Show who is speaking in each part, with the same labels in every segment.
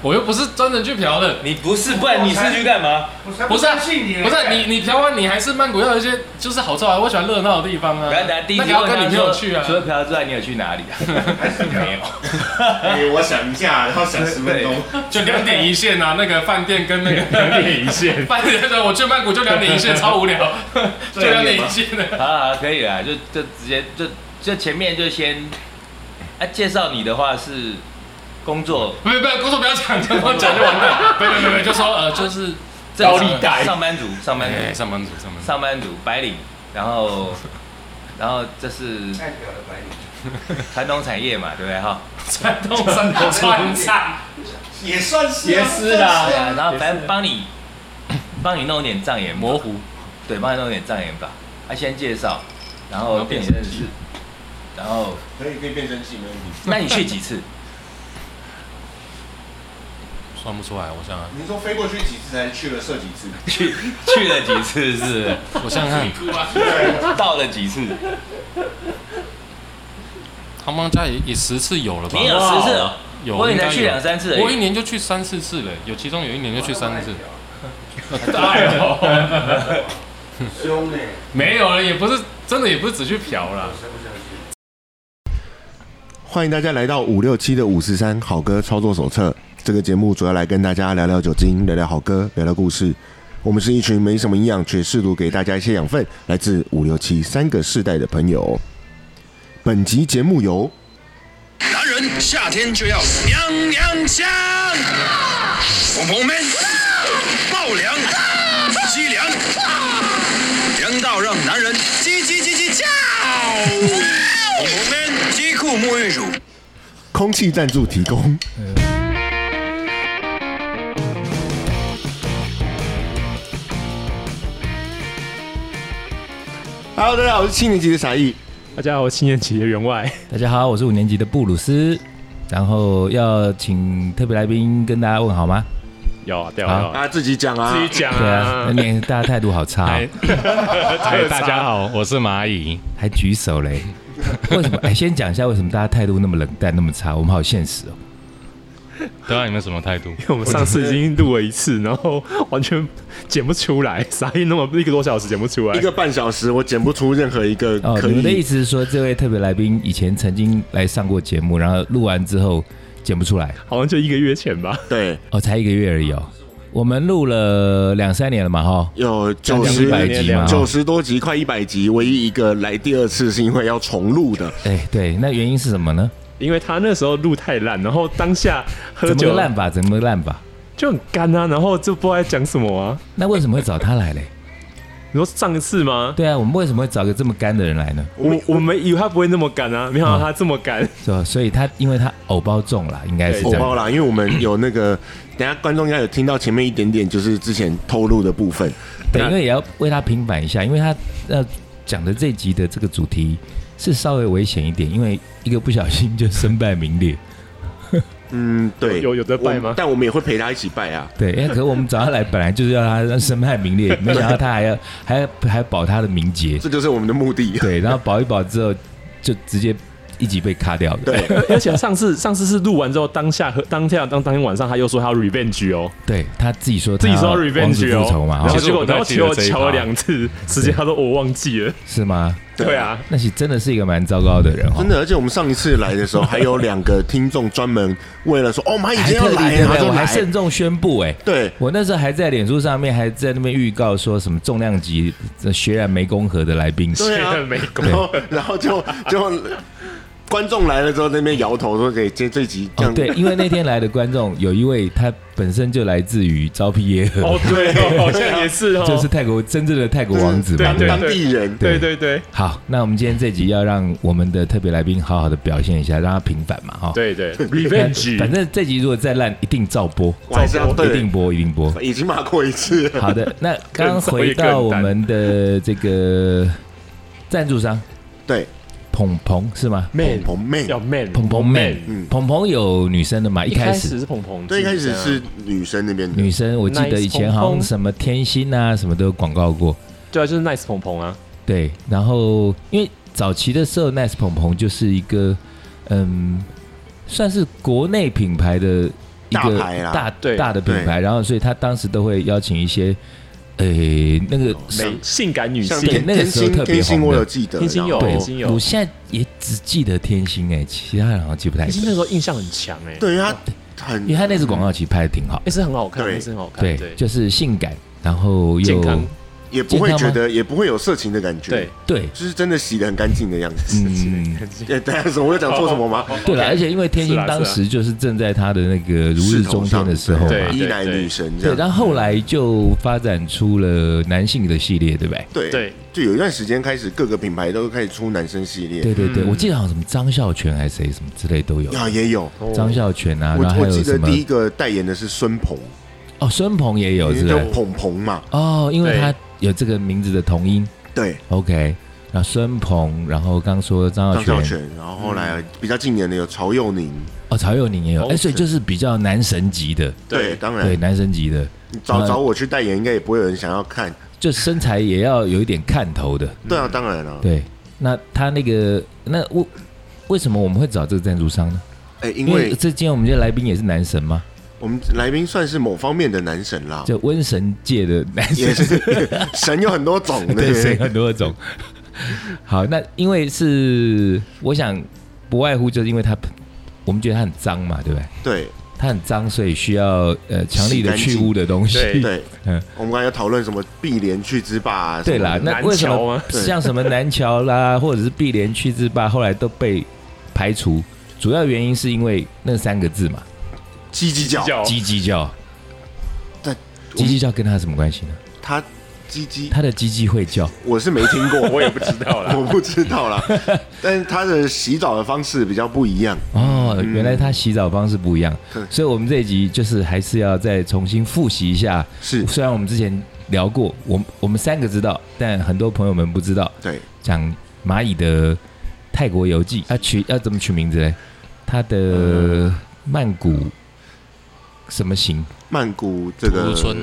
Speaker 1: 我又不是专门去嫖的。
Speaker 2: 你不是，不然你是去干嘛？
Speaker 3: 我才
Speaker 1: 不是、啊，
Speaker 3: 相信你嘞，
Speaker 1: 不是、啊、你，你嫖完你还是曼谷要有一些就是好处啊，我喜欢热闹的地方啊。
Speaker 2: 不要等下第一
Speaker 1: 那
Speaker 2: 题
Speaker 1: 你要
Speaker 2: 问
Speaker 1: 跟
Speaker 2: 他
Speaker 1: 女朋
Speaker 2: 说
Speaker 1: 友去啊
Speaker 2: 除。了嫖之外，你有去哪里 啊？
Speaker 3: 还是没有。
Speaker 4: 哎，我想一下，然后想十分钟，
Speaker 1: 就两点一线啊，那个饭店跟那个。
Speaker 5: 两点一 线
Speaker 1: 饭店的，我去曼谷就两点一线，超无聊，就两点一线的。
Speaker 2: 好了好了，可以了，就就直接就就前面就先，啊，介绍你的话是工作
Speaker 1: 不不不，工作不要讲，我讲就完蛋。没没没没，就说呃，就是
Speaker 2: 正常
Speaker 5: 高利贷
Speaker 2: 上班族，上班
Speaker 1: 哎，
Speaker 2: 族，
Speaker 1: 上班族，上班族。
Speaker 2: 上班族白领，然后然后这是
Speaker 3: 代表了白领，
Speaker 2: 传统产业嘛，对不对哈？
Speaker 1: 传统上
Speaker 3: 统
Speaker 1: 川菜，
Speaker 4: 也算是啊
Speaker 5: 也
Speaker 2: 对
Speaker 4: 算
Speaker 5: 是啦
Speaker 4: 是
Speaker 2: 啊，
Speaker 4: 啊
Speaker 2: 然后反正帮你帮你弄点障眼模糊，对，帮你弄点障眼法。他、先介绍，然
Speaker 1: 然
Speaker 2: 后
Speaker 1: 后
Speaker 2: 电
Speaker 1: 变
Speaker 2: 你
Speaker 1: 成
Speaker 2: 认识，然后
Speaker 4: 可以可以变成气没问题。
Speaker 2: 那你去几次？
Speaker 1: 算不出来，我想想，
Speaker 4: 你说飞过去几次还是去了射几次？
Speaker 2: 去去了几次是
Speaker 1: 我想想看，
Speaker 2: 不是？到了几次？你
Speaker 1: 他们家也也十次有了吧？
Speaker 2: 有十次哦、
Speaker 1: 有，
Speaker 2: 我以为
Speaker 1: 应该
Speaker 2: 才去
Speaker 1: 有
Speaker 2: 两三次而已
Speaker 1: 我一年就去三四次了，有其中有一年就去三次。
Speaker 5: 哎呦，
Speaker 3: 凶呢，
Speaker 1: 没有了，也不是真的，也不是只去嫖啦
Speaker 3: 我。相不相信？
Speaker 4: 欢迎大家来到五六七的五十三好歌操作手册。这个节目主要来跟大家聊聊酒精，聊聊好歌，聊聊故事。我们是一群没什么营养，却试图给大家一些养分，来自五六七三个世代的朋友。本集节目由
Speaker 6: 男人夏天就要娘娘腔，pomom 们爆凉、激凉，凉到让男人叽叽叽叽叫。pomom 们鸡裤沐浴乳。
Speaker 4: 空气赞助提供。Hello，大家好，我是七年级的傻义。
Speaker 5: 大家好，我是七年级的员外。
Speaker 2: 大家好，我是五年级的布鲁斯，然后要请特别来宾跟大家问好吗？
Speaker 5: 有啊，对
Speaker 2: 好
Speaker 5: 啊，有啊
Speaker 4: 啊，自己讲啊，
Speaker 5: 自己讲啊。
Speaker 2: 年大家态度好差、哦
Speaker 4: 哎
Speaker 1: 嗨，嗨，大家好，我是蚂蚁。
Speaker 2: 还举手嘞。 为什么？哎，先讲一下为什么大家态度那么冷淡，那么差。我们好现实哦。
Speaker 1: 对啊，你们什么态度？
Speaker 5: 因为我们上次已经录了一次，然后完全剪不出来， 傻一那么一个多小时剪不出来
Speaker 4: 一。个半小时，我剪不出任何一个
Speaker 6: 哦，
Speaker 4: 可
Speaker 6: 你们的意
Speaker 4: 以。
Speaker 6: 思是说，这位特别来宾以前曾经来上过节目，然后录完之后剪不出来？
Speaker 5: 好像就一个月前吧，
Speaker 4: 对，
Speaker 6: 哦，才一个月而已哦。我们录了两三年了嘛，哈。
Speaker 4: 有
Speaker 6: 将
Speaker 4: 九
Speaker 6: 近
Speaker 4: 十
Speaker 6: 100集嘛
Speaker 4: 九十多集，快一百集，唯一一个来第二次是因为要重录的。
Speaker 6: 哎，对，那原因是什么呢？
Speaker 5: 因为他那时候录太烂，然后当下喝
Speaker 6: 怎么
Speaker 5: 酒啊
Speaker 6: 个烂法？怎么个烂法？
Speaker 5: 就很干啊，然后就不知道在讲什么啊。
Speaker 6: 那为什么会找他 来嘞？
Speaker 5: 你说上一次吗？
Speaker 6: 对啊，我们为什么会找个这么干的人来呢？
Speaker 5: 我我们以为他不会那么干啊，没想到他这么干。
Speaker 6: 是吧？所以他因为他偶包重了，应该是
Speaker 4: 偶
Speaker 6: 这
Speaker 4: 包
Speaker 6: 样。
Speaker 4: 哦啦，因为我们有那个，等一下观众应该有听到前面一点点，就是之前透露的部分。
Speaker 6: 对，因为也要为他平反一下，因为他要讲的这一集的这个主题是稍微危险一点，因为一个不小心就身败名裂。
Speaker 4: 嗯，对，
Speaker 5: 有有在拜吗
Speaker 4: 我但我们也会陪他一起拜啊。
Speaker 6: 对，因哎为可是我们找他来本来就是要他身败名裂，没想到他还要还要还要保他的名节，
Speaker 4: 这就是我们的目的。
Speaker 6: 对，然后保一保之后就直接一集被卡掉了。
Speaker 4: 对，
Speaker 5: 而且上次上次是录完之后，当下和当下当当天晚上他又说他要 revenge 哦，
Speaker 6: 对他自己说他
Speaker 5: 自己说要
Speaker 6: 要王子
Speaker 5: revenge
Speaker 6: 复仇
Speaker 5: 哦，
Speaker 6: 嘛，
Speaker 5: 然后
Speaker 6: 哈
Speaker 1: 其实
Speaker 5: 结
Speaker 1: 我不
Speaker 5: 果
Speaker 1: 太
Speaker 5: 然后
Speaker 1: 记
Speaker 5: 结
Speaker 1: 得
Speaker 5: 果
Speaker 1: 这一
Speaker 5: 瞧了
Speaker 1: 趴
Speaker 5: 两次，时间他说我忘记了。
Speaker 6: 是吗？
Speaker 5: 对啊，
Speaker 6: 那是真的是一个蛮糟糕的人哦
Speaker 4: 真。的，而且我们上一次来的时候，还有两个听众专门为了说，哦，蚂蚁今
Speaker 6: 还
Speaker 4: 天要
Speaker 6: 特
Speaker 4: 来，
Speaker 6: 别对
Speaker 4: 然
Speaker 6: 不
Speaker 4: 后
Speaker 6: 对？
Speaker 4: 就
Speaker 6: 我还
Speaker 4: 来。
Speaker 6: 慎重宣布，哎，
Speaker 4: 对，
Speaker 6: 我那时候还在脸书上面还在那边预告说什么重量级这血染湄公河的来宾，
Speaker 4: 对啊
Speaker 5: 确认没过
Speaker 4: 然后然后就就观众来了之后，那边摇头说，给这这集这
Speaker 6: 哦
Speaker 4: 样。
Speaker 6: 对，因为那天来的观众有一位他本身就来自于招聘耶和，
Speaker 5: 哦，对哦，好像也是哦，
Speaker 6: 就是泰国真正的泰国王子嘛，
Speaker 5: 对
Speaker 6: 对
Speaker 5: 对
Speaker 6: 吧
Speaker 4: 当？地人。
Speaker 5: 对对对
Speaker 6: 好，那我们今天这集要让我们的特别来宾好好的表现一下，让他平反嘛，哈、哦。
Speaker 5: 对对
Speaker 6: 那
Speaker 5: ，revenge，
Speaker 6: 反正这集如果再烂，一定照播，
Speaker 4: 我还是要
Speaker 6: 照播
Speaker 4: 对
Speaker 6: 一定播，一定播。
Speaker 4: 已经骂过一 次了。
Speaker 6: 好的，那刚刚
Speaker 5: 更我
Speaker 6: 回
Speaker 5: 也
Speaker 6: 到
Speaker 5: 更
Speaker 6: 我
Speaker 5: 淡
Speaker 6: 们的这个赞助商
Speaker 4: 对，
Speaker 6: 鹏鹏是吗？
Speaker 5: man
Speaker 4: 彭妹，
Speaker 5: 要 man，
Speaker 6: 鹏鹏 man，
Speaker 4: 嗯
Speaker 6: 鹏鹏有女生的嘛？一
Speaker 5: 一
Speaker 6: 开
Speaker 5: 开
Speaker 6: 始
Speaker 5: 始是鹏鹏，
Speaker 4: 对，一啊开始是女生那边的
Speaker 6: 女生，我记得
Speaker 5: Nice
Speaker 6: 以前好像什么天心啊什么都有广告过，
Speaker 5: 对啊，就是 nice 鹏鹏啊，
Speaker 6: 对。然后因为早期的时候，Nice 鹏鹏就是一个嗯，算是国内品牌的一
Speaker 4: 大
Speaker 6: 个
Speaker 4: 牌啦
Speaker 6: 大
Speaker 5: 对
Speaker 6: 大的品牌，然后所以他当时都会邀请一些，诶，那个
Speaker 5: 美性感女
Speaker 4: 像
Speaker 5: 性，
Speaker 4: 天
Speaker 6: 那个
Speaker 4: 天
Speaker 6: 时候
Speaker 4: 星
Speaker 6: 特别
Speaker 4: 天星，
Speaker 6: 红
Speaker 4: 我
Speaker 6: 的
Speaker 4: 有记得，
Speaker 5: 天星有
Speaker 4: 然后
Speaker 6: 对
Speaker 5: 已经有
Speaker 6: 我现在也只记得天星哎，其他人好像记不太
Speaker 5: 可是那
Speaker 6: 得，
Speaker 5: 时候印象很强哎，
Speaker 4: 对，因为他很
Speaker 6: 哦因为他那支广告其实拍的挺好，
Speaker 4: 哎
Speaker 5: 那是很好看，
Speaker 4: 对
Speaker 5: 那是很好看，
Speaker 6: 对，
Speaker 5: 对，
Speaker 6: 就是性感，然后又
Speaker 5: 健康，
Speaker 4: 也不会觉得也不会有色情的感觉，
Speaker 5: 对，
Speaker 6: 对，
Speaker 4: 就是真的洗的很干净的样子。
Speaker 6: 嗯，
Speaker 4: 对，等一下什么我有讲错什么
Speaker 5: 哦
Speaker 4: 吗？
Speaker 6: 对了，而且因为天
Speaker 5: 是
Speaker 6: 星
Speaker 5: 啦
Speaker 6: 当
Speaker 5: 是啦
Speaker 6: 时就是正在他的那个如日中天的时候
Speaker 5: 对
Speaker 6: 嘛，
Speaker 4: 一男女神这
Speaker 6: 对，
Speaker 4: 样。
Speaker 6: 然后后来就发展出了男性的系列，对不对？
Speaker 4: 对
Speaker 5: 对，
Speaker 4: 就有一段时间开始，各个品牌都开始出男生系列，
Speaker 6: 对对
Speaker 5: 嗯
Speaker 6: 对，我记得好像什么张孝全还是谁什么之类都有，
Speaker 4: 啊也有。
Speaker 5: 嗯
Speaker 6: 张孝全啊，
Speaker 4: 我
Speaker 6: 然后还
Speaker 4: 我
Speaker 6: 有
Speaker 4: 记
Speaker 6: 什
Speaker 4: 得
Speaker 6: 么
Speaker 4: 第一个代言的是孙鹏，
Speaker 6: 哦，孙鹏也有是
Speaker 4: 因为
Speaker 6: 不
Speaker 4: 叫
Speaker 6: 是？
Speaker 4: 鹏鹏嘛，
Speaker 6: 哦，因为
Speaker 5: 对
Speaker 6: 他有这个名字的同音
Speaker 4: 对，
Speaker 6: ，OK。然后孙鹏，然后刚说张
Speaker 4: 张
Speaker 6: 孝
Speaker 4: 孝
Speaker 6: 全，
Speaker 4: 全，然后后来比较近年的有曹佑宁，
Speaker 6: 哦，曹佑宁也有，哎，所以就是比较男神级的，
Speaker 4: 对，当然
Speaker 6: 对，男神级的，
Speaker 4: 你
Speaker 6: 嗯
Speaker 4: 找找我去代言，应该也不会有人想要看。
Speaker 6: 就身材也要有一点看头的，
Speaker 4: 对啊，当然了。
Speaker 6: 对。那他那个，那为为什么我们会找这个赞助商呢？
Speaker 4: 哎，因
Speaker 6: 因为呃
Speaker 4: 为
Speaker 6: 这今天我们这些来宾也是男神嘛，
Speaker 4: 我们来宾算是某方面的男神啦，
Speaker 6: 就瘟神界的男
Speaker 4: 也
Speaker 6: 神，
Speaker 4: 是神有很多种，对
Speaker 6: 对，
Speaker 4: 不
Speaker 6: 神
Speaker 4: 对？
Speaker 6: 很多种。 好，那因为是我想不外乎就是因为他，我们觉得他很脏嘛，对不对？
Speaker 4: 对
Speaker 6: 他很脏，所以需要呃强力的去污的东西。
Speaker 5: 对
Speaker 4: 对
Speaker 6: 嗯，
Speaker 4: 我们刚才有讨论什么碧莲去之霸啊，
Speaker 6: 对啦
Speaker 4: 什，么的
Speaker 6: 那为什
Speaker 5: 南桥
Speaker 6: 么
Speaker 5: 吗
Speaker 4: 对
Speaker 6: 像什么南桥啦，或者是碧莲去之霸，后来都被排除？主要原因是因为那三个字嘛，
Speaker 4: 鸡鸡脚，
Speaker 5: 叫
Speaker 6: 鸡鸡叫。
Speaker 4: 但
Speaker 6: 鸡鸡叫跟他什么关系呢？
Speaker 4: 他鸡鸡，
Speaker 6: 他的鸡鸡会叫。
Speaker 4: 我是没听过，
Speaker 5: 我也不知道 啦，
Speaker 4: 我不知 道啦。但是他的洗澡的方式比较不一样，
Speaker 6: 哦，原来他洗澡方式不一样
Speaker 4: 对，
Speaker 6: 所以我们这一集就是还是要再重新复习一下。
Speaker 4: 是
Speaker 6: 虽然我们之前聊过，我们我们三个知道，但很多朋友们不知道，
Speaker 4: 对，
Speaker 6: 讲蚂蚁的泰国游记，要啊取要怎么取名字嘞？它的曼谷什么行？
Speaker 4: 曼谷这个
Speaker 7: 土村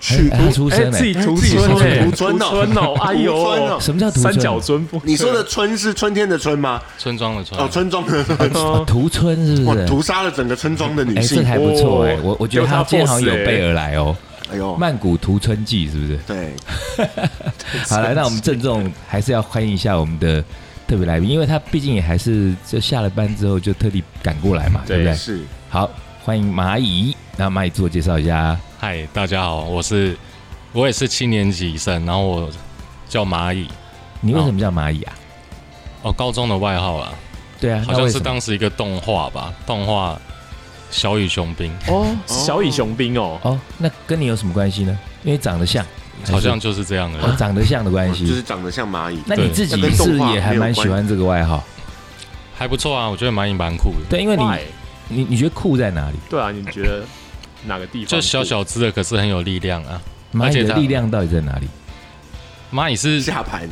Speaker 4: 去
Speaker 6: 哎他出生
Speaker 5: 哎自己
Speaker 6: 嘞？
Speaker 5: 徒
Speaker 4: 自己
Speaker 5: 孙
Speaker 4: 说
Speaker 5: 哎，
Speaker 4: 徒孙哦
Speaker 5: 徒孙哦，哎
Speaker 4: 徒孙
Speaker 5: 呦
Speaker 4: 哦，
Speaker 6: 什么叫屠
Speaker 5: 三角
Speaker 6: 村？
Speaker 5: 尊不？
Speaker 4: 你说的“村”是春天的“春”吗？
Speaker 7: 村庄的村
Speaker 6: 啊
Speaker 4: 哦，，村庄 的村
Speaker 6: 哦，屠村是不
Speaker 4: 哇，
Speaker 6: 是？
Speaker 4: 屠杀了整个村庄的女
Speaker 6: 哎，这
Speaker 4: 性，
Speaker 6: 还不错哎
Speaker 5: 哦，
Speaker 6: 我我觉得他今天好像有备而来哦。
Speaker 4: 哎呦，
Speaker 6: 曼谷屠村记是不是？
Speaker 4: 对，
Speaker 6: 好了，那我们郑重还是要欢迎一下我们的特别来宾，因为他毕竟也还是就下了班之后就特地赶过来嘛，对
Speaker 5: 对
Speaker 6: 不对？
Speaker 4: 是
Speaker 6: 好，欢迎蚂蚁，那蚂蚁自我介绍一下。
Speaker 1: 嗨，大家好，我是我也是七年级生，然后我叫蚂蚁，
Speaker 6: 你为什么叫蚂蚁啊？
Speaker 1: 哦，高中的外号啊，
Speaker 6: 对啊，
Speaker 1: 好
Speaker 6: 那
Speaker 1: 像
Speaker 6: 为
Speaker 1: 是
Speaker 6: 什么
Speaker 1: 当时一个动画吧，动画《小雨雄兵
Speaker 5: 哦，小蚁雄兵哦，
Speaker 6: 哦，那跟你有什么关系呢？因为长得像，》，
Speaker 1: 好像就是这样的。
Speaker 6: 哦长得像的关
Speaker 4: 就
Speaker 6: 系。
Speaker 4: 是长得像蚂蚁，
Speaker 6: 那你自己是不是也还蛮喜欢这个外号？
Speaker 1: 还不错啊，我觉得蚂蚁蛮酷的，
Speaker 6: 对，因为你
Speaker 5: Why？
Speaker 6: 你你觉得酷在哪里？
Speaker 5: 哦对啊，你觉得哪个地方
Speaker 1: 就小小只的，可是很有力量啊。
Speaker 6: 蚂
Speaker 1: 而
Speaker 6: 蚁
Speaker 1: 且
Speaker 6: 的
Speaker 1: 它
Speaker 6: 力量到底在哪里？
Speaker 1: 蚂蚁是
Speaker 4: 下盘，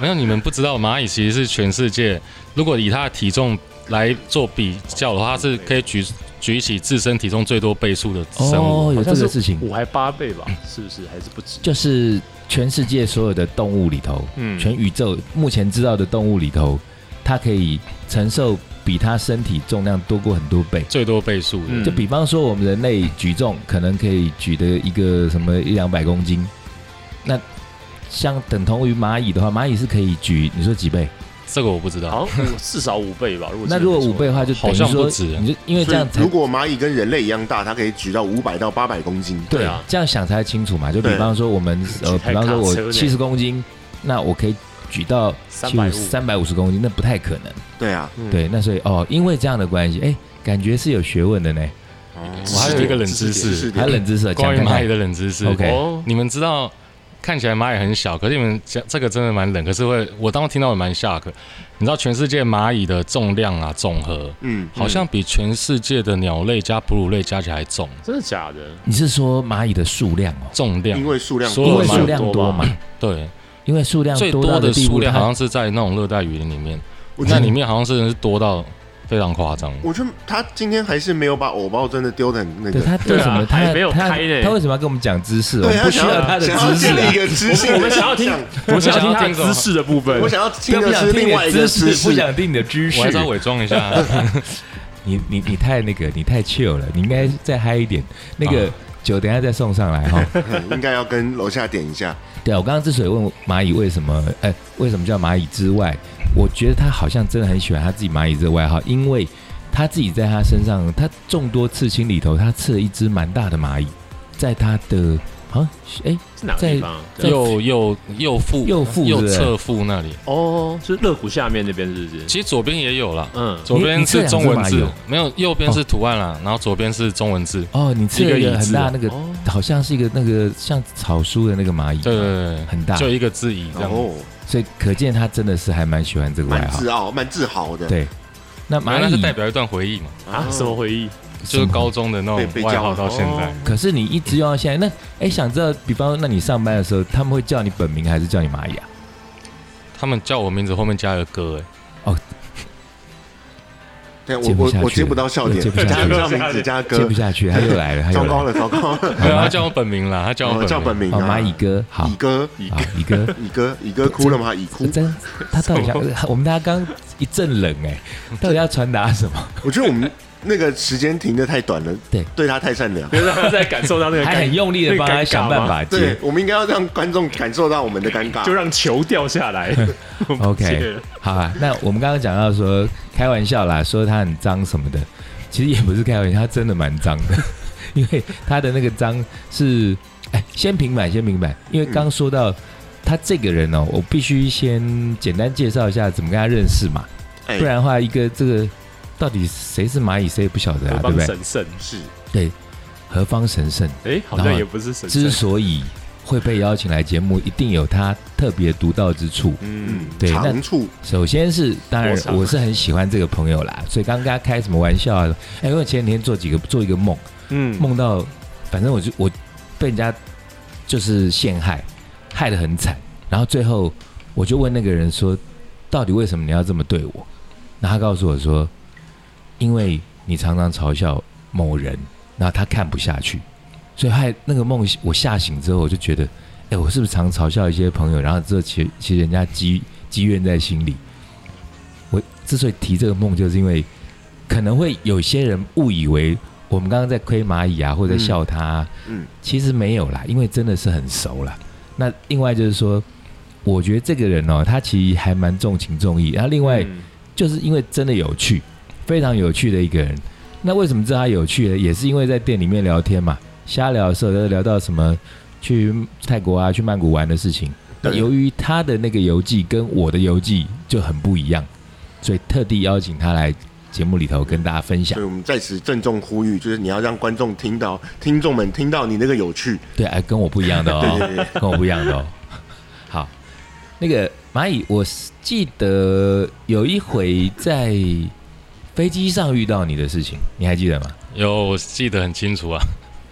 Speaker 1: 没有你们不知道，蚂蚁其实是全世界，如果以它的体重来做比较的话，它是可以举举起自身体重最多倍数的生物。
Speaker 6: 哦，有这
Speaker 5: 好像是
Speaker 6: 个事情，嗯
Speaker 5: 五还八倍吧？是不是？还是不止？
Speaker 6: 就是全世界所有的动物里头，
Speaker 5: 嗯
Speaker 6: 全宇宙目前知道的动物里头，它可以承受比它身体重量多过很多倍。
Speaker 1: 最多倍数的，
Speaker 5: 嗯
Speaker 6: 就比方说，我们人类举重可能可以举的一个什么一两百公斤，那相等同于蚂蚁的话，蚂蚁是可以举你说几倍？
Speaker 1: 这个我不知道。
Speaker 5: 好像五至少五倍吧？如果
Speaker 6: 那
Speaker 5: 记
Speaker 6: 如
Speaker 5: 得
Speaker 6: 果
Speaker 5: 没错
Speaker 6: 五倍的话，就等于
Speaker 1: 好像
Speaker 6: 说
Speaker 1: 不止
Speaker 6: 你就因为这
Speaker 4: 所以
Speaker 6: 样才
Speaker 4: 如果蚂蚁跟人类一样大，它可以举到五百到八百公斤，
Speaker 6: 对
Speaker 5: 对啊
Speaker 6: 这样想才清楚嘛。就比
Speaker 4: 对
Speaker 6: 方说我们呃，
Speaker 5: 太
Speaker 6: 比方说
Speaker 5: 卡车
Speaker 6: 我
Speaker 5: 呢
Speaker 6: 七十公斤，那我可以举到
Speaker 5: 350
Speaker 6: 三百五十公斤，那不太可能。
Speaker 4: 对啊，
Speaker 5: 嗯
Speaker 6: 对，那所以哦，因为这样的关系，哎，感觉是有学问的呢，
Speaker 1: 我还有一个冷知
Speaker 4: 是
Speaker 1: 识，
Speaker 4: 是
Speaker 6: 还有冷知识，讲
Speaker 1: 关于
Speaker 6: 看
Speaker 1: 蚂蚁
Speaker 6: 看。
Speaker 1: 的冷知识。
Speaker 6: OK
Speaker 5: 哦，
Speaker 1: 你们知道看起来蚂蚁很小，可是你们讲这个真的蛮冷，可是会我当时听到也蛮 shock。你知道全世界蚂蚁的重量啊总和，
Speaker 4: 嗯，
Speaker 1: 好像比全世界的鸟类加哺乳类加起来还重，
Speaker 5: 真的假的？
Speaker 6: 你是说蚂蚁的数量哦？
Speaker 1: 重量
Speaker 4: 因为数量
Speaker 1: 所
Speaker 6: 因
Speaker 1: 有的
Speaker 6: 为数
Speaker 1: 蚂
Speaker 5: 量
Speaker 6: 量
Speaker 5: 哦多
Speaker 6: 多嘛
Speaker 5: 吧，
Speaker 1: 对
Speaker 6: 因为数量
Speaker 1: 最
Speaker 6: 多到
Speaker 1: 多的
Speaker 6: 地步，
Speaker 1: 数量
Speaker 6: 它
Speaker 1: 好像是在那种热带雨林里面，
Speaker 4: 我觉
Speaker 1: 那
Speaker 4: 得
Speaker 1: 里面好像真的是多到非常夸张。
Speaker 4: 我觉得他今天还是没有把偶包真的丢的很那
Speaker 6: 对
Speaker 4: 个，
Speaker 6: 他为
Speaker 5: 对啊
Speaker 6: 什么他
Speaker 5: 还没有
Speaker 6: 他
Speaker 5: 开呢
Speaker 6: 他为什么要跟我们讲知识？我
Speaker 4: 对
Speaker 6: 们不需
Speaker 4: 想
Speaker 6: 要他的
Speaker 4: 想要
Speaker 6: 知识
Speaker 4: 建立
Speaker 6: 啊
Speaker 4: 一。个知性的
Speaker 5: 我们想要听
Speaker 4: 想，
Speaker 5: 我们想
Speaker 1: 我想
Speaker 5: 要
Speaker 1: 要
Speaker 5: 听他
Speaker 1: 听什么
Speaker 5: 知识的部 分
Speaker 4: 我。想要听
Speaker 6: 不
Speaker 4: 的
Speaker 6: 想
Speaker 4: 是
Speaker 6: 听你
Speaker 4: 另外
Speaker 6: 的
Speaker 4: 一个
Speaker 6: 知
Speaker 4: 知
Speaker 6: 识，不
Speaker 4: 识，
Speaker 6: 想听你的知识
Speaker 1: 我还。是要伪装一下，
Speaker 6: 你你你太那个，你太 chill 了，你应该再嗨一点。那
Speaker 1: 啊
Speaker 6: 个酒等一下再送 上来哈。
Speaker 4: 应该要跟楼下点一下。
Speaker 6: 对啊，我刚刚之所以问蚂蚁为什么，哎、为什么叫蚂蚁之外，我觉得他好像真的很喜欢他自己蚂蚁这个外号，因为他自己在他身上，他众多刺青里头，他刺了一只蛮大的蚂蚁，在他的啊，哎、
Speaker 5: 是哪个地方啊？
Speaker 6: 在
Speaker 1: 右右右腹
Speaker 6: 右腹
Speaker 1: 右
Speaker 6: 是不是
Speaker 1: 侧腹那里，
Speaker 5: 哦，是肋骨下面那边是不是？
Speaker 1: 其实左边也有啦。
Speaker 5: 嗯，
Speaker 1: 左边是中文
Speaker 6: 你你这
Speaker 1: 字
Speaker 6: 两只，
Speaker 1: 没有，右边是图案啦，然后左边是中文字。
Speaker 6: 哦，你刺了一个很大那个，
Speaker 5: 哦
Speaker 6: 好像是一个那个像草书的那个蚂蚁，
Speaker 1: 对对对对，
Speaker 6: 很大
Speaker 1: 就一个字乙这样。
Speaker 4: 哦，
Speaker 6: 所以可见他真的是还蛮喜欢这个外
Speaker 4: 蛮
Speaker 6: 号
Speaker 4: 自。傲、蛮自豪的。
Speaker 6: 对，那
Speaker 1: 反
Speaker 6: 蚂
Speaker 1: 正那是
Speaker 6: 蚁
Speaker 1: 代表一段回忆嘛，
Speaker 5: 啊，什么回忆？
Speaker 1: 就是高中的那
Speaker 4: 被
Speaker 1: 种
Speaker 4: 被
Speaker 1: 外
Speaker 4: 叫
Speaker 1: 号到现在
Speaker 5: 哦。
Speaker 6: 可是你一直用到现在，那哎，想知道，比方那你上班的时候，他们会叫你本名还是叫你蚂蚁啊？
Speaker 1: 他们叫我名字后面加了哥，哎，
Speaker 4: 但
Speaker 6: 接
Speaker 4: 我
Speaker 6: 不下去
Speaker 4: 我我接不到笑点，
Speaker 6: 接不下去
Speaker 4: 加上名字加
Speaker 6: 接
Speaker 4: 哥
Speaker 6: 不，下去，他又来了，他
Speaker 4: 糟
Speaker 6: 又来
Speaker 4: 糕
Speaker 6: 了。
Speaker 4: 了，糟糕 了，
Speaker 1: 没有，他叫我本名啦，他叫
Speaker 4: 我
Speaker 1: 我
Speaker 4: 叫本
Speaker 1: 名。
Speaker 4: 名
Speaker 6: 哦，
Speaker 4: 啊，
Speaker 6: 蚂蚁哥，好，
Speaker 4: 蚁哥，
Speaker 6: 好，蚁哥，
Speaker 4: 蚁哥，蚁 哥 哭了吗？蚁哭。
Speaker 6: 真，他到底 想，我们大家刚一阵冷哎，到底要传达什么？
Speaker 4: 我觉得我们那个时间停的太短了，
Speaker 6: 对
Speaker 4: 对他太善良。
Speaker 5: 就是他在感受到那个
Speaker 6: 还
Speaker 5: 尴
Speaker 6: 很用力的帮他想办，法
Speaker 4: 对
Speaker 6: 接。，
Speaker 4: 我们应该要让观众感受到我们的尴尬
Speaker 5: 那个尴尬吗就。让球掉下来。 我 不
Speaker 6: OK
Speaker 5: 介了
Speaker 6: 好啊，那我们刚刚讲到说开玩笑啦，说他很脏什么的，其实也不是开玩笑，他真的蛮脏的， 因为他的那个脏是，哎，先平板，先平板，因为刚说到他这个人哦，我必须先简单介绍一下怎么跟他认识嘛，
Speaker 4: 哎
Speaker 6: 不然的话，一个这个到底谁是蚂蚁，谁也不晓得啊
Speaker 5: 何，
Speaker 6: 对不
Speaker 5: 方
Speaker 6: 对？
Speaker 5: 神圣？
Speaker 4: 是
Speaker 6: 对，何方神圣
Speaker 5: 哎，好像也不是神
Speaker 6: 之
Speaker 5: 圣。
Speaker 6: 所以会被邀请来节目，一定有他特别独到之处。
Speaker 5: 嗯，
Speaker 6: 对，啊那
Speaker 4: 长处
Speaker 6: 首先是，当然
Speaker 5: 多长啊
Speaker 6: 我是很喜欢这个朋友啦，所以刚刚跟他开什么玩笑啊？哎，因为前几天做几个做一个梦，
Speaker 5: 嗯，
Speaker 6: 梦到反正我就我被人家就是陷害，害得很惨，然后最后我就问那个人说，到底为什么你要这么对我？然后他告诉我说，因为你常常嘲笑某人，然后他看不下去，所以害那个梦我吓醒之后，我就觉得，哎，我是不是常嘲笑一些朋友，然后这其其实人家积积怨在心里。我之所以提这个梦，就是因为可能会有些人误以为我们刚刚在亏蚂蚁啊，或者笑他啊、
Speaker 4: 嗯嗯
Speaker 6: 其实没有啦，因为真的是很熟啦。那另外就是说，我觉得这个人哦，他其实还蛮重情重义。然后另外
Speaker 5: 嗯
Speaker 6: 就是因为真的有趣，非常有趣的一个人。那为什么知道他有趣呢？也是因为在店里面聊天嘛，瞎聊的时候就聊到什么去泰国啊、去曼谷玩的事情。那由于他的那个游记跟我的游记就很不一样，所以特地邀请他来节目里头跟大家分享
Speaker 4: 所以。我们在此郑重呼吁，就是你要让观众听到，听众们听到你那个有趣。
Speaker 6: 对，哎，跟我不一样的
Speaker 4: 对对
Speaker 6: 哦，跟我不一样的哦。好，那个蚂蚁，我记得有一回在飞机上遇到你的事情，你还记得吗？
Speaker 1: 有，我记得很清楚啊。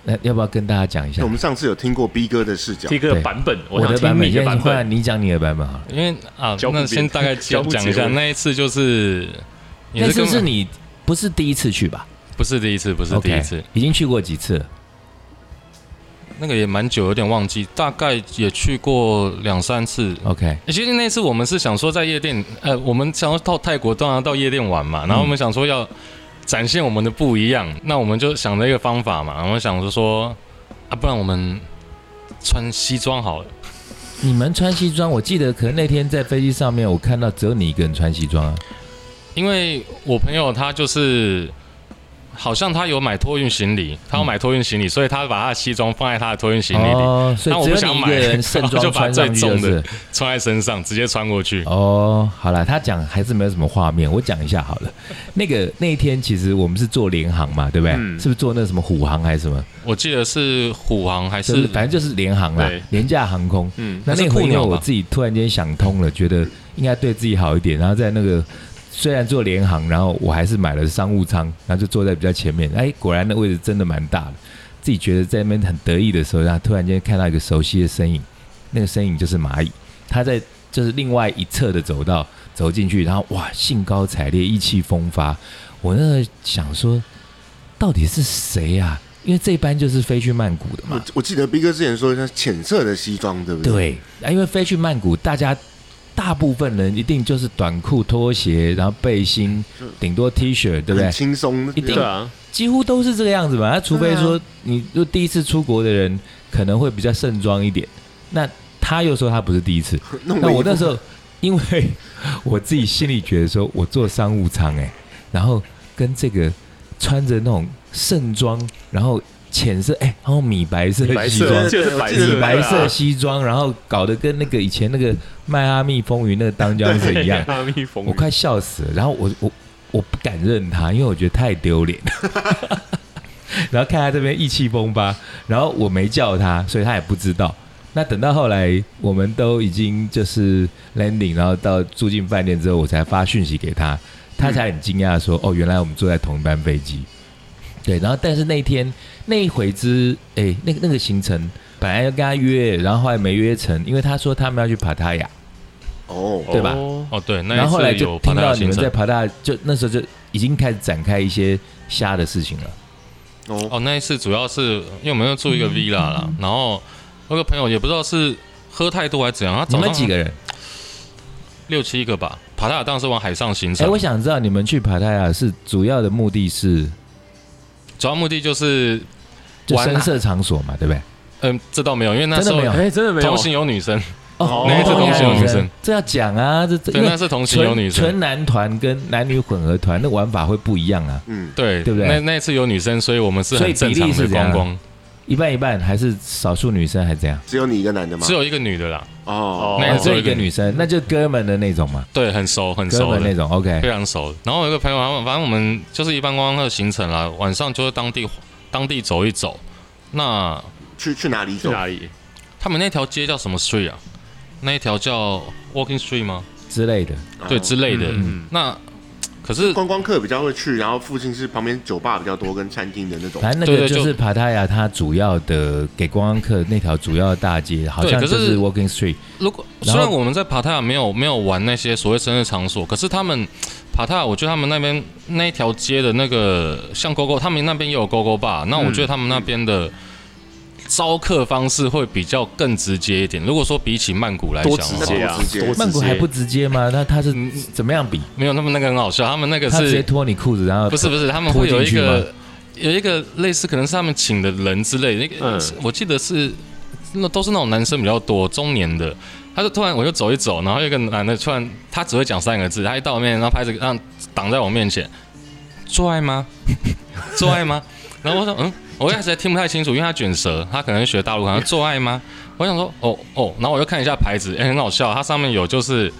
Speaker 6: 那要不要跟大家讲一下
Speaker 4: 那我？们上次有听过 B 哥的视角
Speaker 5: 这，个
Speaker 6: 对
Speaker 5: 版本，
Speaker 6: 我
Speaker 5: 想
Speaker 6: 的版
Speaker 5: 听
Speaker 6: 本，
Speaker 5: 你的
Speaker 6: 先
Speaker 5: 版
Speaker 6: 换
Speaker 5: 本。
Speaker 6: 你讲你的版本好了。
Speaker 1: 因为啊
Speaker 5: 交，互
Speaker 1: 那
Speaker 5: 编
Speaker 1: 先大概
Speaker 5: 交互
Speaker 1: 讲一下
Speaker 5: 结尾
Speaker 1: 那一次就是，也
Speaker 6: 那次
Speaker 1: 跟
Speaker 6: 是你不是第一次去吧
Speaker 1: 不是第一次，不是第一
Speaker 6: ？OK，
Speaker 1: 次，
Speaker 6: 已经去过几次了。
Speaker 1: 那个也蛮久，有点忘记，大概也去过两三次。
Speaker 6: OK，
Speaker 1: 欸其实那次我们是想说在夜店，呃，我们想要到泰国，当然到夜店玩嘛，
Speaker 6: 嗯
Speaker 1: 然后我们想说要展现我们的不一样，那我们就想了一个方法嘛，我们想说说啊，不然我们穿西装好了，
Speaker 6: 你们穿西装，我记得可能那天在飞机上面，我看到只有你一个人穿西装啊。
Speaker 1: 因为我朋友他就是好像他有买托运行李，他有
Speaker 6: 嗯
Speaker 1: 买托运行李，所以他把他的西装放在他的托运行李里，
Speaker 6: 哦，所
Speaker 1: 那我
Speaker 6: 以
Speaker 1: 不
Speaker 6: 只有
Speaker 1: 想
Speaker 6: 你一
Speaker 1: 买
Speaker 6: 个人盛
Speaker 1: 然后就
Speaker 6: 装
Speaker 1: 把
Speaker 6: 穿上去
Speaker 1: 最
Speaker 6: 就
Speaker 1: 重的
Speaker 6: 是。
Speaker 1: 穿在身上直接穿过去。
Speaker 6: 哦，好了，他讲还是没有什么画面，我讲一下好了。那个那一天其实我们是坐联航嘛，对不对？
Speaker 5: 嗯
Speaker 6: 是不是坐那什么虎航还是什么？
Speaker 1: 我记得是虎航还
Speaker 6: 就是
Speaker 1: 是
Speaker 6: 反正就是联航啦
Speaker 5: 对，
Speaker 6: 廉价航空。
Speaker 5: 嗯，
Speaker 6: 那
Speaker 1: 还是
Speaker 6: 那回
Speaker 1: 酷
Speaker 6: 因为
Speaker 1: 鸟
Speaker 6: 我
Speaker 1: 吧
Speaker 6: 自己突然间想通了，觉得应该对自己好一点，然后在那个虽然坐联航，然后我还是买了商务舱，然后就坐在比较前面。哎，果然那位置真的蛮大的。自己觉得在那边很得意的时候，然后突然间看到一个熟悉的身影，那个身影就是蚂蚁，他在就是另外一侧的走道走进去，然后哇，兴高采烈，意气风发。我那个想说，到底是谁啊？因为这班就是飞去曼谷的嘛
Speaker 4: 我。我记得 B 哥之前说他浅色的西装，对不对？
Speaker 6: 对，啊，因为飞去曼谷，大家大部分人一定就是短裤、拖鞋，然后背心，顶多 T 恤，对不对
Speaker 4: 很？轻松，
Speaker 6: 一定
Speaker 5: 对啊，
Speaker 6: 几乎都是这个样子吧。那除非说你就第一次出国的人可能会比较盛装一点，那他又说他不是第一次。
Speaker 4: 弄
Speaker 6: 那
Speaker 4: 个
Speaker 6: 我
Speaker 4: 衣服
Speaker 6: 那时候，因为我自己心里觉得说，我坐商务舱哎、然后跟这个穿着那种盛装，然后浅色哎、然后米白色
Speaker 5: 白
Speaker 6: 西
Speaker 5: 色哦
Speaker 6: 装
Speaker 5: 我，记得是白
Speaker 4: 对
Speaker 5: 色啊
Speaker 6: 米
Speaker 5: 的，
Speaker 6: 白色西装，然后搞得跟那个以前那个迈阿密风云那个当家是一样，
Speaker 5: 大蜜蜂
Speaker 6: 我快笑死了。然后我我我不敢认他，因为我觉得太丢脸。 然后看他这边意气风发，然后我没叫他，所以他也不知道。那等到后来我们都已经就是 landing，然后到住进饭店之后，我才发讯息给他，他才很惊讶地说：“哦，原来我们坐在同一班飞机。”对，然后但是那一天那一回之，哎，那个那个行程本来要跟他约，然后后来没约成，因为他说他们要去帕塔亚。
Speaker 4: 哦，
Speaker 6: 对吧
Speaker 5: 哦
Speaker 1: 哦，对，那
Speaker 6: 然后后来
Speaker 1: 一次
Speaker 6: 就
Speaker 1: 有爬
Speaker 6: 听
Speaker 1: 大
Speaker 6: 到
Speaker 1: 的
Speaker 6: 你
Speaker 1: 行
Speaker 6: 们在
Speaker 1: 程。
Speaker 6: 爬大，就那时候就已经开始展开一些瞎的事情了。
Speaker 1: 哦，那一次主要是因为我们要住一
Speaker 6: 嗯
Speaker 1: 个 villa 啦，然后那个朋友也不知道是喝太多还是怎样，他
Speaker 6: 你
Speaker 1: 早
Speaker 6: 们
Speaker 1: 上啊
Speaker 6: 几个人？
Speaker 1: 六七个吧。爬大当然是往海上行
Speaker 6: 哎，
Speaker 1: 程
Speaker 6: 我，想知道你们去帕塔亚是主要的目的是
Speaker 1: 主要目的就是
Speaker 6: 就
Speaker 1: 玩
Speaker 6: 深
Speaker 1: 啊
Speaker 6: 色场所嘛，对不对？
Speaker 1: 嗯，这倒没有，因为那时
Speaker 6: 真的
Speaker 1: 候
Speaker 6: 没有
Speaker 5: 哎，真的没有
Speaker 1: 同行有女生，
Speaker 6: 哦
Speaker 1: 那一次同行有女生，
Speaker 6: 这要讲啊，这这
Speaker 1: 对，
Speaker 6: 因为
Speaker 1: 那是同行有女
Speaker 6: 纯
Speaker 1: 生
Speaker 6: 纯，男团跟男女混合团那玩法会不一样啊，
Speaker 4: 嗯，
Speaker 1: 对，
Speaker 6: 对不对
Speaker 1: 那那一次有女生，所以我们是
Speaker 6: 所以
Speaker 1: 很正
Speaker 6: 比例
Speaker 1: 常
Speaker 6: 是
Speaker 1: 的
Speaker 6: 怎样
Speaker 1: 观光，
Speaker 6: 一半一半还是少数女生还是怎样？
Speaker 4: 只有你一个男的吗？
Speaker 1: 只有一个女的啦，
Speaker 4: 哦，
Speaker 1: 那
Speaker 6: 哦，
Speaker 1: 个
Speaker 6: 只
Speaker 1: 只
Speaker 6: 有
Speaker 1: 有
Speaker 6: 一
Speaker 1: 一
Speaker 6: 个
Speaker 1: 个
Speaker 6: 女
Speaker 1: 女
Speaker 6: 生，那就哥们的那种嘛，
Speaker 1: 对，很熟很
Speaker 6: 哥
Speaker 1: 熟
Speaker 6: 们
Speaker 1: 的
Speaker 6: 那。种
Speaker 1: 非
Speaker 6: ，OK，
Speaker 1: 常熟。然后有一个朋友，他们反正我们就是一般观光客行程啦，晚上就是当地当地走一走。那
Speaker 4: 去去哪里
Speaker 5: 去
Speaker 4: 走？
Speaker 5: 哪里？
Speaker 1: 他们那条街叫什么 street 啊？那一条叫 Walking Street 吗？
Speaker 6: 之类的，
Speaker 4: 哦
Speaker 1: 对，之类的。
Speaker 5: 嗯
Speaker 1: 那可是
Speaker 4: 观光客比较会去，然后附近是旁边酒吧比较多跟餐厅的那种。
Speaker 6: 反正那
Speaker 1: 对
Speaker 6: 个
Speaker 1: 对就
Speaker 6: 就是帕塔亚，它主要的给观光客那条主要的大街，好像
Speaker 1: 对
Speaker 6: 就
Speaker 1: 可是
Speaker 6: 是 Walking Street。
Speaker 1: 如果
Speaker 6: 然
Speaker 1: 虽
Speaker 6: 后
Speaker 1: 然我们在帕塔亚没有没有玩那些所谓生日场所，可是他们帕塔亚，我觉得他们那边那一条街的那个像 GoGo，他们那边也有 GoGo bar，那我觉得他们那边的招客方式会比较更直接一点。如果说比起曼谷来讲
Speaker 5: 多
Speaker 1: 的
Speaker 5: 直
Speaker 1: 话，
Speaker 5: 接啊
Speaker 4: 多直接，
Speaker 5: 多直接
Speaker 6: 曼谷还不直接吗？那他是怎么样比？
Speaker 1: 没有，他们那个很好笑，他们那个
Speaker 6: 他直接
Speaker 1: 嗯是
Speaker 6: 脱你裤子，然后
Speaker 1: 不是不是，他们
Speaker 6: 拖
Speaker 1: 会有
Speaker 6: 进
Speaker 1: 一
Speaker 6: 去
Speaker 1: 个有一个类似，可能是他们请的人之类的。那个、
Speaker 5: 嗯
Speaker 1: 我记得是那都是那种男生比较多，中年的。他就突然我就走一走，然后有一个男的突然他只会讲三个字，他一到我面前，然后拍着让挡在我面前，做爱吗？ 做爱吗？ 然后我说嗯，我一开始还听不太清楚，因为他卷舌，他可能学大陆，好像做爱吗？我想说哦哦，然后我就看一下牌子，哎、很好笑，它上面有就是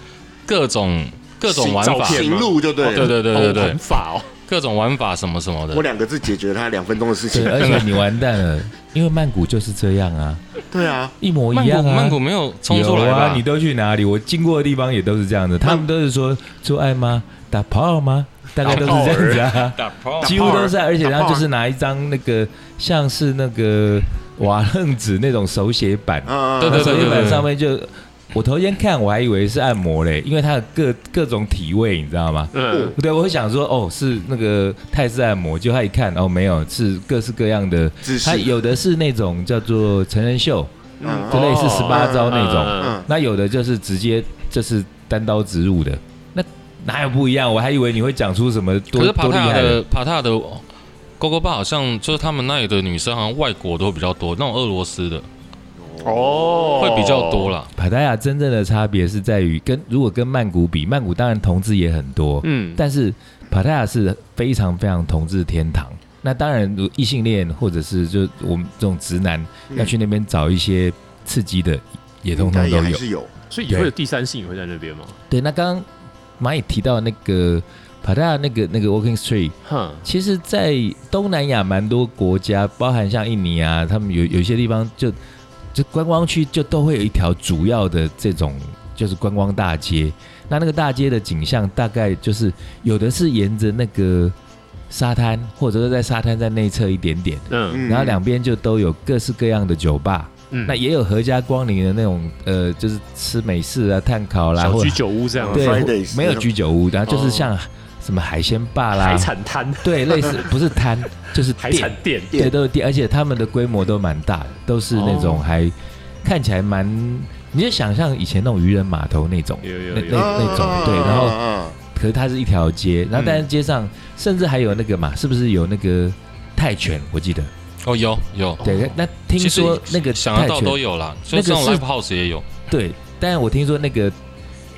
Speaker 1: 各种各种玩
Speaker 5: 照
Speaker 1: 法，
Speaker 5: 片
Speaker 4: 行路就对了。
Speaker 1: 对对对对对
Speaker 5: 玩，法哦，
Speaker 1: 各种玩法什么什么的
Speaker 4: 我。两个字解决他两分钟的事情
Speaker 6: 对，。而且你完蛋了，因为曼谷就是这样啊，
Speaker 4: 对啊，
Speaker 6: 一模
Speaker 1: 曼
Speaker 6: 一
Speaker 1: 谷
Speaker 6: 样啊。
Speaker 1: 曼谷没有冲出来
Speaker 6: 有
Speaker 1: 吧？
Speaker 6: 啊，你都去哪里？我经过的地方也都是这样的，他们都是说做爱吗？打炮吗？大概都是这样子啊。
Speaker 1: 打
Speaker 6: 几乎都是啊，而且然后就是拿一张那个像是那个瓦楞纸那种手写板，
Speaker 1: 啊
Speaker 4: 嗯，
Speaker 1: 对对对
Speaker 6: 手写板上面就我头先看我还以为是按摩嘞，因为它有各各种体位，你知道吗？
Speaker 4: 哦
Speaker 5: 嗯，
Speaker 6: 对，我会想说哦，是那个泰式按摩，就他一看哦，没有，是各式各样的
Speaker 4: 姿，势
Speaker 6: 他有的是那种叫做成人秀，
Speaker 4: 嗯
Speaker 6: 就类似十八招那种，
Speaker 5: 嗯
Speaker 4: 嗯，
Speaker 6: 那有的就是直接就是单刀直入的，那哪有不一样？我还以为你会讲出什么
Speaker 1: 可
Speaker 6: 多
Speaker 1: 是帕
Speaker 6: 多厉
Speaker 1: 塔亚
Speaker 6: 害
Speaker 1: 的帕塔亚的勾勾吧，好像就是他们那里的女生，好像外国都比较多，那种俄罗斯的
Speaker 5: 哦，
Speaker 1: 会比较多啦。
Speaker 6: 帕塔亚真正的差别是在于跟如果跟曼谷比，曼谷当然同志也很多，
Speaker 5: 嗯
Speaker 6: 但是帕塔亚是非常非常同志天堂。那当然，如异性恋或者是就我们这种直男要去那边找一些刺激的，也通
Speaker 4: 嗯应该
Speaker 6: 通
Speaker 4: 也
Speaker 6: 都
Speaker 4: 还
Speaker 6: 有。
Speaker 4: 是有。
Speaker 5: 所以也会有第三性也会在那边吗？
Speaker 6: 对，那刚刚蚂蚁提到那个帕塔亚那个那个 Walking Street，
Speaker 5: 哼，
Speaker 6: 其实，在东南亚蛮多国家，包含像印尼啊，他们有有一些地方就就观光区就都会有一条主要的这种就是观光大街。那那个大街的景象大概就是有的是沿着那个沙滩，或者是在沙滩在内侧一点点，
Speaker 5: 嗯
Speaker 4: 嗯
Speaker 6: 然后两边就都有各式各样的酒吧。
Speaker 5: 嗯，
Speaker 6: 那也有合家光临的那种，呃，就是吃美式啊、炭烤啦，
Speaker 5: 小
Speaker 6: 或
Speaker 5: 居酒屋啊这样，
Speaker 6: 对
Speaker 4: Fridays
Speaker 6: 没有居酒屋，然后就是
Speaker 5: 哦
Speaker 6: 像什么海鲜吧啦、
Speaker 5: 海产摊，
Speaker 6: 对，类似不是 摊，就是
Speaker 5: 海
Speaker 6: 店
Speaker 5: 产，店，
Speaker 6: 对，都是店，而且他们的规模都蛮大的，都是那种还、看起来蛮你就想象以前那种渔人码头那种，
Speaker 5: 有有
Speaker 6: 那
Speaker 5: 有
Speaker 6: 那那
Speaker 4: 啊
Speaker 6: 种对，然后
Speaker 4: 后
Speaker 6: 可是它是一条街，然后但是街上甚至还有那个嘛，是不是有那个泰拳？我记得
Speaker 1: 哦，有有，
Speaker 6: 对，那听
Speaker 1: 其实
Speaker 6: 说那个
Speaker 1: 想得
Speaker 6: 泰
Speaker 1: 到都
Speaker 6: 拳
Speaker 1: 有啦，就
Speaker 6: 那个
Speaker 1: 这种
Speaker 6: 是
Speaker 1: live house 也有，
Speaker 6: 对，但是我听说那个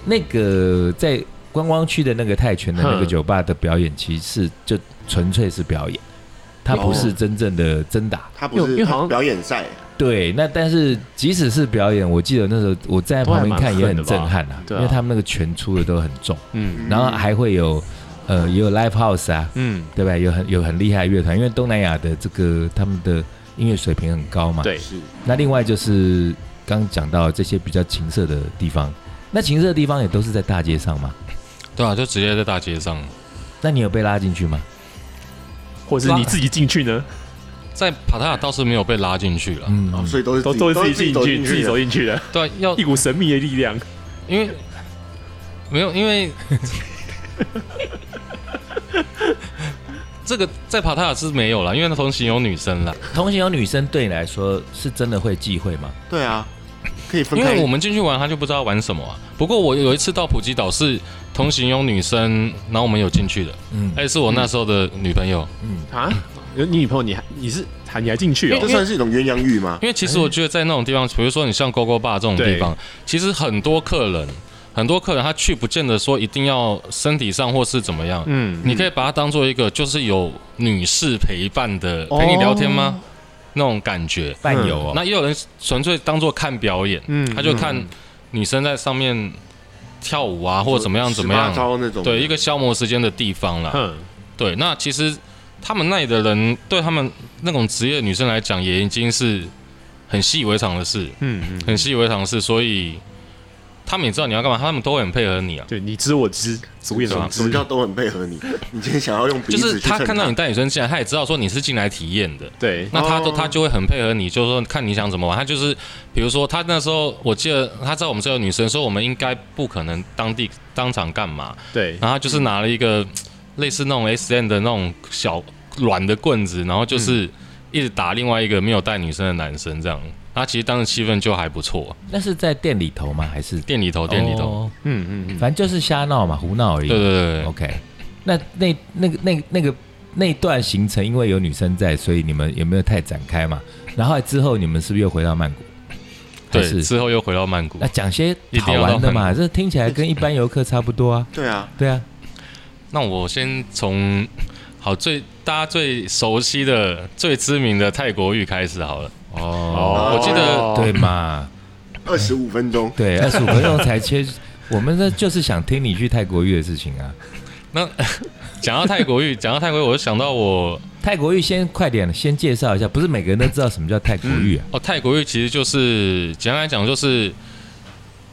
Speaker 6: 那个在观光区的那个泰拳的那个
Speaker 5: 哼
Speaker 6: 酒吧的表演，其实是就纯粹是表演，它不
Speaker 1: 哦
Speaker 6: 是真正的真打。
Speaker 4: 他
Speaker 5: 因为
Speaker 4: 不
Speaker 5: 因
Speaker 4: 是
Speaker 5: 为好像
Speaker 4: 表演赛，
Speaker 6: 对，那但是即使是表演，我记得那时候我站在旁边看也很震撼啊，
Speaker 5: 都
Speaker 6: 因
Speaker 5: 还蛮狠的吧
Speaker 6: 为他们那个拳出的都很重，
Speaker 5: 嗯
Speaker 6: 然后还会有呃也有 live house 啊，
Speaker 5: 嗯，
Speaker 6: 对吧？有很有很厉害的乐团，因为东南亚的这个他们的音乐水平很高嘛。
Speaker 5: 对，
Speaker 6: 那另外就是刚刚讲到这些比较情色的地方，那情色的地方也都是在大街上嘛。
Speaker 1: 对啊，就直接在大街上，
Speaker 6: 那你有被拉进去吗？
Speaker 5: 或者是你自己进去呢，
Speaker 1: 在帕塔倒是没有被拉进去了，
Speaker 6: 嗯，
Speaker 4: 哦所以都是
Speaker 5: 都
Speaker 4: 都
Speaker 5: 都是自己
Speaker 4: 走
Speaker 5: 进去，
Speaker 4: 进
Speaker 5: 自己走
Speaker 4: 的。
Speaker 5: 进去的，
Speaker 1: 对啊，要
Speaker 5: 一股神秘的力量。
Speaker 1: 因为没有，因 为这个在帕塔是没有啦，因为同行有女生啦，
Speaker 6: 同行有女生对你来说是真的会忌讳吗？
Speaker 4: 对啊，可以分
Speaker 1: 因
Speaker 4: 开。
Speaker 1: 为我们进去玩，他就不知道玩什么啊。不过我有一次到普吉岛是同行有女生，然后我们有进去的，
Speaker 6: 嗯，
Speaker 1: 哎，是我那时候的女朋友。
Speaker 5: 啊，你你女朋友你还你是还你还进去
Speaker 4: 这
Speaker 5: 哦？
Speaker 4: 算是一种鸳鸯浴吗？
Speaker 1: 因为其实我觉得在那种地方，比如说你像 GoGo Bar 这种地方，其实很多客人，很多客人他去不见得说一定要身体上或是怎么样，
Speaker 5: 嗯，
Speaker 1: 你可以把它当做一个就是有女士陪伴的
Speaker 5: 哦
Speaker 1: 陪你聊天吗？那种感觉。
Speaker 6: 伴游哦，
Speaker 1: 那也有人纯粹当做看表演，
Speaker 5: 嗯
Speaker 1: 他就看女生在上面跳舞啊，或者怎么样怎么
Speaker 4: 18
Speaker 1: 样，
Speaker 4: 招那种
Speaker 1: 对，一个消磨时间的地方 啦。
Speaker 5: 哼，
Speaker 1: 对，那其实他们那里的人对他们那种职业的女生来讲，也已经是很习以为常的事，
Speaker 5: 嗯嗯，
Speaker 1: 很习以为常的事，所以他们也知道你要干嘛，他们都会很配合你啊。
Speaker 5: 对你知我知，足也
Speaker 1: 是吧
Speaker 5: 能
Speaker 4: 什
Speaker 5: 知
Speaker 4: 么。叫都很配合你？ 你今天想要用鼻
Speaker 1: 就
Speaker 4: 子
Speaker 1: 是
Speaker 4: 去蹭
Speaker 1: 他看到你带女生进来，他也知道说你是进来体验的，
Speaker 5: 对，
Speaker 1: 那他都
Speaker 4: 哦
Speaker 1: 他就会很配合你，就是说看你想怎么玩。他就是比如说他那时候我记得他知道我们这个女生说我们应该不可能当地当场干嘛，
Speaker 5: 对，
Speaker 1: 然后他就是拿了一个类似那种 S N 的那种小软的棍子，然后
Speaker 6: 嗯
Speaker 1: 就是一直打另外一个没有带女生的男生这样。他其实当时气氛就还不错，
Speaker 6: 那是在店里头吗？还是
Speaker 1: 店里头店里头，
Speaker 6: 哦
Speaker 5: 嗯嗯嗯，
Speaker 6: 反正就是瞎闹嘛，胡闹而已。
Speaker 1: 对对对对，
Speaker 6: OK，那那那个那个那个那段行程，因为有女生在，所以你们也没有太展开嘛。然后之后你们是不是又回到曼谷？还
Speaker 1: 对，
Speaker 6: 是哎
Speaker 1: 之后又回到曼谷
Speaker 6: 那。讲些
Speaker 1: 一
Speaker 6: 好
Speaker 1: 定要
Speaker 6: 玩的
Speaker 1: 到
Speaker 6: 嘛，
Speaker 1: 曼
Speaker 6: 这听起来跟一般游客差不多啊。
Speaker 4: 对啊，
Speaker 6: 对啊，
Speaker 1: 那我先从好最大家最熟悉的、最知名的泰国浴开始好了。
Speaker 6: 哦，
Speaker 1: 我记得
Speaker 6: 对嘛，
Speaker 4: 二十五分钟，
Speaker 6: 对，二十五分钟才切，我们这就是想听你去泰国浴的事情啊。
Speaker 1: 那讲到泰国浴，讲到泰国浴，我就想到我
Speaker 6: 泰国浴先快点，先介绍一下，不是每个人都知道什么叫泰国浴啊。
Speaker 1: 哦，泰国浴其实就是简单来讲就是，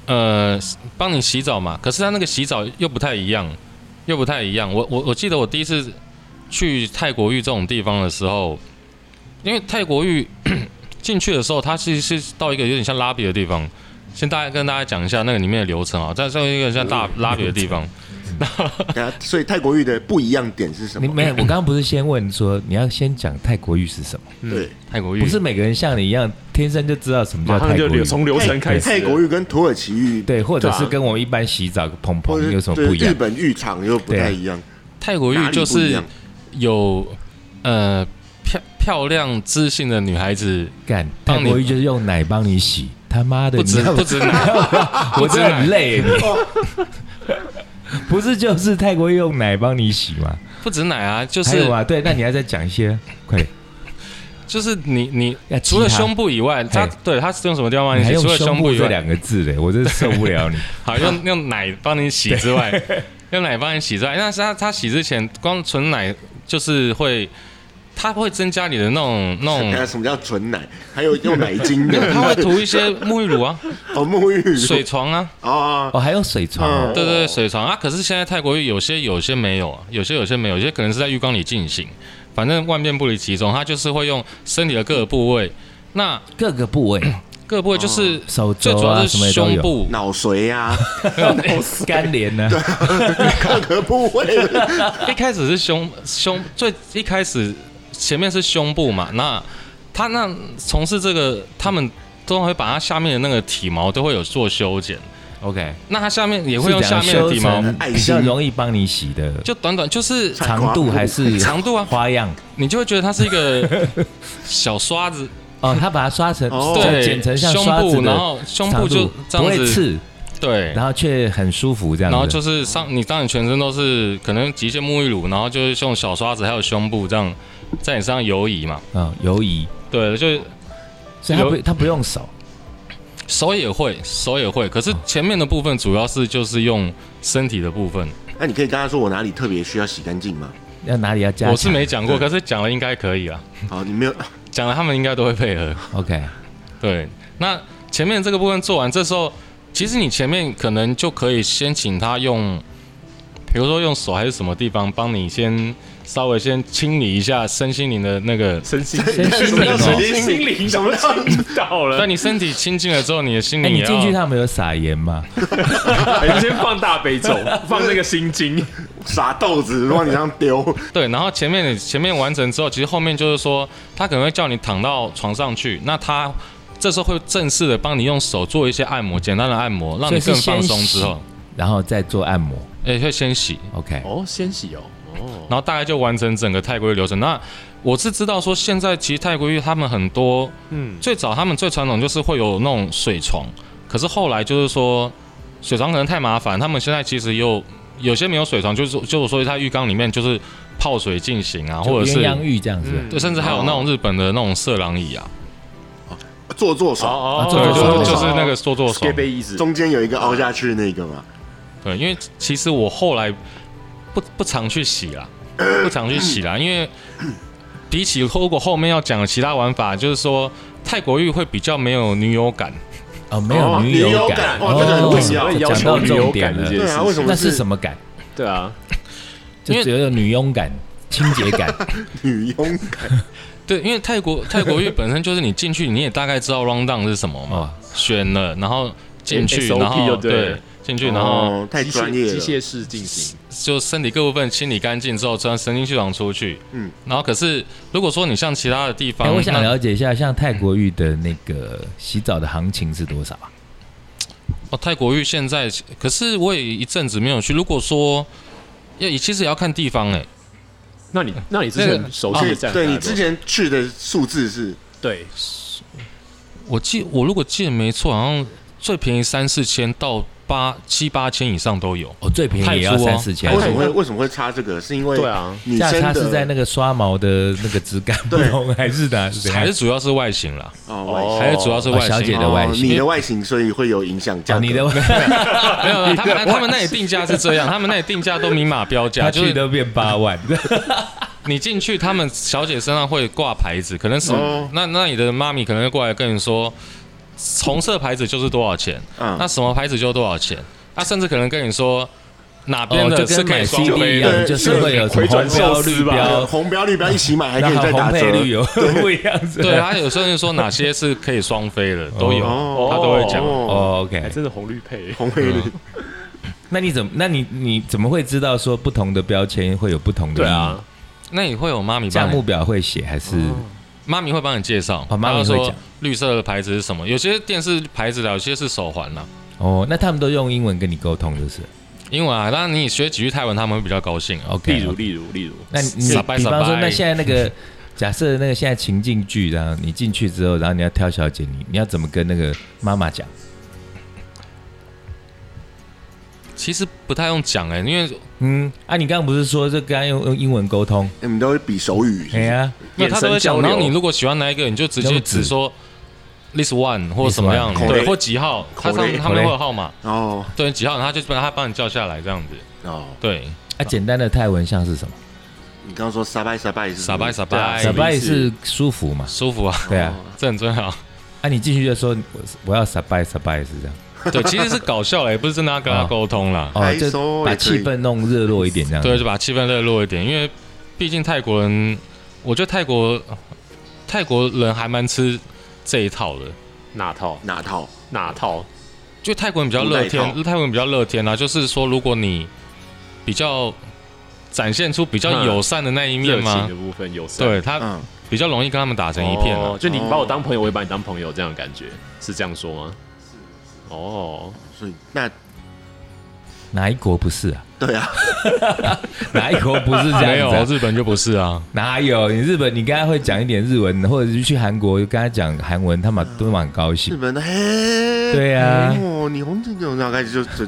Speaker 1: 呃，帮你洗澡嘛。可是它那个洗澡又不太一样，又不太一样。我我我记得我第一次去泰国浴这种地方的时候，因为泰国浴 进去的时候，它其实是到一个有点像拉比的地方。先大概跟大家讲一下那个里面的流程啊，在这一个像
Speaker 4: 呃
Speaker 1: 大拉比的地方，
Speaker 4: 等下所以泰国浴的不一样点是什
Speaker 1: 嗯
Speaker 6: 你
Speaker 4: 么？
Speaker 6: 没有，我刚刚不是先问说你要先讲泰国浴是什么？
Speaker 4: 对，
Speaker 1: 泰国浴
Speaker 6: 不是每个人像你一样天生就知道什么叫
Speaker 5: 马
Speaker 6: 泰
Speaker 5: 上
Speaker 6: 国
Speaker 5: 就
Speaker 6: 浴
Speaker 5: 流。从流程开始。
Speaker 4: 泰国浴跟土耳其浴
Speaker 6: 对，或者
Speaker 5: 对啊
Speaker 6: 是跟我们一般洗澡蓬
Speaker 4: 或
Speaker 6: 蓬
Speaker 4: 者
Speaker 6: 有什么不一
Speaker 4: 日
Speaker 6: 样？
Speaker 4: 本浴场又不太一样，
Speaker 1: 泰国
Speaker 4: 哪
Speaker 1: 浴
Speaker 4: 里
Speaker 1: 就
Speaker 4: 不一
Speaker 1: 是
Speaker 4: 样哎
Speaker 1: 有呃漂漂亮知性的女孩子
Speaker 6: 干
Speaker 1: 帮
Speaker 6: 泰
Speaker 1: 你
Speaker 6: 国浴就是用奶帮你洗，他妈的，
Speaker 1: 不止
Speaker 6: 你要
Speaker 1: 不止奶，啊
Speaker 6: 我
Speaker 1: 不
Speaker 6: 真
Speaker 1: 止
Speaker 6: 的很
Speaker 1: 奶，
Speaker 6: 累，你不是就是泰国浴用奶帮你洗吗？
Speaker 1: 不止奶啊，就
Speaker 6: 还
Speaker 1: 是
Speaker 6: 有啊，对，那你要再讲一些，快点，
Speaker 1: 就是你你
Speaker 6: 要
Speaker 1: 除了
Speaker 6: 其他
Speaker 1: 胸部以外，它
Speaker 6: 嘿
Speaker 1: 对它是用什么地方帮
Speaker 6: 你
Speaker 1: 啊你
Speaker 6: 还
Speaker 1: 洗？
Speaker 6: 用
Speaker 1: 除了
Speaker 6: 胸
Speaker 1: 部
Speaker 6: 部
Speaker 1: 以
Speaker 6: 这
Speaker 1: 外，
Speaker 6: 两个字嘞，我真的受不了 你。
Speaker 1: 好 用用奶帮你洗之外， 用奶帮你洗之外，但是它它洗之前光纯奶就是会，它会增加你的那种那
Speaker 4: 等 下
Speaker 1: 种，
Speaker 4: 什么叫纯奶？还有用奶 精的，
Speaker 1: 哦它会涂一些沐浴乳啊、
Speaker 4: 哦沐浴乳
Speaker 1: 水床啊，
Speaker 4: 哦，
Speaker 6: 哦，还用水床哦，
Speaker 1: 对对对，水床啊。可是现在泰国浴有些有些没有啊，有些有些没有，有些可能是在浴缸里进行，反正万变不离其宗，它就是会用身体的各个部位，那
Speaker 6: 各个 部位，
Speaker 1: 各个部位就是
Speaker 6: 手
Speaker 1: 最
Speaker 6: 肘
Speaker 1: 主要
Speaker 6: 啊
Speaker 1: 是
Speaker 6: 什么也都
Speaker 1: 胸
Speaker 6: 有，
Speaker 1: 部。
Speaker 4: 脑髓啊，
Speaker 6: 干连呢，
Speaker 4: 各个部位，
Speaker 1: 一开始是胸胸最一开始前面是胸部嘛，那他那从事这个他们通常会把它下面的那个体毛都会有做修剪，
Speaker 6: OK，
Speaker 1: 那它下面也
Speaker 6: 也
Speaker 1: 会用下面的体毛，
Speaker 6: 比较容易帮你洗的，
Speaker 1: 就短短就是
Speaker 6: 长度还是
Speaker 1: 长度啊
Speaker 6: 花样
Speaker 1: 你就会觉得它是一 个小刷子，
Speaker 6: 哦，他把它刷成
Speaker 4: 哦
Speaker 6: 再
Speaker 1: 对
Speaker 6: 剪成像
Speaker 1: 胸
Speaker 6: 刷子
Speaker 1: 部，
Speaker 6: 的
Speaker 1: 然后胸
Speaker 6: 长
Speaker 1: 部
Speaker 6: 度
Speaker 1: 就这
Speaker 6: 不
Speaker 1: 样
Speaker 6: 会
Speaker 1: 子，
Speaker 6: 刺，
Speaker 1: 对，
Speaker 6: 然后却很舒服这样子。
Speaker 1: 然后就是上你当你全身都是可能极限沐浴乳，然后就是用小刷子还有胸部这样在你身上游移嘛，
Speaker 6: 嗯，游移，
Speaker 1: 对，就是
Speaker 6: 所以他不
Speaker 1: 有
Speaker 6: 他不用手，
Speaker 1: 手也会，手也会，可是前面的部分主要是就是用身体的部分，
Speaker 4: 那你可以跟他说我哪里特别需要洗干净吗？
Speaker 6: 要哪里要加强？
Speaker 1: 我是没讲过，可是讲了应该可以啦，啊
Speaker 4: 好，哦你没有，啊
Speaker 1: 讲了他们应该都会配合。
Speaker 6: OK，
Speaker 1: 啊对，那前面这个部分做完，这时候其实你前面可能就可以先请他用，比如说用手还是什么地方帮你先稍微先清理一下身心灵的那个。
Speaker 5: 身心
Speaker 6: 身心灵哦。
Speaker 5: 心灵什么清到
Speaker 1: 那
Speaker 5: 了？
Speaker 1: 你身体清净了之后，你的心
Speaker 6: 哎，
Speaker 1: 灵也
Speaker 6: 你
Speaker 1: 要。
Speaker 6: 进去他们有撒盐吗？
Speaker 5: 哎你先放大悲咒，放那个心经，
Speaker 4: 傻豆子往你身上丢，
Speaker 1: 对，然后前面你前面完成之后，其实后面就是说，他可能会叫你躺到床上去，那他这时候会正式的帮你用手做一些按摩，简单的按摩，让你
Speaker 6: 所
Speaker 1: 更
Speaker 6: 以是先
Speaker 1: 放松之后
Speaker 6: 洗，然后再做按摩。
Speaker 1: 哎，会先洗，
Speaker 6: OK，
Speaker 5: 哦，先洗哦，哦，
Speaker 1: 然后大概就完成整个泰国浴流程。那我是知道说，现在其实泰国浴他们很多，
Speaker 5: 嗯，
Speaker 1: 最早他们最传统就是会有那种水床，可是后来就是说水床可能太麻烦，他们现在其实有有些没有水床，就是就是说在浴缸里面就是泡水进行啊，或者
Speaker 6: 鸳鸯
Speaker 1: 是
Speaker 6: 浴这样子，
Speaker 5: 嗯
Speaker 1: 对，甚至还有那种日本的那种色狼椅啊，
Speaker 4: 做做
Speaker 5: 哦
Speaker 4: 手，
Speaker 5: 哦，
Speaker 6: 对
Speaker 1: 对，就
Speaker 6: 哦
Speaker 1: 是就是那个做做
Speaker 5: 给
Speaker 1: 爽，
Speaker 5: 杯椅子，
Speaker 4: 中间有一个凹下去的那个嘛。
Speaker 1: 对，因为其实我后来不不常去洗啦，不常去洗啦，因为比起如果后面要讲的其他玩法，就是说泰国浴会比较没有女友感，
Speaker 6: 哦，没有
Speaker 4: 哦
Speaker 6: 女
Speaker 4: 女
Speaker 6: 友
Speaker 4: 友
Speaker 6: 感，
Speaker 4: 感哦这个很
Speaker 5: 为
Speaker 4: 重
Speaker 5: 什么
Speaker 4: 要
Speaker 5: 会要
Speaker 6: 讲
Speaker 5: 求
Speaker 6: 到
Speaker 5: 女友
Speaker 6: 重点
Speaker 5: 感这件
Speaker 6: 了，
Speaker 5: 事
Speaker 4: 对
Speaker 5: 情？
Speaker 4: 啊，为什么
Speaker 6: 那是什么
Speaker 4: 么
Speaker 6: 感？
Speaker 5: 对啊，
Speaker 6: 就
Speaker 1: 因为
Speaker 6: 只有女佣 感、清洁感。
Speaker 4: 女佣
Speaker 1: 对，因为泰国泰国浴本身就是你进去你也大概知道 round down 是什么嘛，
Speaker 6: 哦
Speaker 1: 选了然后进去，
Speaker 5: SOP
Speaker 1: 然后
Speaker 5: 就对了
Speaker 1: 进去然后
Speaker 4: 哦太
Speaker 5: 机械
Speaker 4: 专业
Speaker 5: 机
Speaker 4: 了，
Speaker 5: 械式进行，
Speaker 1: 就身体各部分清理干净之后，从神经系统出去，
Speaker 4: 嗯
Speaker 1: 嗯，然后可是如果说你像其他的地
Speaker 6: 哎，
Speaker 1: 方，
Speaker 6: 我想
Speaker 1: 那
Speaker 6: 了解一下，像泰国浴的那个洗澡的行情是多少啊？
Speaker 1: 哦，泰国浴现在，可是我也一阵子没有去。如果说，要其实也要看地方哎、
Speaker 5: 那你那你之
Speaker 1: 那个
Speaker 5: 前熟悉的站，
Speaker 4: 哦对你之前去的数字是
Speaker 5: 对
Speaker 1: 我记我如果记得没错，好像最便宜三四千到八七八千以上都有。
Speaker 6: 哦，最便宜也要
Speaker 1: 泰铢哦
Speaker 6: 三四千
Speaker 4: 为。什么会为什么会差这个？是因为
Speaker 5: 对啊
Speaker 4: 女
Speaker 6: 价
Speaker 4: 生
Speaker 6: 差
Speaker 4: 的
Speaker 6: 是在那个刷毛的那个质感不
Speaker 4: 对
Speaker 6: 同，还是哪？怎样
Speaker 1: 还是主要是外形啦，
Speaker 4: 哦外形
Speaker 1: 还是主要是外形。
Speaker 6: 哦小姐的
Speaker 4: 哦
Speaker 6: 外形
Speaker 4: 你的外形所以会有影响价
Speaker 6: 哦
Speaker 4: 格。
Speaker 6: 你的
Speaker 1: 没有，没有 他们他们那里定价是这样，他们那里定价都明码标价，
Speaker 6: 他
Speaker 1: 就
Speaker 6: 去
Speaker 1: 是
Speaker 6: 都变八万，
Speaker 1: 你进去，他们小姐身上会挂牌子，可能是、
Speaker 4: 哦
Speaker 1: 那那你的妈咪可能会过来跟你说，红色牌子就是多少钱，
Speaker 4: 嗯
Speaker 1: 那什么牌子就多少钱，他、甚至可能跟你说哪边
Speaker 6: 哦，
Speaker 1: 的
Speaker 6: 就是跟
Speaker 1: 可
Speaker 6: 买
Speaker 1: 以双
Speaker 6: CD 一
Speaker 1: 倍
Speaker 6: 样，
Speaker 4: 对
Speaker 6: 就是会有什么
Speaker 5: 回
Speaker 6: 红
Speaker 5: 转
Speaker 6: 标、
Speaker 5: 寿
Speaker 6: 绿
Speaker 5: 司
Speaker 4: 对
Speaker 5: 吧
Speaker 6: 标，
Speaker 4: 红标绿标一起 买还可
Speaker 6: 然
Speaker 4: 以
Speaker 6: 后
Speaker 4: 再
Speaker 6: 红
Speaker 4: 打
Speaker 6: 配
Speaker 4: 折。啊
Speaker 6: 率有不一样子。
Speaker 1: 对他有时候就说哪些是可以双飞的，都有，
Speaker 4: 哦
Speaker 1: 他都会讲。
Speaker 4: 哦，
Speaker 6: 哦
Speaker 5: 还
Speaker 6: ，OK，
Speaker 5: 真的红绿配，
Speaker 4: 红配哎率
Speaker 6: 那你怎么？那你你怎么会知道说不同的标签会有不同的？
Speaker 5: 对啊，，
Speaker 1: 那你会有妈咪
Speaker 6: 价
Speaker 1: 帮
Speaker 6: 目
Speaker 1: 你，
Speaker 6: 表会写还是？
Speaker 4: 哦
Speaker 1: 妈咪会帮你介绍，
Speaker 6: 哦妈咪
Speaker 1: 她
Speaker 6: 会
Speaker 1: 说
Speaker 6: 讲
Speaker 1: 绿色的牌子是什么，有些电视牌子的，有些是手环啦。
Speaker 6: 哦，那他们都用英文跟你沟通，就是
Speaker 1: 英文啊，当然你学几句泰文，他们会比较高兴啊。
Speaker 6: OK。
Speaker 5: 例如例如例如，
Speaker 6: 那你你
Speaker 1: 傻掰
Speaker 6: 比方
Speaker 1: 傻
Speaker 6: 说，
Speaker 1: 掰
Speaker 6: 那现在那 个假设那个现在情境剧，然后你进去之后，然后你要挑小姐，你你要怎么跟那个妈妈讲？
Speaker 1: 其实不太用讲哎、因为
Speaker 6: 嗯，啊，你刚刚不是说这刚刚用用英文沟通？
Speaker 4: 你们都会比手语，
Speaker 6: 哎呀，
Speaker 1: 那他都会
Speaker 5: 眼神交
Speaker 1: 讲，
Speaker 5: 流
Speaker 1: 然后你如果喜欢哪一个，你就直接
Speaker 6: 用指
Speaker 1: 只说 list one 或什么样，
Speaker 4: List one 口
Speaker 1: 对，
Speaker 4: 令
Speaker 1: 或几号，他上
Speaker 4: Correct
Speaker 1: 他们会有号码，
Speaker 4: 哦
Speaker 1: 对，几号，然后他就把他帮你叫下来这样子，
Speaker 4: 哦，
Speaker 1: 对，
Speaker 6: 啊，简单的泰文像是什么？
Speaker 4: 你刚刚说沙拜沙拜是
Speaker 1: 傻拜傻
Speaker 4: 啊
Speaker 1: 拜，
Speaker 6: 傻拜
Speaker 5: 意思
Speaker 6: 是舒服嘛？
Speaker 1: 舒服啊，
Speaker 6: 对
Speaker 4: 哦
Speaker 6: 啊，
Speaker 1: 这很重 要。
Speaker 6: 啊，你进去就说我我要傻拜傻拜是这样。
Speaker 1: 对，其实是搞笑了，也不是真的要跟他沟通啦。
Speaker 6: 哦，
Speaker 4: 白
Speaker 6: 就
Speaker 4: 收
Speaker 6: 把
Speaker 4: 哎也可以
Speaker 6: 气氛弄热络一点这
Speaker 4: 哦
Speaker 6: 样。
Speaker 1: 对，就把气氛热络一点，因为毕竟泰国人，我觉得泰国泰国人还蛮吃这一套的，
Speaker 5: 哪套
Speaker 4: 哪套？
Speaker 5: 哪套，
Speaker 1: 就泰国人比较乐
Speaker 4: 古代套
Speaker 1: 天，泰国人比较乐天啊，就是说如果你
Speaker 6: 嗯
Speaker 1: 比较展现出比较友善的那一面
Speaker 5: 热情
Speaker 1: 嘛
Speaker 5: 的，部分有
Speaker 1: 对他
Speaker 4: 嗯，
Speaker 1: 比较容易跟他们打成一片啊了、
Speaker 5: 哦就你把我当朋友，我也把你当朋友，这样的感觉是这样说吗？是哦，
Speaker 4: 所以那
Speaker 6: 哪一国不是啊？
Speaker 4: 对啊，
Speaker 6: 哪一国不是这
Speaker 1: 没有
Speaker 6: 样子啊、
Speaker 1: 日本就不是啊，
Speaker 6: 哪有？你日本，你跟他会讲一点日文，或者是去韩国跟他讲韩文，他们都蛮高
Speaker 4: 日
Speaker 6: 兴。
Speaker 4: 本的嘿，
Speaker 6: 对啊
Speaker 4: 哦，你红这种，然后开始就就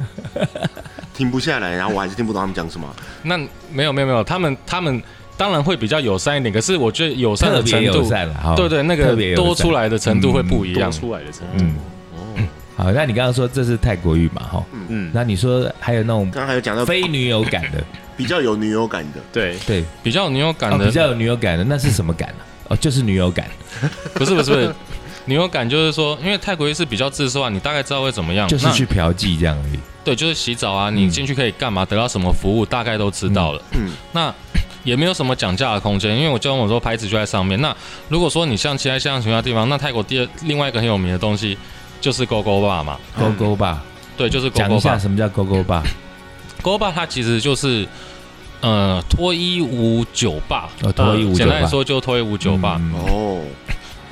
Speaker 4: 停不下来，然后我还是听不懂他们讲什么。
Speaker 1: 那没有没有没有，他们他们当然会比较友善一点，可是我觉得友善
Speaker 6: 特
Speaker 1: 的程
Speaker 6: 别友
Speaker 1: 度，
Speaker 6: 善了哈，
Speaker 1: 对对，那
Speaker 6: 哦特
Speaker 1: 个
Speaker 6: 别友善
Speaker 1: 多出，来的程度会不一
Speaker 5: 多
Speaker 1: 样。
Speaker 5: 出来的程度
Speaker 6: 嗯，好，那你刚刚说这是泰国语嘛，哈，
Speaker 5: 嗯，
Speaker 6: 那你说还有那种
Speaker 4: 刚刚还有讲到
Speaker 6: 非女友感的，
Speaker 4: 比较有女友感的，
Speaker 5: 对，
Speaker 6: 对，
Speaker 1: 比较你有
Speaker 6: 哦
Speaker 1: 感，的，
Speaker 6: 比较有女友感的，那是什么感呢、 哦，就是女友感，
Speaker 1: 不是不是不是，你有感就是说，因为泰国是比较自私化，你大概知道会怎么样。
Speaker 6: 就是
Speaker 1: 那
Speaker 6: 去嫖妓这样而已。
Speaker 1: 对，就是洗澡
Speaker 6: 嗯
Speaker 1: 啊，你进去可以干嘛，得到什么服务，大概都知道了。
Speaker 4: 嗯
Speaker 1: 嗯，那也没有什么讲价的空间，因为我就跟我说牌子就在上面。那如果说你像其他像其他地方，那泰国第二另外一个很有名的东西就是勾勾爸嘛，
Speaker 6: 勾勾吧，
Speaker 1: 对，就是勾
Speaker 6: 讲一
Speaker 1: 勾
Speaker 6: 下
Speaker 1: 爸。
Speaker 6: 什么叫勾勾吧。
Speaker 1: 勾勾爸它其实就是呃脱衣舞酒吧，
Speaker 6: 哦脱衣舞
Speaker 1: 呃
Speaker 6: 酒吧
Speaker 1: 简单来说就是脱衣舞酒吧。
Speaker 6: 嗯
Speaker 4: 哦，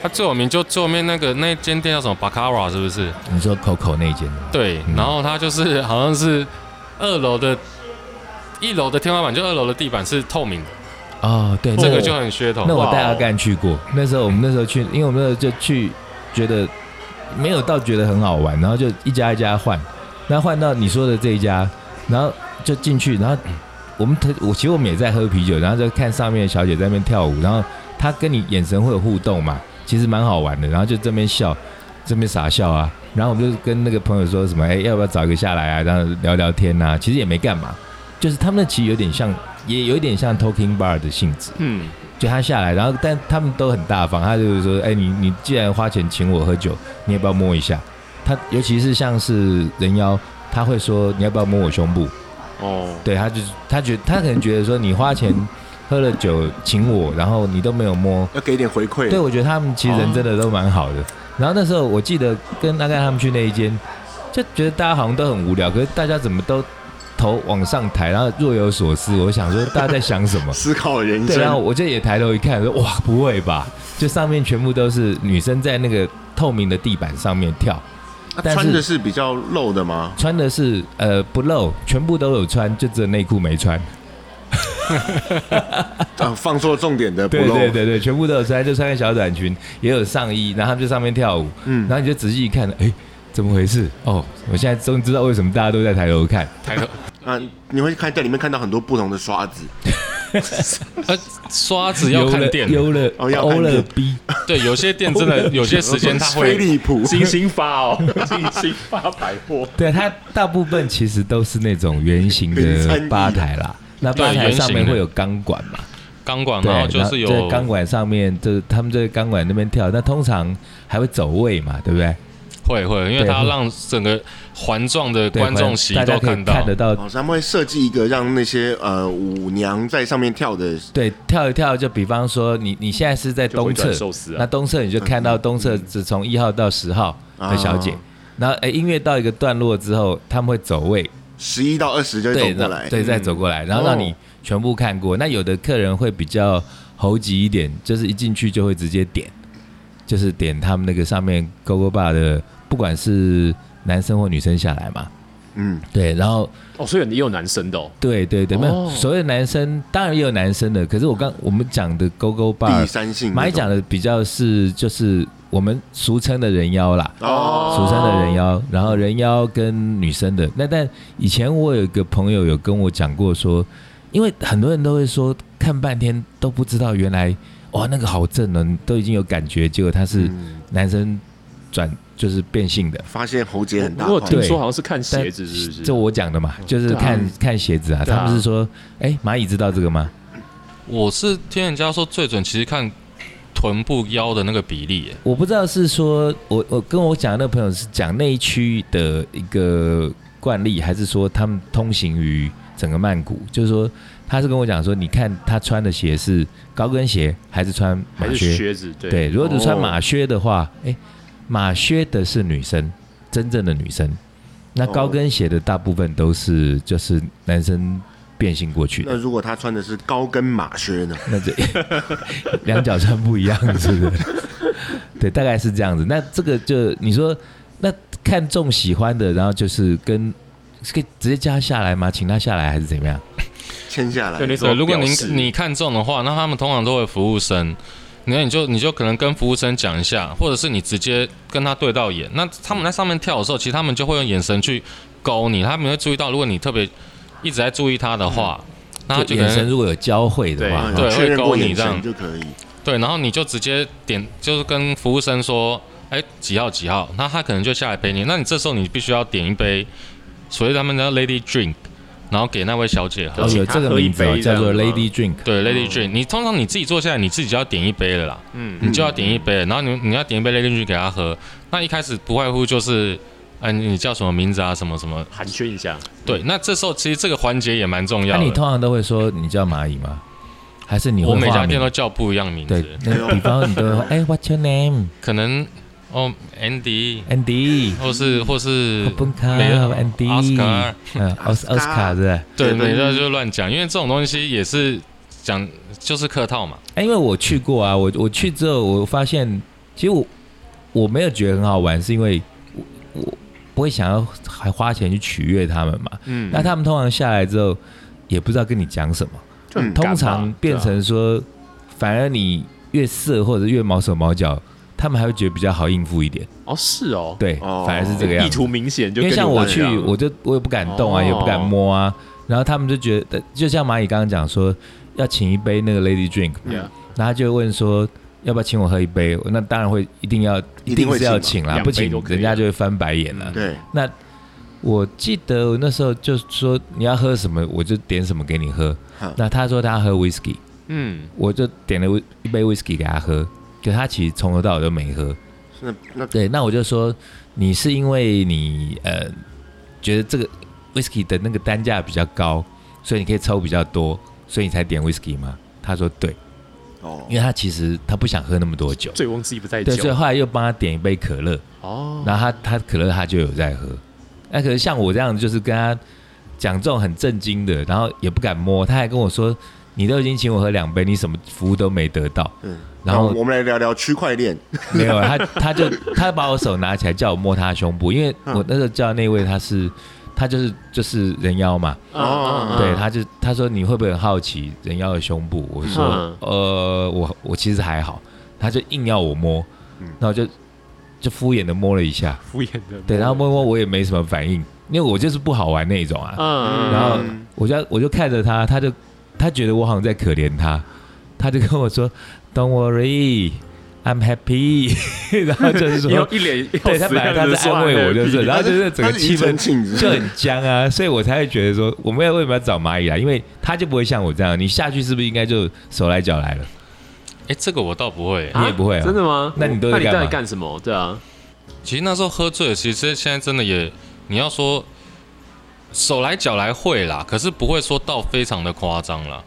Speaker 1: 它最有名就最后面那个那间店叫什么巴卡拉是不是？
Speaker 6: 你说 Coco 那间的，
Speaker 1: 对
Speaker 6: 嗯，
Speaker 1: 然后它就是好像是二楼的，一楼的天花板，就二楼的地板是透明的，
Speaker 6: 哦，对，
Speaker 1: 这
Speaker 6: 那
Speaker 1: 个
Speaker 6: 我
Speaker 1: 就很噱头。
Speaker 6: 那我
Speaker 1: 哇哦
Speaker 6: 带阿干去过，那时候我们那时候去，因为我们那时候就去，觉得没有到觉得很好玩，然后就一家一家换，那换到你说的这一家，然后就进去，然后我们特我其实我们也在喝啤酒，然后就看上面的小姐在那边跳舞，然后她跟你眼神会有互动嘛，其实蛮好玩的，然后就这边笑，这边傻笑啊，然后我们就跟那个朋友说什么，哎，要不要找一个下来啊，然后聊聊天啊，其实也没干嘛，就是他们其实有点像，也有点像 talking bar 的性质。
Speaker 5: 嗯，
Speaker 6: 就他下来，然后但他们都很大方，他就是说，哎、你你既然花钱请我喝酒，你要不要摸一下？他尤其是像是人妖，他会说你要不要摸我胸部？
Speaker 5: 哦，
Speaker 6: 对他就是他觉他可能觉得说你花钱喝了酒请我，然后你都没有摸，
Speaker 4: 要给一点回馈。
Speaker 6: 对我觉得他们其实人真的都蛮好的。然后那时候我记得跟阿盖他们去那一间，就觉得大家好像都很无聊，可是大家怎么都头往上抬，然后若有所思。我想说大家在想什么？
Speaker 4: 思考人
Speaker 6: 对，然啊后
Speaker 4: 生，
Speaker 6: 我就也抬头一看，说哇，不会吧？就上面全部都是女生在那个透明的地板上面跳，
Speaker 4: 那
Speaker 6: 但是
Speaker 4: 啊穿的是比较露的吗？
Speaker 6: 穿的是呃不露，全部都有穿，就只有内裤没穿。
Speaker 4: 啊，放错重点的不
Speaker 6: 对
Speaker 4: 露。
Speaker 6: 对对对，全部都有穿，就穿个小短裙，也有上衣，然后他们就上面跳舞，
Speaker 4: 嗯
Speaker 6: 然后你就仔细一看，哎，怎么回事？哦，我现在终于知道为什么大家都在抬头看。
Speaker 1: 抬头，
Speaker 4: 啊，你会看在里面看到很多不同的刷子，
Speaker 1: 呃，刷子要看店，
Speaker 6: 优了
Speaker 4: 哦要看
Speaker 6: 欧了
Speaker 4: 店
Speaker 6: B，
Speaker 1: 对，有些店真的有些时间它
Speaker 4: 飞
Speaker 1: 会，
Speaker 4: 利浦。
Speaker 5: 星星发 哦，星星发百货，
Speaker 6: 对，它大部分其实都是那种圆形
Speaker 4: 平参
Speaker 6: 的
Speaker 4: 椅
Speaker 6: 吧台啦，那吧
Speaker 1: 对
Speaker 6: 台
Speaker 1: 圆形
Speaker 6: 上面
Speaker 1: 的
Speaker 6: 会有钢管嘛。
Speaker 1: 钢管，
Speaker 6: 对，
Speaker 1: 然后就是
Speaker 6: 然后
Speaker 1: 有
Speaker 6: 在钢管上面，就是他们就在钢管那边跳，那通常还会走位嘛，对不对？
Speaker 1: 会会，因为
Speaker 6: 对
Speaker 1: 它要让整个环状的
Speaker 6: 对
Speaker 1: 观众席
Speaker 6: 大家
Speaker 1: 都
Speaker 6: 可以
Speaker 1: 看到
Speaker 6: 看，得到，
Speaker 4: 哦，他们会设计一个让那些呃舞娘在上面跳的，
Speaker 6: 对，跳一跳，就比方说你你现在是在
Speaker 5: 就
Speaker 6: 东
Speaker 5: 回
Speaker 6: 侧
Speaker 5: 转，寿司
Speaker 6: 那
Speaker 5: 啊，嗯
Speaker 6: 东侧你就看到东侧只从一号到十号的小姐
Speaker 4: 啊，
Speaker 6: 然后哎音乐到一个段落之后，他们会走位，
Speaker 4: 十一到二十就会
Speaker 6: 对，
Speaker 4: 走
Speaker 6: 然
Speaker 4: 过来。嗯哦
Speaker 6: 对，再走过来，然后让你全部看过。那有的客人会比较猴急一点，就是一进去就会直接点，就是点他们那个上面 GoGo Bar 的，不管是男生或女生下来嘛。
Speaker 4: 嗯，
Speaker 6: 对，然后
Speaker 5: 哦，所以也有男生的哦，
Speaker 6: 对对对，没有
Speaker 5: 哦
Speaker 6: 所谓的男生，当然也有男生的，可是我刚我们讲的 GoGo
Speaker 4: 第
Speaker 6: Bar，
Speaker 4: 三性那种
Speaker 6: 马一讲的比较是就是我们俗称的人妖啦。
Speaker 4: 哦，
Speaker 6: 俗称的人妖，然后人妖跟女生的那，但以前我有一个朋友有跟我讲过说，因为很多人都会说看半天都不知道原来哇那个好正哦，你都已经有感觉，结果他是
Speaker 4: 嗯
Speaker 6: 男生转就是变性的，
Speaker 4: 发现喉结很大
Speaker 5: 我有
Speaker 4: 块，
Speaker 5: 听
Speaker 6: 对
Speaker 5: 说好像是看
Speaker 6: 但
Speaker 5: 鞋子，是不是？
Speaker 6: 这我讲的嘛，就是
Speaker 5: 对啊
Speaker 6: 看看鞋子啊，
Speaker 5: 对啊
Speaker 6: 他们是说，哎，蚂蚁知道这个吗？
Speaker 1: 我是听人家说最准，其实看臀部腰的那个比例，哎
Speaker 6: 我不知道是说我我跟我讲的那个朋友是讲那一区的一个惯例，还是说他们通行于整个曼谷？就是说，他是跟我讲说，你看他穿的鞋是高跟鞋还是穿马
Speaker 5: 还是
Speaker 6: 靴？
Speaker 5: 靴子，对，
Speaker 6: 对，如果你穿马靴的话，哎、马靴的是女生，真正的女生。那高跟鞋的大部分都是就是男生变性过去
Speaker 4: 那
Speaker 6: 的，
Speaker 4: 如果他穿的是高跟马靴呢？
Speaker 6: 那这两脚穿不一样，是 不是？对，大概是这样子。那这个就你说，那看中喜欢的，然后就是跟是可以直接叫他下来吗？请他下来还是怎么样？
Speaker 4: 签下来
Speaker 5: 就，你所
Speaker 1: 对，如果
Speaker 5: 表
Speaker 1: 您
Speaker 5: 示
Speaker 1: 你看中的话，那他们通常都会服务生，那你就你就可能跟服务生讲一下，或者是你直接跟他对到眼。那他们在上面跳的时候，其实他们就会用眼神去勾你，他们会注意到，如果你特别一直在注意他的话，
Speaker 5: 嗯
Speaker 1: 那他就可
Speaker 6: 眼神
Speaker 1: 能
Speaker 6: 如果有交汇的话
Speaker 4: 嗯，
Speaker 1: 对
Speaker 4: 确认
Speaker 1: 会勾
Speaker 4: 过
Speaker 1: 你
Speaker 4: 眼
Speaker 1: 这
Speaker 4: 神
Speaker 1: 样
Speaker 4: 就可以。
Speaker 1: 对，然后你就直接点，哎就是跟服务生说，哎，几号几号，那他可能就下来陪你。那你这时候你必须要点一杯，所谓他们叫 lady drink，然后给那位小姐喝。
Speaker 6: 哦，有这个名字
Speaker 5: 请他喝
Speaker 6: 哦
Speaker 5: 一杯
Speaker 6: 叫做
Speaker 5: 这样子吗
Speaker 6: Lady Drink。
Speaker 1: 对，Lady Drink，、你通常你自己坐下来，你自己就要点一杯了啦。嗯，你就要点一杯，然后你你要点一杯 Lady Drink 给他喝。那一开始不外乎就是，哎，你你叫什么名字啊，什么什么？
Speaker 5: 寒暄一下，
Speaker 1: 对，那这时候其实这个环节也蛮重
Speaker 6: 那
Speaker 1: 要
Speaker 6: 啊你
Speaker 1: 的。
Speaker 6: 通常都会说你叫蚂蚁吗？还是你会
Speaker 1: 我每
Speaker 6: 化
Speaker 1: 家
Speaker 6: 名
Speaker 1: 店都叫不一样名
Speaker 6: 对
Speaker 1: 字，，
Speaker 6: 那比方说你都会说，哎，What's your name？Andy，
Speaker 1: 可能哦，Andy，或是或是
Speaker 6: 崩卡
Speaker 1: 没有奥斯
Speaker 6: 嗯，Andy，
Speaker 1: 卡，
Speaker 6: 嗯，奥斯奥斯卡是不是？
Speaker 1: 对，
Speaker 4: 对
Speaker 1: 每
Speaker 4: 对
Speaker 1: 家就乱讲，因为这种东西也是讲就是客套嘛。
Speaker 6: 哎，因为我去过啊，我我去之后，我发现其实我我没有觉得很好玩，是因为我我不会想要还花钱去取悦他们嘛。
Speaker 5: 嗯
Speaker 6: 那他们通常下来之后，也不知道跟你讲什么，
Speaker 5: 就很嗯干
Speaker 6: 通
Speaker 5: 嘛啊
Speaker 6: 常变成说，反而你越色或者越毛手毛脚，他们还会觉得比较好应付一点。
Speaker 5: 对啊哦是哦，
Speaker 6: 对，
Speaker 4: 哦
Speaker 6: 反而是这个样
Speaker 5: 意
Speaker 6: 子。
Speaker 5: 图明显，就
Speaker 6: 因为
Speaker 5: 跟
Speaker 6: 像
Speaker 5: 你
Speaker 6: 我
Speaker 5: 们
Speaker 6: 去
Speaker 5: 一，样
Speaker 6: 我就我也不敢动啊，
Speaker 5: 哦
Speaker 6: 也不敢摸啊。然后他们就觉得，就像蚂蚁刚刚讲说，要请一杯那个 lady drink，嘛
Speaker 5: Yeah
Speaker 6: 然后他就问说，要不要请我喝一杯？那当然会，一定要，
Speaker 4: 一定会
Speaker 6: 是要请啦，
Speaker 5: 请嘛
Speaker 6: 不请
Speaker 5: 两杯都可以啊嗯
Speaker 6: 人家就会翻白眼了。
Speaker 4: 对，
Speaker 6: 那我记得我那时候就说你要喝什么，我就点什么给你喝
Speaker 4: 嗯。
Speaker 6: 那他说他喝 whisky，
Speaker 5: 嗯，
Speaker 6: 我就点了一杯 whisky 给他喝，可他其实从头到尾都没喝。
Speaker 4: 那那
Speaker 6: 对，那我就说你是因为你呃觉得这个 whisky 的那个单价比较高，所以你可以抽比较多，所以你才点 whisky 吗？他说对，
Speaker 4: 哦
Speaker 6: 因，为他其实他不想喝那么多酒，哦
Speaker 5: 醉翁之意不在
Speaker 6: 对，所以
Speaker 5: 酒
Speaker 6: 后来又嗯帮他点一杯可乐，
Speaker 5: 哦，
Speaker 6: 然后他他可乐他就有在喝，那可是像我这样就是跟他讲这种很震惊的，然后也不敢摸，他还跟我说你都已经请我喝两杯，你什么服务都没得到，
Speaker 4: 嗯，
Speaker 6: 然后
Speaker 4: 那我们来聊聊区块链。
Speaker 6: 没有，他他就他把我手拿起来叫我摸他的胸部，因为我那时候叫那位他是他就是就是人妖嘛，
Speaker 5: 哦
Speaker 6: 对，他就他说你会不会很好奇人妖的胸部？我说、
Speaker 5: 嗯
Speaker 6: 呃我我其实还好，他就硬要我摸，
Speaker 5: 嗯
Speaker 6: 那我就就敷衍的摸了一下，
Speaker 5: 敷衍的，
Speaker 6: 对，然后摸一摸我也没什么反应，因为我就是不好玩那一种啊，
Speaker 5: 嗯，
Speaker 6: 然后我就我就看着他，他就他觉得我好像在可怜他，他就跟我说 "Don't worry, I'm happy"，然 后 就是
Speaker 5: 你有
Speaker 6: 说，
Speaker 5: 一脸
Speaker 6: 对他本来他在安慰我，就是，然后就是整个气氛
Speaker 4: 庆
Speaker 6: 就很僵啊，所以我才会觉得说，我们要为什么要找蚂蚁啊来？因为他就不会像我这样，你下去是不是应该就手来脚来了？
Speaker 1: 哎，这个我倒不会、
Speaker 6: 你也不会啊
Speaker 5: 真的吗？
Speaker 6: 那你都在
Speaker 5: 那你到
Speaker 6: 干
Speaker 5: 底
Speaker 6: 嘛
Speaker 5: 干什么？对啊，
Speaker 1: 其实那时候喝醉了，其实现在真的也，你要说手来脚来会啦，可是不会说到非常的夸张啦，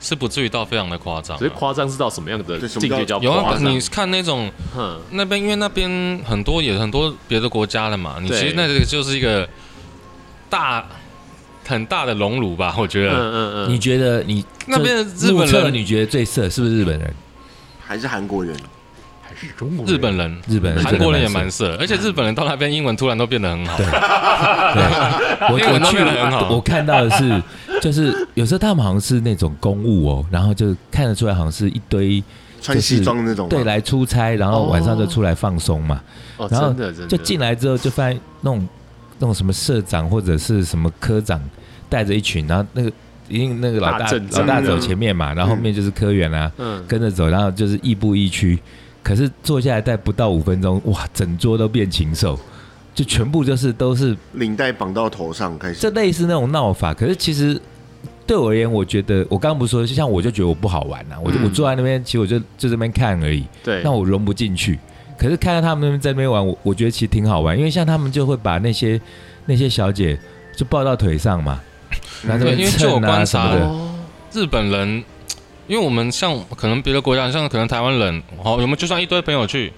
Speaker 1: 是不至于到非常的夸张啦。
Speaker 5: 只是夸张是到什么样的
Speaker 4: 这什
Speaker 5: 境
Speaker 4: 么叫
Speaker 5: 界叫
Speaker 1: 有
Speaker 5: 夸
Speaker 1: 啊，
Speaker 5: 张？
Speaker 1: 你看那种
Speaker 5: 哼
Speaker 1: 那边，因为那边很多也很多别的国家的嘛，你其
Speaker 5: 对
Speaker 1: 实那个就是一个大很大的熔炉吧，我觉得。
Speaker 5: 嗯嗯嗯，
Speaker 6: 你觉得你
Speaker 1: 那边的
Speaker 6: 就
Speaker 1: 日本人
Speaker 6: 目测你觉得最色是不是日 本人？
Speaker 4: 还是韩国人，
Speaker 5: 还是中国人
Speaker 1: 日本人、
Speaker 6: 日本人
Speaker 1: 韩国人也
Speaker 6: 真的
Speaker 1: 蛮
Speaker 6: 蛮
Speaker 1: 色，而且日本人到那边英文突然都变得很好。
Speaker 6: 对，我
Speaker 1: 因为我
Speaker 6: 我
Speaker 1: 弄
Speaker 6: 去
Speaker 1: 得很好
Speaker 6: 我看到的 是，就是有时候他们好像是那种公务哦，然后就看得出来好像是一堆
Speaker 4: 穿西装那种吗，啊
Speaker 6: 对来出差，然后晚上就出来放松嘛，
Speaker 5: 哦，
Speaker 6: 然后
Speaker 5: 真的真的
Speaker 6: 就进来之后就发现那种那种什么社长或者是什么科长带着一群，然后那个一定那个老
Speaker 5: 大
Speaker 6: 大
Speaker 5: 阵仗
Speaker 6: 老大走前面嘛，然后后面就是科员啊，
Speaker 5: 嗯
Speaker 6: 跟着走，然后就是亦步亦趋。可是坐下来待不到五分钟，哇，整桌都变禽兽，就全部就是都是
Speaker 4: 领带绑到头上开始
Speaker 6: 这。类似那种闹法，可是其实对我而言，我觉得我刚刚不是说，就像我就觉得我不好玩呐、啊我就、
Speaker 5: 嗯
Speaker 6: 我坐在那边，其实我就就这边看而已，
Speaker 5: 对，
Speaker 6: 那我融不进去。可是看到他们那边在那边玩，我我觉得其实挺好玩，因为像他们就会把那些那些小姐就抱到腿上嘛，
Speaker 5: 嗯
Speaker 6: 然后这
Speaker 1: 对，因
Speaker 6: 边
Speaker 1: 为就我
Speaker 6: 蹭啊
Speaker 1: 观
Speaker 6: 什
Speaker 1: 察哦
Speaker 6: 么的，
Speaker 5: 哦
Speaker 1: 日本人，因为我们像可能别的国家，像可能台湾人，好，我们就算一堆朋友去，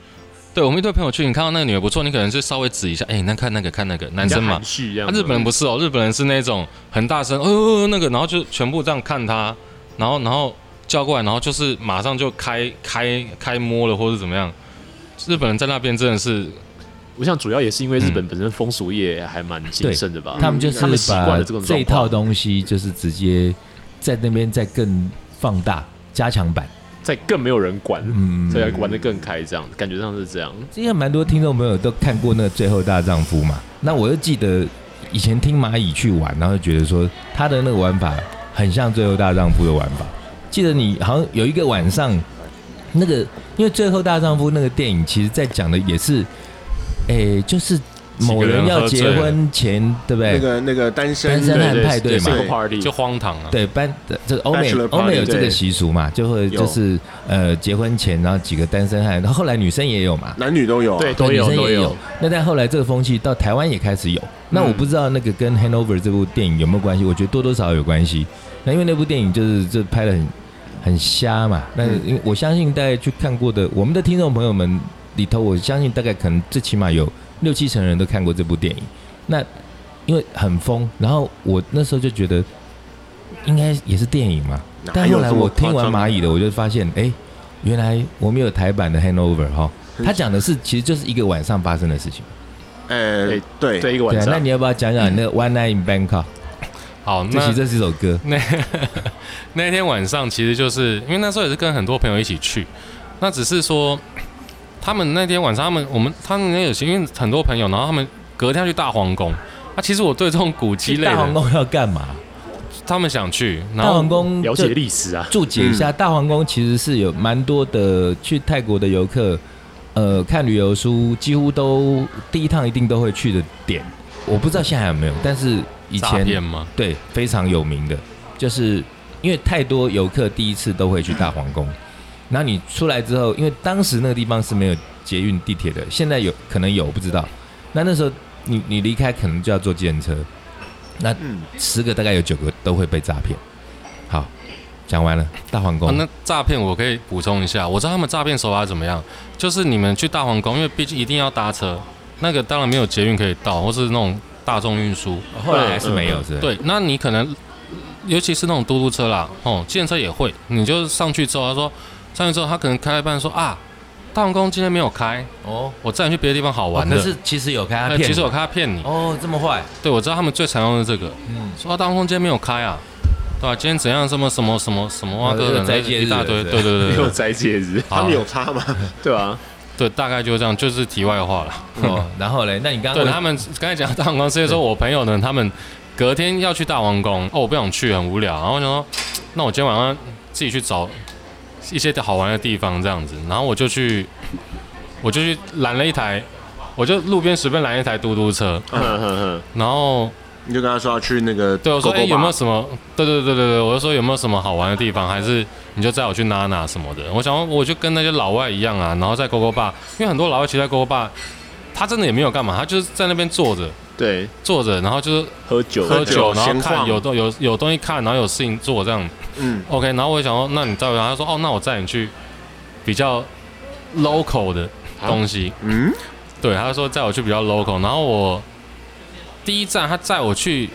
Speaker 1: 对我们一堆朋友去，你看到那个女的不错，你可能是稍微指一下，哎、那看那个看那个男生嘛
Speaker 5: 含，蓄这样
Speaker 1: 啊
Speaker 5: 吗。
Speaker 1: 日本人不是哦，日本人是那种很大声，哦哦哦那个，然后就全部这样看他，然后然后叫过来，然后就是马上就开开开摸了或者怎么样。日本人在那边真的是
Speaker 5: 我想主要也是因为日本本身风俗业还蛮谨慎的吧，
Speaker 6: 嗯他们就是
Speaker 5: 他们习惯
Speaker 6: 把
Speaker 5: 了这种
Speaker 6: 这一
Speaker 5: 状
Speaker 6: 套
Speaker 5: 况
Speaker 6: 东西，就是直接在那边再更放大、加强版。
Speaker 5: 在更没有人管，
Speaker 6: 嗯
Speaker 5: 所以玩的更开，这样感觉上是这样。
Speaker 6: 之前蛮多听众朋友都看过那个《最后大丈夫》嘛，那我就记得以前听蚂蚁去玩，然后就觉得说他的那个玩法很像《最后大丈夫》的玩法。记得你好像有一个晚上，那个因为《最后大丈夫》那个电影，其实在讲的也是，诶、就是某人要结婚前，对不对？
Speaker 4: 那个那个单身
Speaker 6: 单身
Speaker 4: 的
Speaker 6: 汉派对嘛
Speaker 5: 是个 party，
Speaker 1: 就荒唐啊。
Speaker 6: 对，班呃这个欧美
Speaker 4: Bachelor
Speaker 6: 欧
Speaker 4: party，
Speaker 6: 美有这个
Speaker 5: 对
Speaker 6: 习俗嘛，就会
Speaker 4: 有
Speaker 6: 就是呃结婚前，然后几个单身汉，然后后来女生也有嘛，
Speaker 4: 男女都有啊，
Speaker 5: 对
Speaker 6: 对
Speaker 5: 都有嗯
Speaker 6: 女生
Speaker 5: 都
Speaker 6: 也
Speaker 5: 有。
Speaker 6: 那但后来这个风气到台湾也开始有。那我不知道那个跟《Hanover》这部电影有没有关系？我觉得多多少少有关系。那因为那部电影就是就拍的很很瞎嘛。那
Speaker 5: 嗯
Speaker 6: 因为我相信大家去看过的我们的听众朋友们里头，我相信大概可能最起码有六七成人都看过这部电影。那因为很疯，然后我那时候就觉得应该也是电影嘛。
Speaker 4: 哪
Speaker 6: 但
Speaker 4: 有
Speaker 6: 后来
Speaker 4: 这么
Speaker 6: 我听
Speaker 4: 夸
Speaker 6: 完
Speaker 4: 张
Speaker 6: 蚂蚁的，我就发现，哎、原来我们有台版的 Hanover 哈，他讲的是其实就是一个晚上发生的事情。
Speaker 4: 呃
Speaker 5: 对，
Speaker 4: 对
Speaker 5: 对一个
Speaker 6: 对
Speaker 5: 晚
Speaker 6: 啊，那
Speaker 5: 上
Speaker 6: 你要不要讲讲那个 One Night in Bangkok？
Speaker 1: 好，
Speaker 6: 这
Speaker 1: 那
Speaker 6: 其实这是一首 歌，
Speaker 1: 那那天晚上，其实就是因为那时候也是跟很多朋友一起去，那只是说他们那天晚上，他们我们他们那有些因为很多朋友，然后他们隔天要去大皇宫。啊，其实我对这种古迹类
Speaker 6: 大皇
Speaker 1: 的，
Speaker 6: 宫要干嘛？
Speaker 1: 他们想去，然
Speaker 6: 大
Speaker 1: 后
Speaker 6: 皇宫
Speaker 5: 了
Speaker 6: 就
Speaker 5: 解历史啊，
Speaker 6: 注解一下，大皇宫其实是有蛮多的去泰国的游客，呃，看旅游书几乎都第一趟一定都会去的点。我不知道现在还有没有，但是以
Speaker 1: 诈
Speaker 6: 前
Speaker 1: 骗吗？
Speaker 6: 对，非常有名的，就是因为太多游客第一次都会去大皇宫，然后你出来之后，因为当时那个地方是没有捷运地铁的，现在有可能有不知道。那那时候你你离开可能就要坐计程车，那十个大概有九个都会被诈骗。好，讲完了大皇宫，
Speaker 1: 啊、那诈骗我可以补充一下，我知道他们诈骗手法怎么样，就是你们去大皇宫，因为毕竟一定要搭车，那个当然没有捷运可以到，或是那种大众运输。
Speaker 6: 后来还是没有，
Speaker 5: 嗯
Speaker 6: 是不是？
Speaker 1: 对，那你可能，尤其是那种嘟嘟车啦，哦，计程车也会，你就上去之后，他说上去之后，他可能开一半说啊，大皇宫今天没有开，
Speaker 6: 哦，
Speaker 1: 我载你去别的地方好
Speaker 6: 哦
Speaker 1: 玩的。
Speaker 6: 可是其实有开他
Speaker 1: 呃
Speaker 6: 骗你，
Speaker 1: 其实我看他骗你，
Speaker 6: 哦这么坏，
Speaker 1: 对我知道他们最常用的这个，
Speaker 6: 嗯，
Speaker 1: 说啊大皇宫今天没有开啊，对吧、今天怎样什么什么什么什么啊，
Speaker 6: 哦这个
Speaker 1: 各种
Speaker 6: 斋戒日
Speaker 1: 一大堆，
Speaker 6: 对
Speaker 1: 对对对
Speaker 5: 没
Speaker 1: 对
Speaker 5: 有斋戒日，
Speaker 1: 好
Speaker 4: 差吗？
Speaker 5: 对啊，
Speaker 1: 对，大概就这样，就是题外话了。
Speaker 6: 哦，然后嘞，那你刚刚
Speaker 1: 啊对他们刚才讲大皇宫，所以说我朋友呢，他们隔天要去大皇宫，哦，我不想去，很无聊，然后我想说，那我今天晚上自己去找一些好玩的地方这样子，然后我就去，我就去拦了一台，我就路边随便拦一台嘟嘟车，
Speaker 5: 哼哼哼
Speaker 1: 然后
Speaker 4: 你就跟他说要去那个
Speaker 1: 对我说，
Speaker 4: 狗
Speaker 1: 哎、
Speaker 4: 狗吧
Speaker 1: 有没有什么？对对对对对，我就说有没有什么好玩的地方，还是你就载我去娜娜什么的？我想我就跟那些老外一样啊，然后在 GoGo Bar，因为很多老外其实在 GoGo Bar，他真的也没有干嘛，他就是在那边坐着。
Speaker 5: 对，
Speaker 1: 坐着，然后就是
Speaker 5: 喝酒
Speaker 1: 喝酒，然后
Speaker 4: 闲
Speaker 1: 看
Speaker 4: 晃
Speaker 1: 有东有有东西看，然后有事情做这样。
Speaker 4: 嗯
Speaker 1: OK，然后我就想说，那你载我，他说哦，那我载你去比较 local 的东西。
Speaker 4: 嗯，
Speaker 1: 对，他说载我去比较 local，然后我第一站他载我去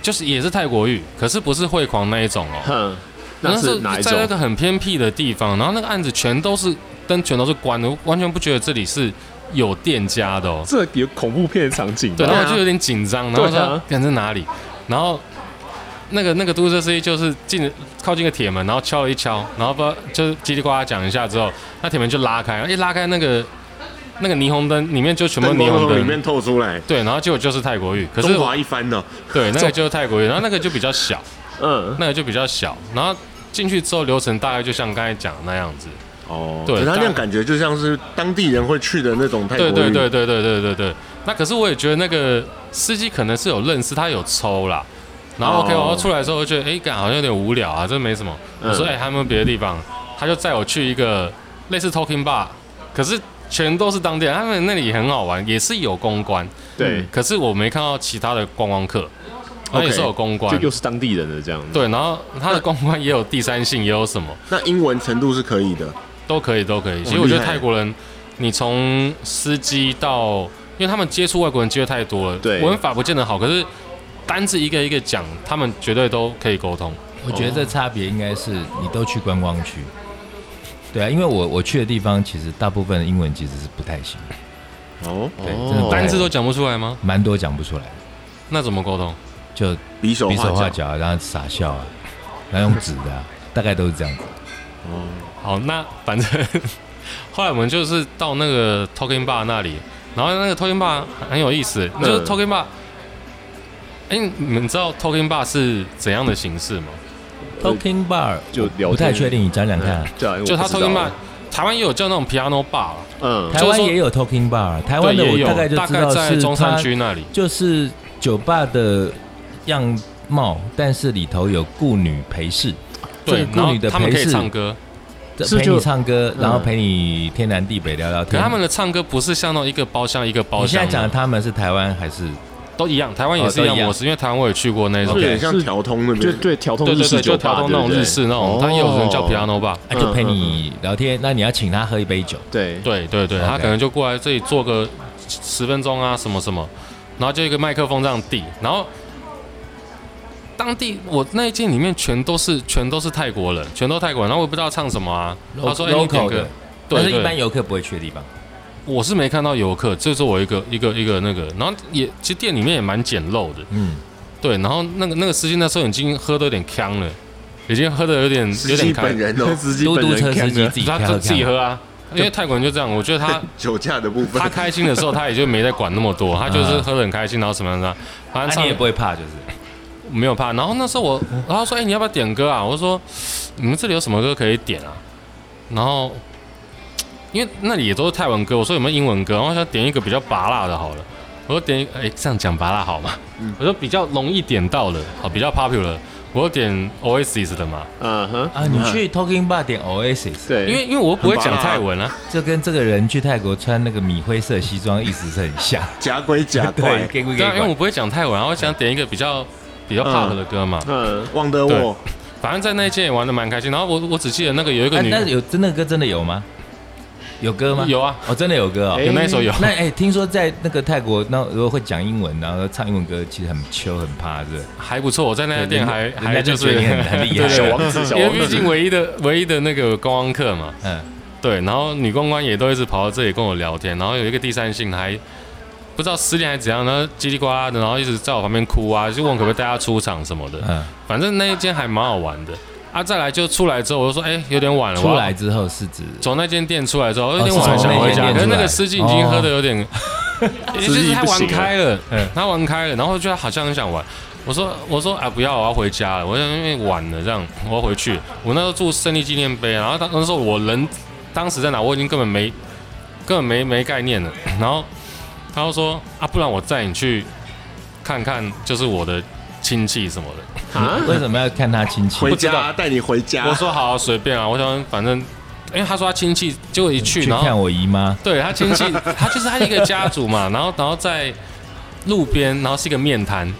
Speaker 1: 就是也是泰国浴，可是不是会狂那一种哦。
Speaker 5: 哼，那
Speaker 1: 时候
Speaker 5: 是哪一
Speaker 1: 在那
Speaker 5: 种？
Speaker 1: 个很偏僻的地方，然后那个案子全都是灯全都是关的，我完全不觉得这里是有店家的哦。
Speaker 5: 这有恐怖片的场景吧，
Speaker 4: 啊
Speaker 1: 对，然后我就有点紧张，然后
Speaker 5: 对
Speaker 1: 说
Speaker 5: 啊
Speaker 1: 看这哪里，然后那个那个嘟嘟车司机就是进靠近个铁门，然后敲了一敲，然后不知道就是叽里呱啦讲一下之后，那铁门就拉开，一拉开那个那个霓虹灯里面就全部
Speaker 4: 灯
Speaker 1: 霓
Speaker 4: 光
Speaker 1: 虹
Speaker 4: 从里
Speaker 1: 灯
Speaker 4: 面，透出来，
Speaker 1: 对，然后结果就是泰国浴，可是
Speaker 4: 中华一番呢，
Speaker 1: 对那个就是泰国浴，然后那个就比较小，
Speaker 5: 嗯，
Speaker 1: 那个就比较小，然后进去之后流程大概就像刚才讲的那样子，
Speaker 5: 哦，
Speaker 1: 对，
Speaker 4: 可是他那
Speaker 1: 大
Speaker 4: 样感觉就像是当地人会去的那种泰国
Speaker 1: 对
Speaker 4: 浴
Speaker 1: 对对对对对对对。那可是我也觉得那个司机可能是有认识，他有抽啦。然后 OK，
Speaker 5: 哦
Speaker 1: 我要出来的时候，我就觉得哎，感好像有点无聊啊，这没什么。我说
Speaker 5: 嗯
Speaker 1: 哎，还有没有别的地方？他就载我去一个类似 Talking Bar，可是全都是当地人，他们那里很好玩，也是有公关，嗯
Speaker 5: 对，
Speaker 1: 可是我没看到其他的观光客，他也是有公
Speaker 6: 嗯
Speaker 1: 关
Speaker 5: 就。又是当地人的这样子，
Speaker 1: 对，然后他的公关也有第三性，也有什么
Speaker 4: 那英文程度是可以的，
Speaker 1: 都可以，都可以。其实
Speaker 4: 哦
Speaker 1: 我觉
Speaker 4: 厉
Speaker 1: 得
Speaker 4: 害
Speaker 1: 泰国人你从司机到，因为他们接触外国人机会太多了，
Speaker 5: 对
Speaker 1: 文法不见得好，可是单字一个一个讲，他们绝对都可以沟通。
Speaker 6: 我觉得这差别应该是你都去观光区，对啊，因为我我去的地方其实大部分的英文其实是不太行，
Speaker 4: 哦，
Speaker 6: 对真的
Speaker 1: 单字都讲不出来吗？
Speaker 6: 蛮多讲不出来的，
Speaker 1: 那怎么沟通？
Speaker 6: 就
Speaker 4: 比手
Speaker 6: 比手画
Speaker 4: 画脚，
Speaker 6: 脚啊，然后傻笑啊，然后用纸的啊，大概都是这样子。
Speaker 1: 好，那反正 后来我们就是到那个 Talking Bar 那里，然后那个 Talking Bar 很有意思，就是 Talking Bar。哎、你们知道 Talking Bar 是怎样的形式吗？
Speaker 6: Talking bar
Speaker 5: 就聊天
Speaker 6: 不太确定，你讲讲看啊。
Speaker 5: 这样
Speaker 1: 就他
Speaker 5: 我不知道
Speaker 1: Talking Bar，台湾也有叫那种 Piano Bar，
Speaker 5: 嗯，
Speaker 6: 台湾也有 Talking bar，台
Speaker 1: 对，
Speaker 6: 啊湾的
Speaker 1: 也
Speaker 6: 我
Speaker 1: 有，
Speaker 6: 大概就知道
Speaker 1: 在
Speaker 6: 是
Speaker 1: 中山
Speaker 6: 它
Speaker 1: 区那里。
Speaker 6: 就是酒吧的样貌，但是里头有雇女陪侍，
Speaker 1: 对
Speaker 6: 这个，
Speaker 1: 然
Speaker 6: 顾
Speaker 1: 后
Speaker 6: 女的
Speaker 1: 他们可
Speaker 6: 陪
Speaker 1: 以
Speaker 6: 侍
Speaker 1: 唱歌，
Speaker 5: 是
Speaker 6: 陪
Speaker 5: 就嗯
Speaker 6: 你唱歌，然后陪你天南地北聊聊
Speaker 1: 可
Speaker 6: 天。
Speaker 1: 他们的唱歌不是像那种一个包厢一个包
Speaker 6: 你现
Speaker 1: 厢的，
Speaker 6: 在讲的他们是台湾还是
Speaker 1: 都一样，台湾也是一
Speaker 6: 哦
Speaker 1: 样
Speaker 6: 都一样哦
Speaker 1: 模式，因为台湾我也去过那
Speaker 4: 就
Speaker 1: 种
Speaker 4: 有，点像
Speaker 5: 是
Speaker 4: 调通那边，
Speaker 5: 就对调通
Speaker 1: 对
Speaker 5: 日
Speaker 1: 对对，
Speaker 5: 式酒
Speaker 1: 就
Speaker 5: 吧，
Speaker 1: 台东那种
Speaker 5: 对不对哦
Speaker 1: 日式那
Speaker 6: 哦
Speaker 1: 种，它也有人叫 Piano Bar，
Speaker 6: 啊就陪
Speaker 5: 嗯
Speaker 6: 你聊天？那你要请他喝一杯酒，
Speaker 5: 对，
Speaker 1: 对对对，他
Speaker 6: OK
Speaker 1: 可能就过来这里做个十分钟啊，什么什么，然后就一个麦克风这样递，然后当地我那一间里面全都是全都是泰国人，全都泰国人，然后我也不知道唱什么啊，他说哎你
Speaker 6: local
Speaker 1: 点歌
Speaker 6: 的，，但
Speaker 1: 对
Speaker 6: 是一般
Speaker 1: 对，
Speaker 6: 游客不会去的地方。
Speaker 1: 我是没看到游客，这是我一个一个一个那个，然后也其实店里面也蛮简陋的，
Speaker 6: 嗯，
Speaker 1: 对，然后那个那个司机那时候已经喝的有点呛了，已经喝的有点有
Speaker 4: 司
Speaker 1: 点
Speaker 4: 机
Speaker 1: 开
Speaker 4: 本，人哦，
Speaker 5: 司机
Speaker 6: 嘟
Speaker 5: 本
Speaker 6: 嘟
Speaker 5: 人
Speaker 6: 车司
Speaker 5: 看
Speaker 6: 机
Speaker 5: 着
Speaker 6: 自己
Speaker 1: 他
Speaker 6: 开
Speaker 1: 他自己
Speaker 6: 开
Speaker 1: 喝啊，因为泰国人就这样，我觉得 他。
Speaker 4: 酒驾的部分
Speaker 1: 他，开心的时候，他也就没在管那么多，他就是喝得很开心，然后什么样的，反
Speaker 6: 啊
Speaker 1: 正
Speaker 6: 你
Speaker 1: 唱
Speaker 6: 也不会怕，就是
Speaker 1: 没有怕。然后那时候我，然后他说：“哎、你要不要点歌啊？”我就说：“你们这里有什么歌可以点啊？”然后因为那里也都是泰文歌，我说有没有英文歌？然后我想点一个比较拔辣的好了。我说点一，哎、这样讲拔辣好吗？
Speaker 6: 嗯
Speaker 1: 我说比较容易点到的，好，比较 popular。我就点 Oasis 的嘛，
Speaker 5: 嗯哼，
Speaker 6: 啊，你去 Talking Bar 点 Oasis，
Speaker 5: 对，
Speaker 1: 因为因为我不会讲泰文啊，
Speaker 6: 这跟这个人去泰国穿那个米灰色西装意思是很像。
Speaker 4: 假鬼假
Speaker 6: 对，
Speaker 4: 怪，
Speaker 6: 给不给
Speaker 1: 对啊，因为我
Speaker 6: 管？
Speaker 1: 不会讲泰文，然后我想点一个比较比较 pop 的歌嘛。
Speaker 5: 嗯，
Speaker 4: 忘得我
Speaker 1: 反正在那一届也玩的蛮开心。然后我我只记得那个有一个
Speaker 6: 啊
Speaker 1: 女，
Speaker 6: 那有真的歌真的有吗？有歌吗？
Speaker 1: 有啊，
Speaker 6: 哦，真的有歌哦。
Speaker 1: 有那一首有，
Speaker 6: 那哎，听说在那个泰国，那如果会讲英文，然后唱英文歌，其实很秋很趴，是不是？
Speaker 1: 还不错。我在那家店还
Speaker 6: 人家
Speaker 1: 还
Speaker 6: 人家就
Speaker 1: 就是
Speaker 6: 觉得你很很厉 害
Speaker 1: 对
Speaker 5: 小王子，小
Speaker 1: 因为
Speaker 5: 王
Speaker 1: 毕
Speaker 5: 子，
Speaker 1: 竟唯一的唯一的那个观光客嘛，
Speaker 6: 嗯，
Speaker 1: 对。然后女公关也都一直跑到这里跟我聊天，然后有一个第三性还不知道失恋还是怎样，然后叽里呱啦的，然后一直在我旁边哭啊，就问可不可以带她出场什么的。
Speaker 6: 嗯
Speaker 1: 反正那一间还蛮好玩的。啊，再来就出来之后，我就说，哎、有点晚了，我
Speaker 6: 出
Speaker 1: 要
Speaker 6: 来之后是指
Speaker 1: 从那间店出来之后，有
Speaker 6: 哦
Speaker 1: 点晚
Speaker 6: 是从
Speaker 1: 想
Speaker 6: 那
Speaker 1: 回
Speaker 6: 间
Speaker 1: 家，
Speaker 6: 店
Speaker 1: 可是
Speaker 6: 出
Speaker 1: 那
Speaker 6: 来哦
Speaker 1: 个司机已经喝的有点，也就是他玩开了
Speaker 6: 嗯，
Speaker 1: 他玩开了，然后我觉得好像很想玩。我说我说啊，不要，我要回家了，我因为晚了，这样我要回去。我那时候住胜利纪念碑，然后当那时候我人当时在哪，我已经根本没根本没没概念了。 然后他就说啊，不然我载你去看看，就是我的亲戚什么的。
Speaker 6: 为什么要看他亲戚？
Speaker 4: 回
Speaker 1: 知道
Speaker 4: 家带你回家
Speaker 1: 我，说好、随便啊，我想反正，因为他说他亲戚，结果一去，
Speaker 6: 嗯去
Speaker 1: 然后
Speaker 6: 看我姨妈，
Speaker 1: 对他亲戚， 他就是他一个家族嘛，然后然后在路边，然后是一个面摊，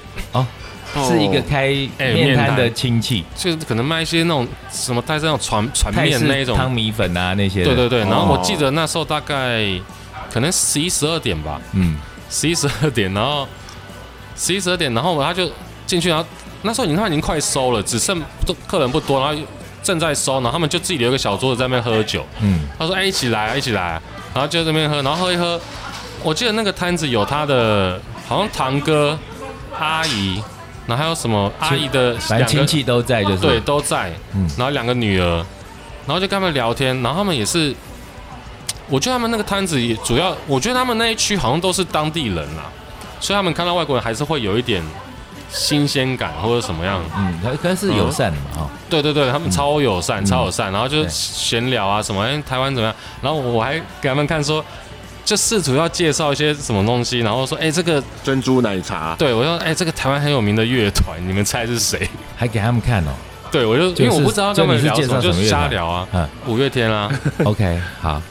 Speaker 6: 是
Speaker 4: 哦
Speaker 6: 一个开
Speaker 1: 哦哎
Speaker 6: 面
Speaker 1: 面
Speaker 6: 摊
Speaker 1: 摊
Speaker 6: 的亲戚，
Speaker 1: 就是可能卖一些那种什么，泰式那种船船
Speaker 6: 泰
Speaker 1: 面那一
Speaker 6: 式
Speaker 1: 种，
Speaker 6: 汤米粉啊那些的。
Speaker 1: 对对对。然后
Speaker 4: 哦
Speaker 1: 我记得那时候大概可能十一十二点吧，
Speaker 6: 嗯，
Speaker 1: 十一十二点，然后十一十二点，然后他就进去，然后那时候已经他已经快收了，只剩都客人不多，然后正在收，然后他们就自己留一个小桌子在那边喝酒，
Speaker 6: 嗯
Speaker 1: 嗯，他说哎、一起来啊一起来啊，然后就在那边喝，然后喝一喝，我记得那个摊子有他的好像堂哥、阿姨，然后还有什么阿姨的
Speaker 6: 反
Speaker 1: 两
Speaker 6: 正
Speaker 1: 个
Speaker 6: 亲戚都在，就是
Speaker 1: 对，都在，
Speaker 6: 嗯
Speaker 1: 然后两个女儿，然后就跟他们聊天，然后他们也是，我觉得他们那个摊子也主要，我觉得他们那一区好像都是当地人啦，所以他们看到外国人还是会有一点新鲜感或者什么样，
Speaker 6: 嗯，可可是友善的嘛哦哈。
Speaker 1: 对对对，他们超友善，超友善，然后就
Speaker 6: 嗯对
Speaker 1: 闲聊啊什么，哎，台湾怎么样？然后我还给他们看说。就试图要介绍一些什么东西，然后说，哎、这个，
Speaker 4: 珍珠奶茶，
Speaker 1: 对我说，哎、这个台湾很有名的乐团，你们猜是谁？
Speaker 6: 还给他们看哦。
Speaker 1: 对我就
Speaker 6: 就是
Speaker 1: 因为我不知道他
Speaker 6: 就
Speaker 1: 们
Speaker 6: 你是
Speaker 1: 聊
Speaker 6: 介
Speaker 1: 什么，
Speaker 6: 绍
Speaker 1: 就
Speaker 6: 什么乐团
Speaker 1: 瞎聊啊，
Speaker 6: 嗯
Speaker 1: 五月天 啊，
Speaker 6: ，OK，好，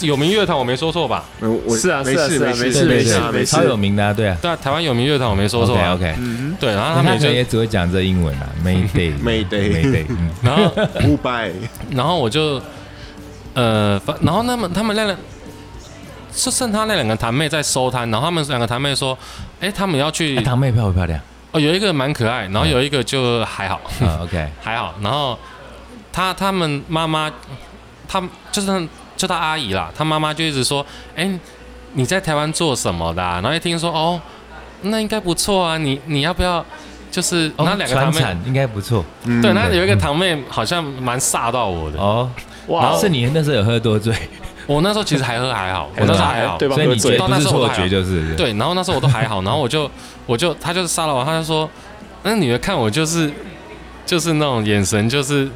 Speaker 1: 有名乐团我没说错吧？
Speaker 4: 嗯我
Speaker 5: 是啊
Speaker 4: 没
Speaker 5: 是啊
Speaker 4: 事
Speaker 5: 是
Speaker 4: 没
Speaker 5: 啊没
Speaker 4: 事
Speaker 6: 对
Speaker 5: 事
Speaker 4: 没
Speaker 6: 对
Speaker 4: 事
Speaker 6: 对
Speaker 4: 没
Speaker 6: 超有
Speaker 4: 事，
Speaker 6: 名的啊，对啊。
Speaker 1: 对啊，台湾有名乐团我没说错
Speaker 6: OK
Speaker 1: 啊。
Speaker 6: OK，
Speaker 1: 对，然后
Speaker 6: 他
Speaker 1: 他们也
Speaker 6: 可能也
Speaker 1: 就，
Speaker 6: 只会讲这英文啊，Mayday
Speaker 4: Mayday
Speaker 6: Mayday，嗯
Speaker 1: 然后
Speaker 4: 五百
Speaker 1: 然后我就，呃，反然后他们他们那个就剩他那两个堂妹在收摊，然后他们两个堂妹说，哎，他们要去
Speaker 6: 哎堂妹漂不漂亮？
Speaker 1: 哦，有一个蛮可爱，然后有一个就还好，
Speaker 6: 啊，OK，
Speaker 1: 还好。然后他他们妈妈，他就是他就他阿姨啦，他妈妈就一直说，哎、你在台湾做什么的、啊？然后一听说，哦，那应该不错啊，你你要不要？就是
Speaker 6: 哦
Speaker 1: 那两个
Speaker 6: 传嗯
Speaker 1: 堂妹，
Speaker 6: 产应该不错
Speaker 1: 对，那有一个堂妹好像蛮煞到我的。
Speaker 6: 哦。
Speaker 1: 然
Speaker 6: 哇，
Speaker 1: 后
Speaker 6: 是你那时候有喝多醉，
Speaker 1: 我那时候其实还喝还好，我那时候还好，
Speaker 5: 对吧
Speaker 6: 所以你觉
Speaker 1: 到
Speaker 6: 得不
Speaker 1: 那
Speaker 6: 是
Speaker 1: 时候我
Speaker 6: 错
Speaker 1: 还好
Speaker 6: 觉就是
Speaker 1: 对，然后那时候我都还好，然后我就我就他就是杀了我，他就说，那女的看我就是就是那种眼神就是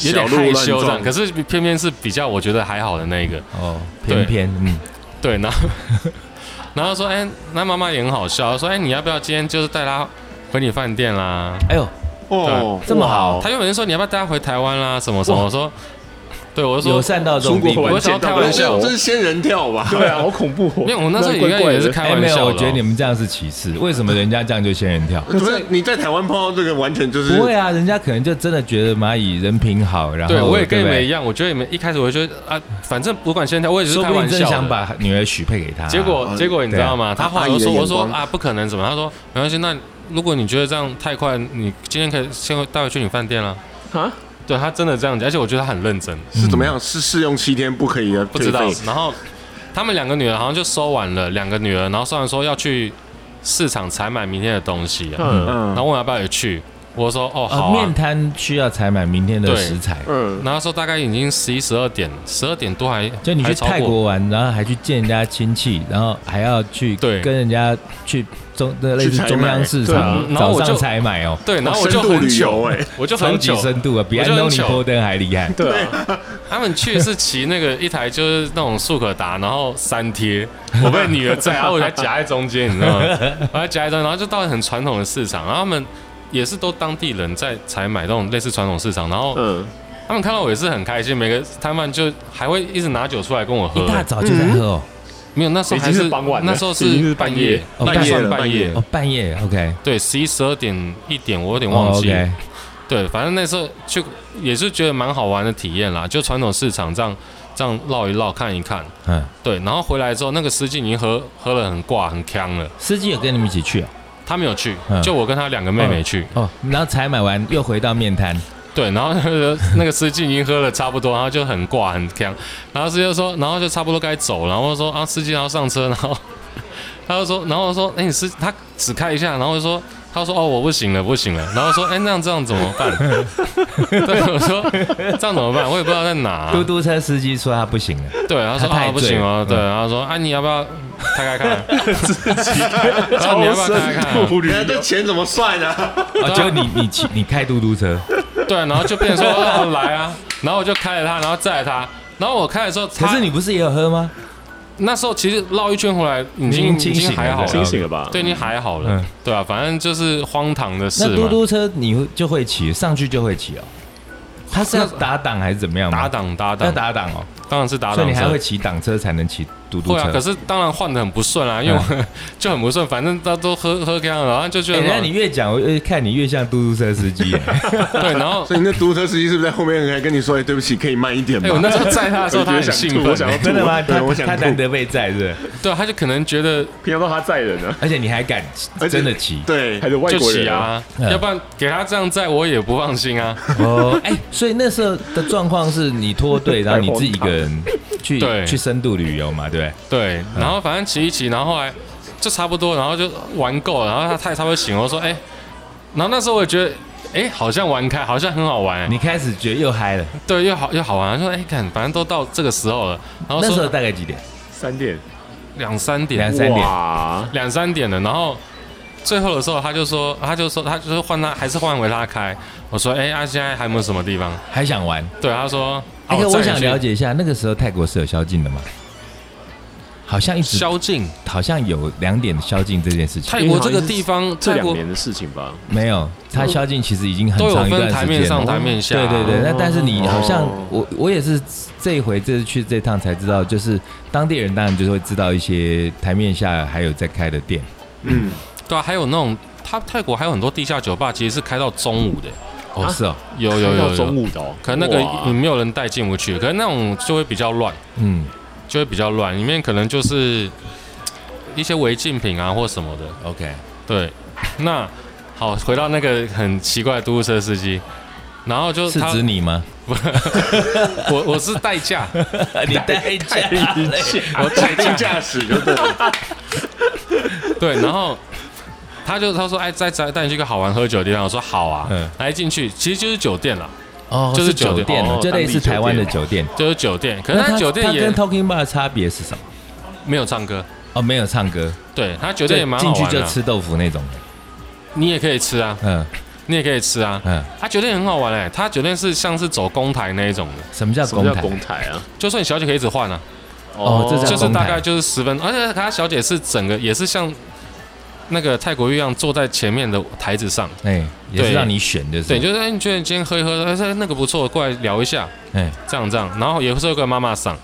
Speaker 1: 有点
Speaker 5: 小鹿
Speaker 1: 害
Speaker 5: 乱
Speaker 1: 羞这样，
Speaker 5: 撞
Speaker 1: 可是偏偏是比较我觉得还好的那一个，
Speaker 6: 哦，偏偏嗯，
Speaker 1: 对，然后 然后说，哎、那妈妈也很好笑，说，哎、你要不要今天就是带她回你饭店啦？
Speaker 6: 哎呦，
Speaker 5: 哦，
Speaker 6: 这么好，
Speaker 1: 她原本说你要不要带她回台湾啦，什么什么，我说，对，我就
Speaker 6: 友
Speaker 1: 说。
Speaker 6: 善到这种
Speaker 5: 出国
Speaker 6: 地步
Speaker 5: 玩
Speaker 1: 我。想要开玩笑，
Speaker 5: 我
Speaker 1: 我
Speaker 3: 这是仙人跳吧？
Speaker 5: 对啊，好恐怖哦！
Speaker 1: 没有，我那时候
Speaker 5: 怪
Speaker 1: 应该
Speaker 5: 怪的
Speaker 1: 也是开
Speaker 6: 哎，
Speaker 1: 玩
Speaker 6: 没
Speaker 1: 笑的
Speaker 6: 有，
Speaker 1: 哦。
Speaker 6: 我觉得你们这样是歧视。为什么人家这样就仙人
Speaker 1: 嗯
Speaker 6: 跳？
Speaker 4: 怎么你在台湾碰到这个完全就是
Speaker 6: 不会啊，人家可能就真的觉得蚂蚁人品好，然后
Speaker 1: 对，我也跟你
Speaker 6: 对不
Speaker 1: 们
Speaker 6: 对
Speaker 1: 一样，我觉得你们一开始我就觉得啊，反正不管现在，我也是
Speaker 6: 说
Speaker 1: 开
Speaker 6: 不定
Speaker 1: 玩
Speaker 6: 真的
Speaker 1: 笑
Speaker 6: 想
Speaker 1: 的。
Speaker 6: 把女儿许配给他啊。
Speaker 1: 结果结果你知道吗？他后来又说，
Speaker 4: 阿姨的
Speaker 1: 我
Speaker 4: 眼
Speaker 1: 说
Speaker 4: 光
Speaker 1: 啊，不可能怎么样？他说没关系，那如果你觉得这样太快，你今天可以先带回去你饭店了。
Speaker 5: 啊，
Speaker 1: 对他真的这样子，而且我觉得他很认真，
Speaker 4: 是怎么样？是试用七天不可以的，
Speaker 1: 不知道
Speaker 4: 退费。
Speaker 1: 然后他们两个女儿好像就收完了，两个女儿，然后虽然说要去市场采买明天的东西啊，
Speaker 5: 嗯
Speaker 1: 然后问我要不要也去，我说哦好啊
Speaker 6: 呃，面。摊需要采买明天的
Speaker 1: 对
Speaker 6: 食材。
Speaker 5: 嗯，
Speaker 1: 然后说大概已经十一十二点，十二点多还
Speaker 6: 就你去
Speaker 1: 还超过
Speaker 6: 泰国玩，然后还去见人家亲戚，然后还要去
Speaker 1: 对
Speaker 6: 跟人家去中那类
Speaker 4: 去
Speaker 6: 似
Speaker 4: 采买
Speaker 6: 中央市
Speaker 1: 对
Speaker 6: 场
Speaker 1: 嗯然后
Speaker 6: 早
Speaker 1: 我
Speaker 6: 上
Speaker 1: 就
Speaker 6: 采买哦，
Speaker 1: 对，然后
Speaker 4: 哦
Speaker 1: 我就
Speaker 4: 深度
Speaker 1: 很
Speaker 4: 旅游
Speaker 1: 久，
Speaker 4: 哎
Speaker 1: 我就
Speaker 6: 超
Speaker 1: 很
Speaker 6: 级
Speaker 1: 久。
Speaker 6: 深度啊，比
Speaker 1: 我
Speaker 6: 安
Speaker 1: 就很
Speaker 6: 东尼
Speaker 1: 久
Speaker 6: 波登还厉害。
Speaker 5: 对啊，
Speaker 1: 他们去是骑那个一台就是那种速可达，然后三贴， 我被女儿载，然啊后我还夹在中间，你知道吗？我还夹在中间，然后就到很传统的市场，然后他们也是都当地人在采买那种类似传统市场，然后
Speaker 5: 嗯，
Speaker 1: 他们看到我也是很开心，每个摊贩就还会一直拿酒出来跟我喝
Speaker 6: 一。大早就在喝哦，
Speaker 1: 没有，那时候还
Speaker 5: 已经是傍晚了
Speaker 1: 那时候
Speaker 5: 已经
Speaker 1: 是
Speaker 5: 是
Speaker 1: 半
Speaker 5: 半
Speaker 1: 夜
Speaker 5: 夜，
Speaker 6: 哦
Speaker 1: 那也算
Speaker 4: 半夜了
Speaker 1: 半夜
Speaker 6: 哦，，半夜 OK，
Speaker 1: 对，十一、十二点、一点，我有点
Speaker 6: 哦
Speaker 1: 忘记。
Speaker 6: OK，
Speaker 1: 对，反正那时候就也是觉得蛮好玩的体验啦，就传统市场这样这样绕一绕看一看。
Speaker 6: 嗯，
Speaker 1: 对，然后回来之后，那个司机已经喝喝了很挂很呛了，
Speaker 6: 司机有跟你们一起去哦，
Speaker 1: 他没有去，
Speaker 6: 嗯
Speaker 1: 就我跟他两个妹妹去。
Speaker 6: 哦，然后采买完又回到面摊，
Speaker 1: 对，然后那个那个司机已经喝了差不多，然后就很挂很呛，然后司机就说，然后就差不多该走了，然后说啊，司机然后上车，然后他就说，然后我说，哎，你司他只开一下，然后就说。他说：“哦，我不行了，不行了。”然后说：“哎，那样这样怎么办？”对，我说：“这样怎么办？我也不知道在哪、
Speaker 6: 嘟嘟车司机说他不行了，
Speaker 1: 对，他说
Speaker 6: 他太
Speaker 1: 啊不行哦，
Speaker 6: 醉
Speaker 1: 对，
Speaker 6: 了
Speaker 1: 然后说啊你要不要开开看？然哦后你要不要开开看啊？
Speaker 5: 步旅
Speaker 4: 那哎这钱怎么算啊？
Speaker 6: 哦，结果你你骑你开嘟嘟车，
Speaker 1: 对，然后就变成说啊来啊，然后我就开了他，然后载了他，然后我开的时候，
Speaker 6: 可
Speaker 1: 可
Speaker 6: 是你不是也有喝吗？
Speaker 1: 那时候其实绕一圈回来，已
Speaker 6: 你
Speaker 1: 经
Speaker 6: 已经
Speaker 1: 已
Speaker 6: 清
Speaker 1: 经
Speaker 6: 醒
Speaker 1: 还
Speaker 6: 了
Speaker 1: 好
Speaker 5: 清
Speaker 1: 了，
Speaker 5: 醒了吧？
Speaker 1: 对，已经还好了
Speaker 6: 嗯，
Speaker 1: 对啊，反正就是荒唐的事
Speaker 6: 那嘟
Speaker 1: 嘛。
Speaker 6: 嘟车你会就会骑，上去就会骑哦。他是要打档还是怎么样吗？
Speaker 1: 打档打
Speaker 6: 要
Speaker 1: 档，
Speaker 6: 打档哦，
Speaker 1: 当然是打
Speaker 6: 所以
Speaker 1: 档
Speaker 6: 你还
Speaker 1: 车
Speaker 6: 会。骑挡车才能骑嘟嘟
Speaker 1: 会
Speaker 6: 车。嗯
Speaker 1: 啊，可是当然换的很不顺啊，因为我 就很不顺，反正他都喝喝干了，然后就觉
Speaker 6: 哎，
Speaker 1: 得
Speaker 6: 那
Speaker 1: 很
Speaker 6: 你越讲，我越看你越像嘟嘟车司机耶。
Speaker 1: 哦对，然 后
Speaker 4: 所以那嘟车司机是不是在后面还跟你说，哎，对不起，可以慢一点
Speaker 1: 哎，我
Speaker 4: 吗？
Speaker 1: 那时 候载他的时候，他很兴
Speaker 5: 我
Speaker 1: 奋
Speaker 5: 想要
Speaker 1: 欸，
Speaker 5: 吐，
Speaker 6: 真的吗？他
Speaker 4: 对我想
Speaker 6: 他
Speaker 4: 吐
Speaker 6: 难得被载是不是，
Speaker 1: 对，他就可能觉得
Speaker 5: 平常都他载人啊，
Speaker 6: 而且你还敢
Speaker 4: 而且
Speaker 6: 真的骑
Speaker 4: 对
Speaker 5: 还，是外
Speaker 1: 就
Speaker 5: 国
Speaker 1: 骑
Speaker 5: 人，
Speaker 1: 啊，
Speaker 6: 嗯
Speaker 1: 要不然给他这样载我也不放心啊。
Speaker 6: 哦？哎，所以那时候的状况是你脱队，然后你自己一个人去
Speaker 1: 对
Speaker 6: 去深度旅游嘛，对不对？
Speaker 1: 对，然后反正骑一骑，然后后来就差不多，然后就玩够了，然后他他也差不多醒了，我说哎、然后那时候我也觉得。哎、好像玩开，好像很好玩、
Speaker 6: 你开始觉得又嗨了，
Speaker 1: 对，又好又好玩。说，哎、看，反正都到这个时候了。然后
Speaker 6: 那时候
Speaker 1: 说
Speaker 6: 大概几点？
Speaker 5: 三点，
Speaker 1: 两三点，
Speaker 6: 两三点
Speaker 5: 哇，
Speaker 1: 两三点了，然后最后的时候，他就说，他就说，他就是换他，还是换回他开。我说，哎、啊，现在还有没有什么地方？
Speaker 6: 还想玩？
Speaker 1: 对，他说，啊
Speaker 6: 哎，可我
Speaker 1: 我载
Speaker 6: 想
Speaker 1: 你去
Speaker 6: 了解一下，那个时候泰国是有宵禁的吗？好像一直
Speaker 1: 宵禁。
Speaker 6: 好像有两点宵禁这件事情，
Speaker 1: 泰国这个地方，
Speaker 5: 这
Speaker 1: 泰
Speaker 5: 两
Speaker 1: 国
Speaker 5: 年的事情吧？
Speaker 6: 没有，它宵禁其实已经很
Speaker 1: 都有
Speaker 6: 长一段
Speaker 1: 分
Speaker 6: 时
Speaker 1: 台
Speaker 6: 间
Speaker 1: 面
Speaker 6: 了。
Speaker 1: 上、台面下、
Speaker 6: 对对对，那
Speaker 5: 哦
Speaker 6: 但是你好像我我也是这一回这次去这趟才知道，就是当地人当然就是会知道一些台面下还有在开的店，
Speaker 4: 嗯，
Speaker 1: 对啊，还有那种，他泰国还有很多地下酒吧，其实是开到中午的。
Speaker 6: 哦是哦，
Speaker 1: 有有有
Speaker 5: 到中
Speaker 1: 有，
Speaker 5: 午的哦，
Speaker 1: 可能那个
Speaker 5: 哇
Speaker 1: 你没有人带进不去，可能那种就会比较乱。
Speaker 6: 嗯，
Speaker 1: 就会比较乱，里面可能就是一些违禁品啊或什么的。
Speaker 2: OK，
Speaker 1: 对，那好，回到那个很奇怪的嘟嘟车司机，然后就是他
Speaker 6: 指你 吗？
Speaker 1: 我我是代驾，啊
Speaker 2: 你 代驾嘞，
Speaker 1: 我代驾
Speaker 3: 驾驶就对了，
Speaker 1: 对，然后他就他说哎，再再带你去一个好玩喝酒的地方，我说好啊，
Speaker 6: 嗯
Speaker 1: 来进去其实就是酒店啦，
Speaker 6: 哦
Speaker 1: 就是酒
Speaker 6: 酒
Speaker 1: 店
Speaker 6: 店
Speaker 1: 哦，
Speaker 6: 就类似台湾的酒店。
Speaker 1: 就是酒店，可是
Speaker 6: 那
Speaker 1: 他酒店
Speaker 6: 它
Speaker 1: 也
Speaker 6: 跟 Talking Bar 的差别是什么？
Speaker 1: 没有唱歌，
Speaker 6: 哦，没有唱歌，
Speaker 1: 对他酒
Speaker 6: 酒
Speaker 1: 店也蛮好
Speaker 6: 进去
Speaker 1: 玩的
Speaker 6: 就
Speaker 1: 啊，
Speaker 6: 吃豆腐那种。
Speaker 1: 你也可以吃啊，
Speaker 6: 嗯
Speaker 1: 你也可以吃啊，
Speaker 6: 嗯，
Speaker 1: 他酒店很好玩哎、他酒店是像是走公台那一种的，
Speaker 6: 什么叫
Speaker 5: 什么
Speaker 6: 公
Speaker 5: 叫
Speaker 6: 台？
Speaker 5: 公台 啊？
Speaker 1: 就算小姐可以一直换啊，
Speaker 6: 哦这叫
Speaker 1: 就是
Speaker 6: 公
Speaker 1: 大
Speaker 6: 台
Speaker 1: 概就是十分，而且他小姐是整个也是像那个泰国一样坐在前面的台子上，
Speaker 6: 哎，也是
Speaker 1: 对
Speaker 6: 让你选，就是
Speaker 1: 对，就是哎，你觉得你今天喝一喝，哎，这那个不错，过来聊一下，
Speaker 6: 哎
Speaker 1: 这样这样，然后也是有个妈妈桑，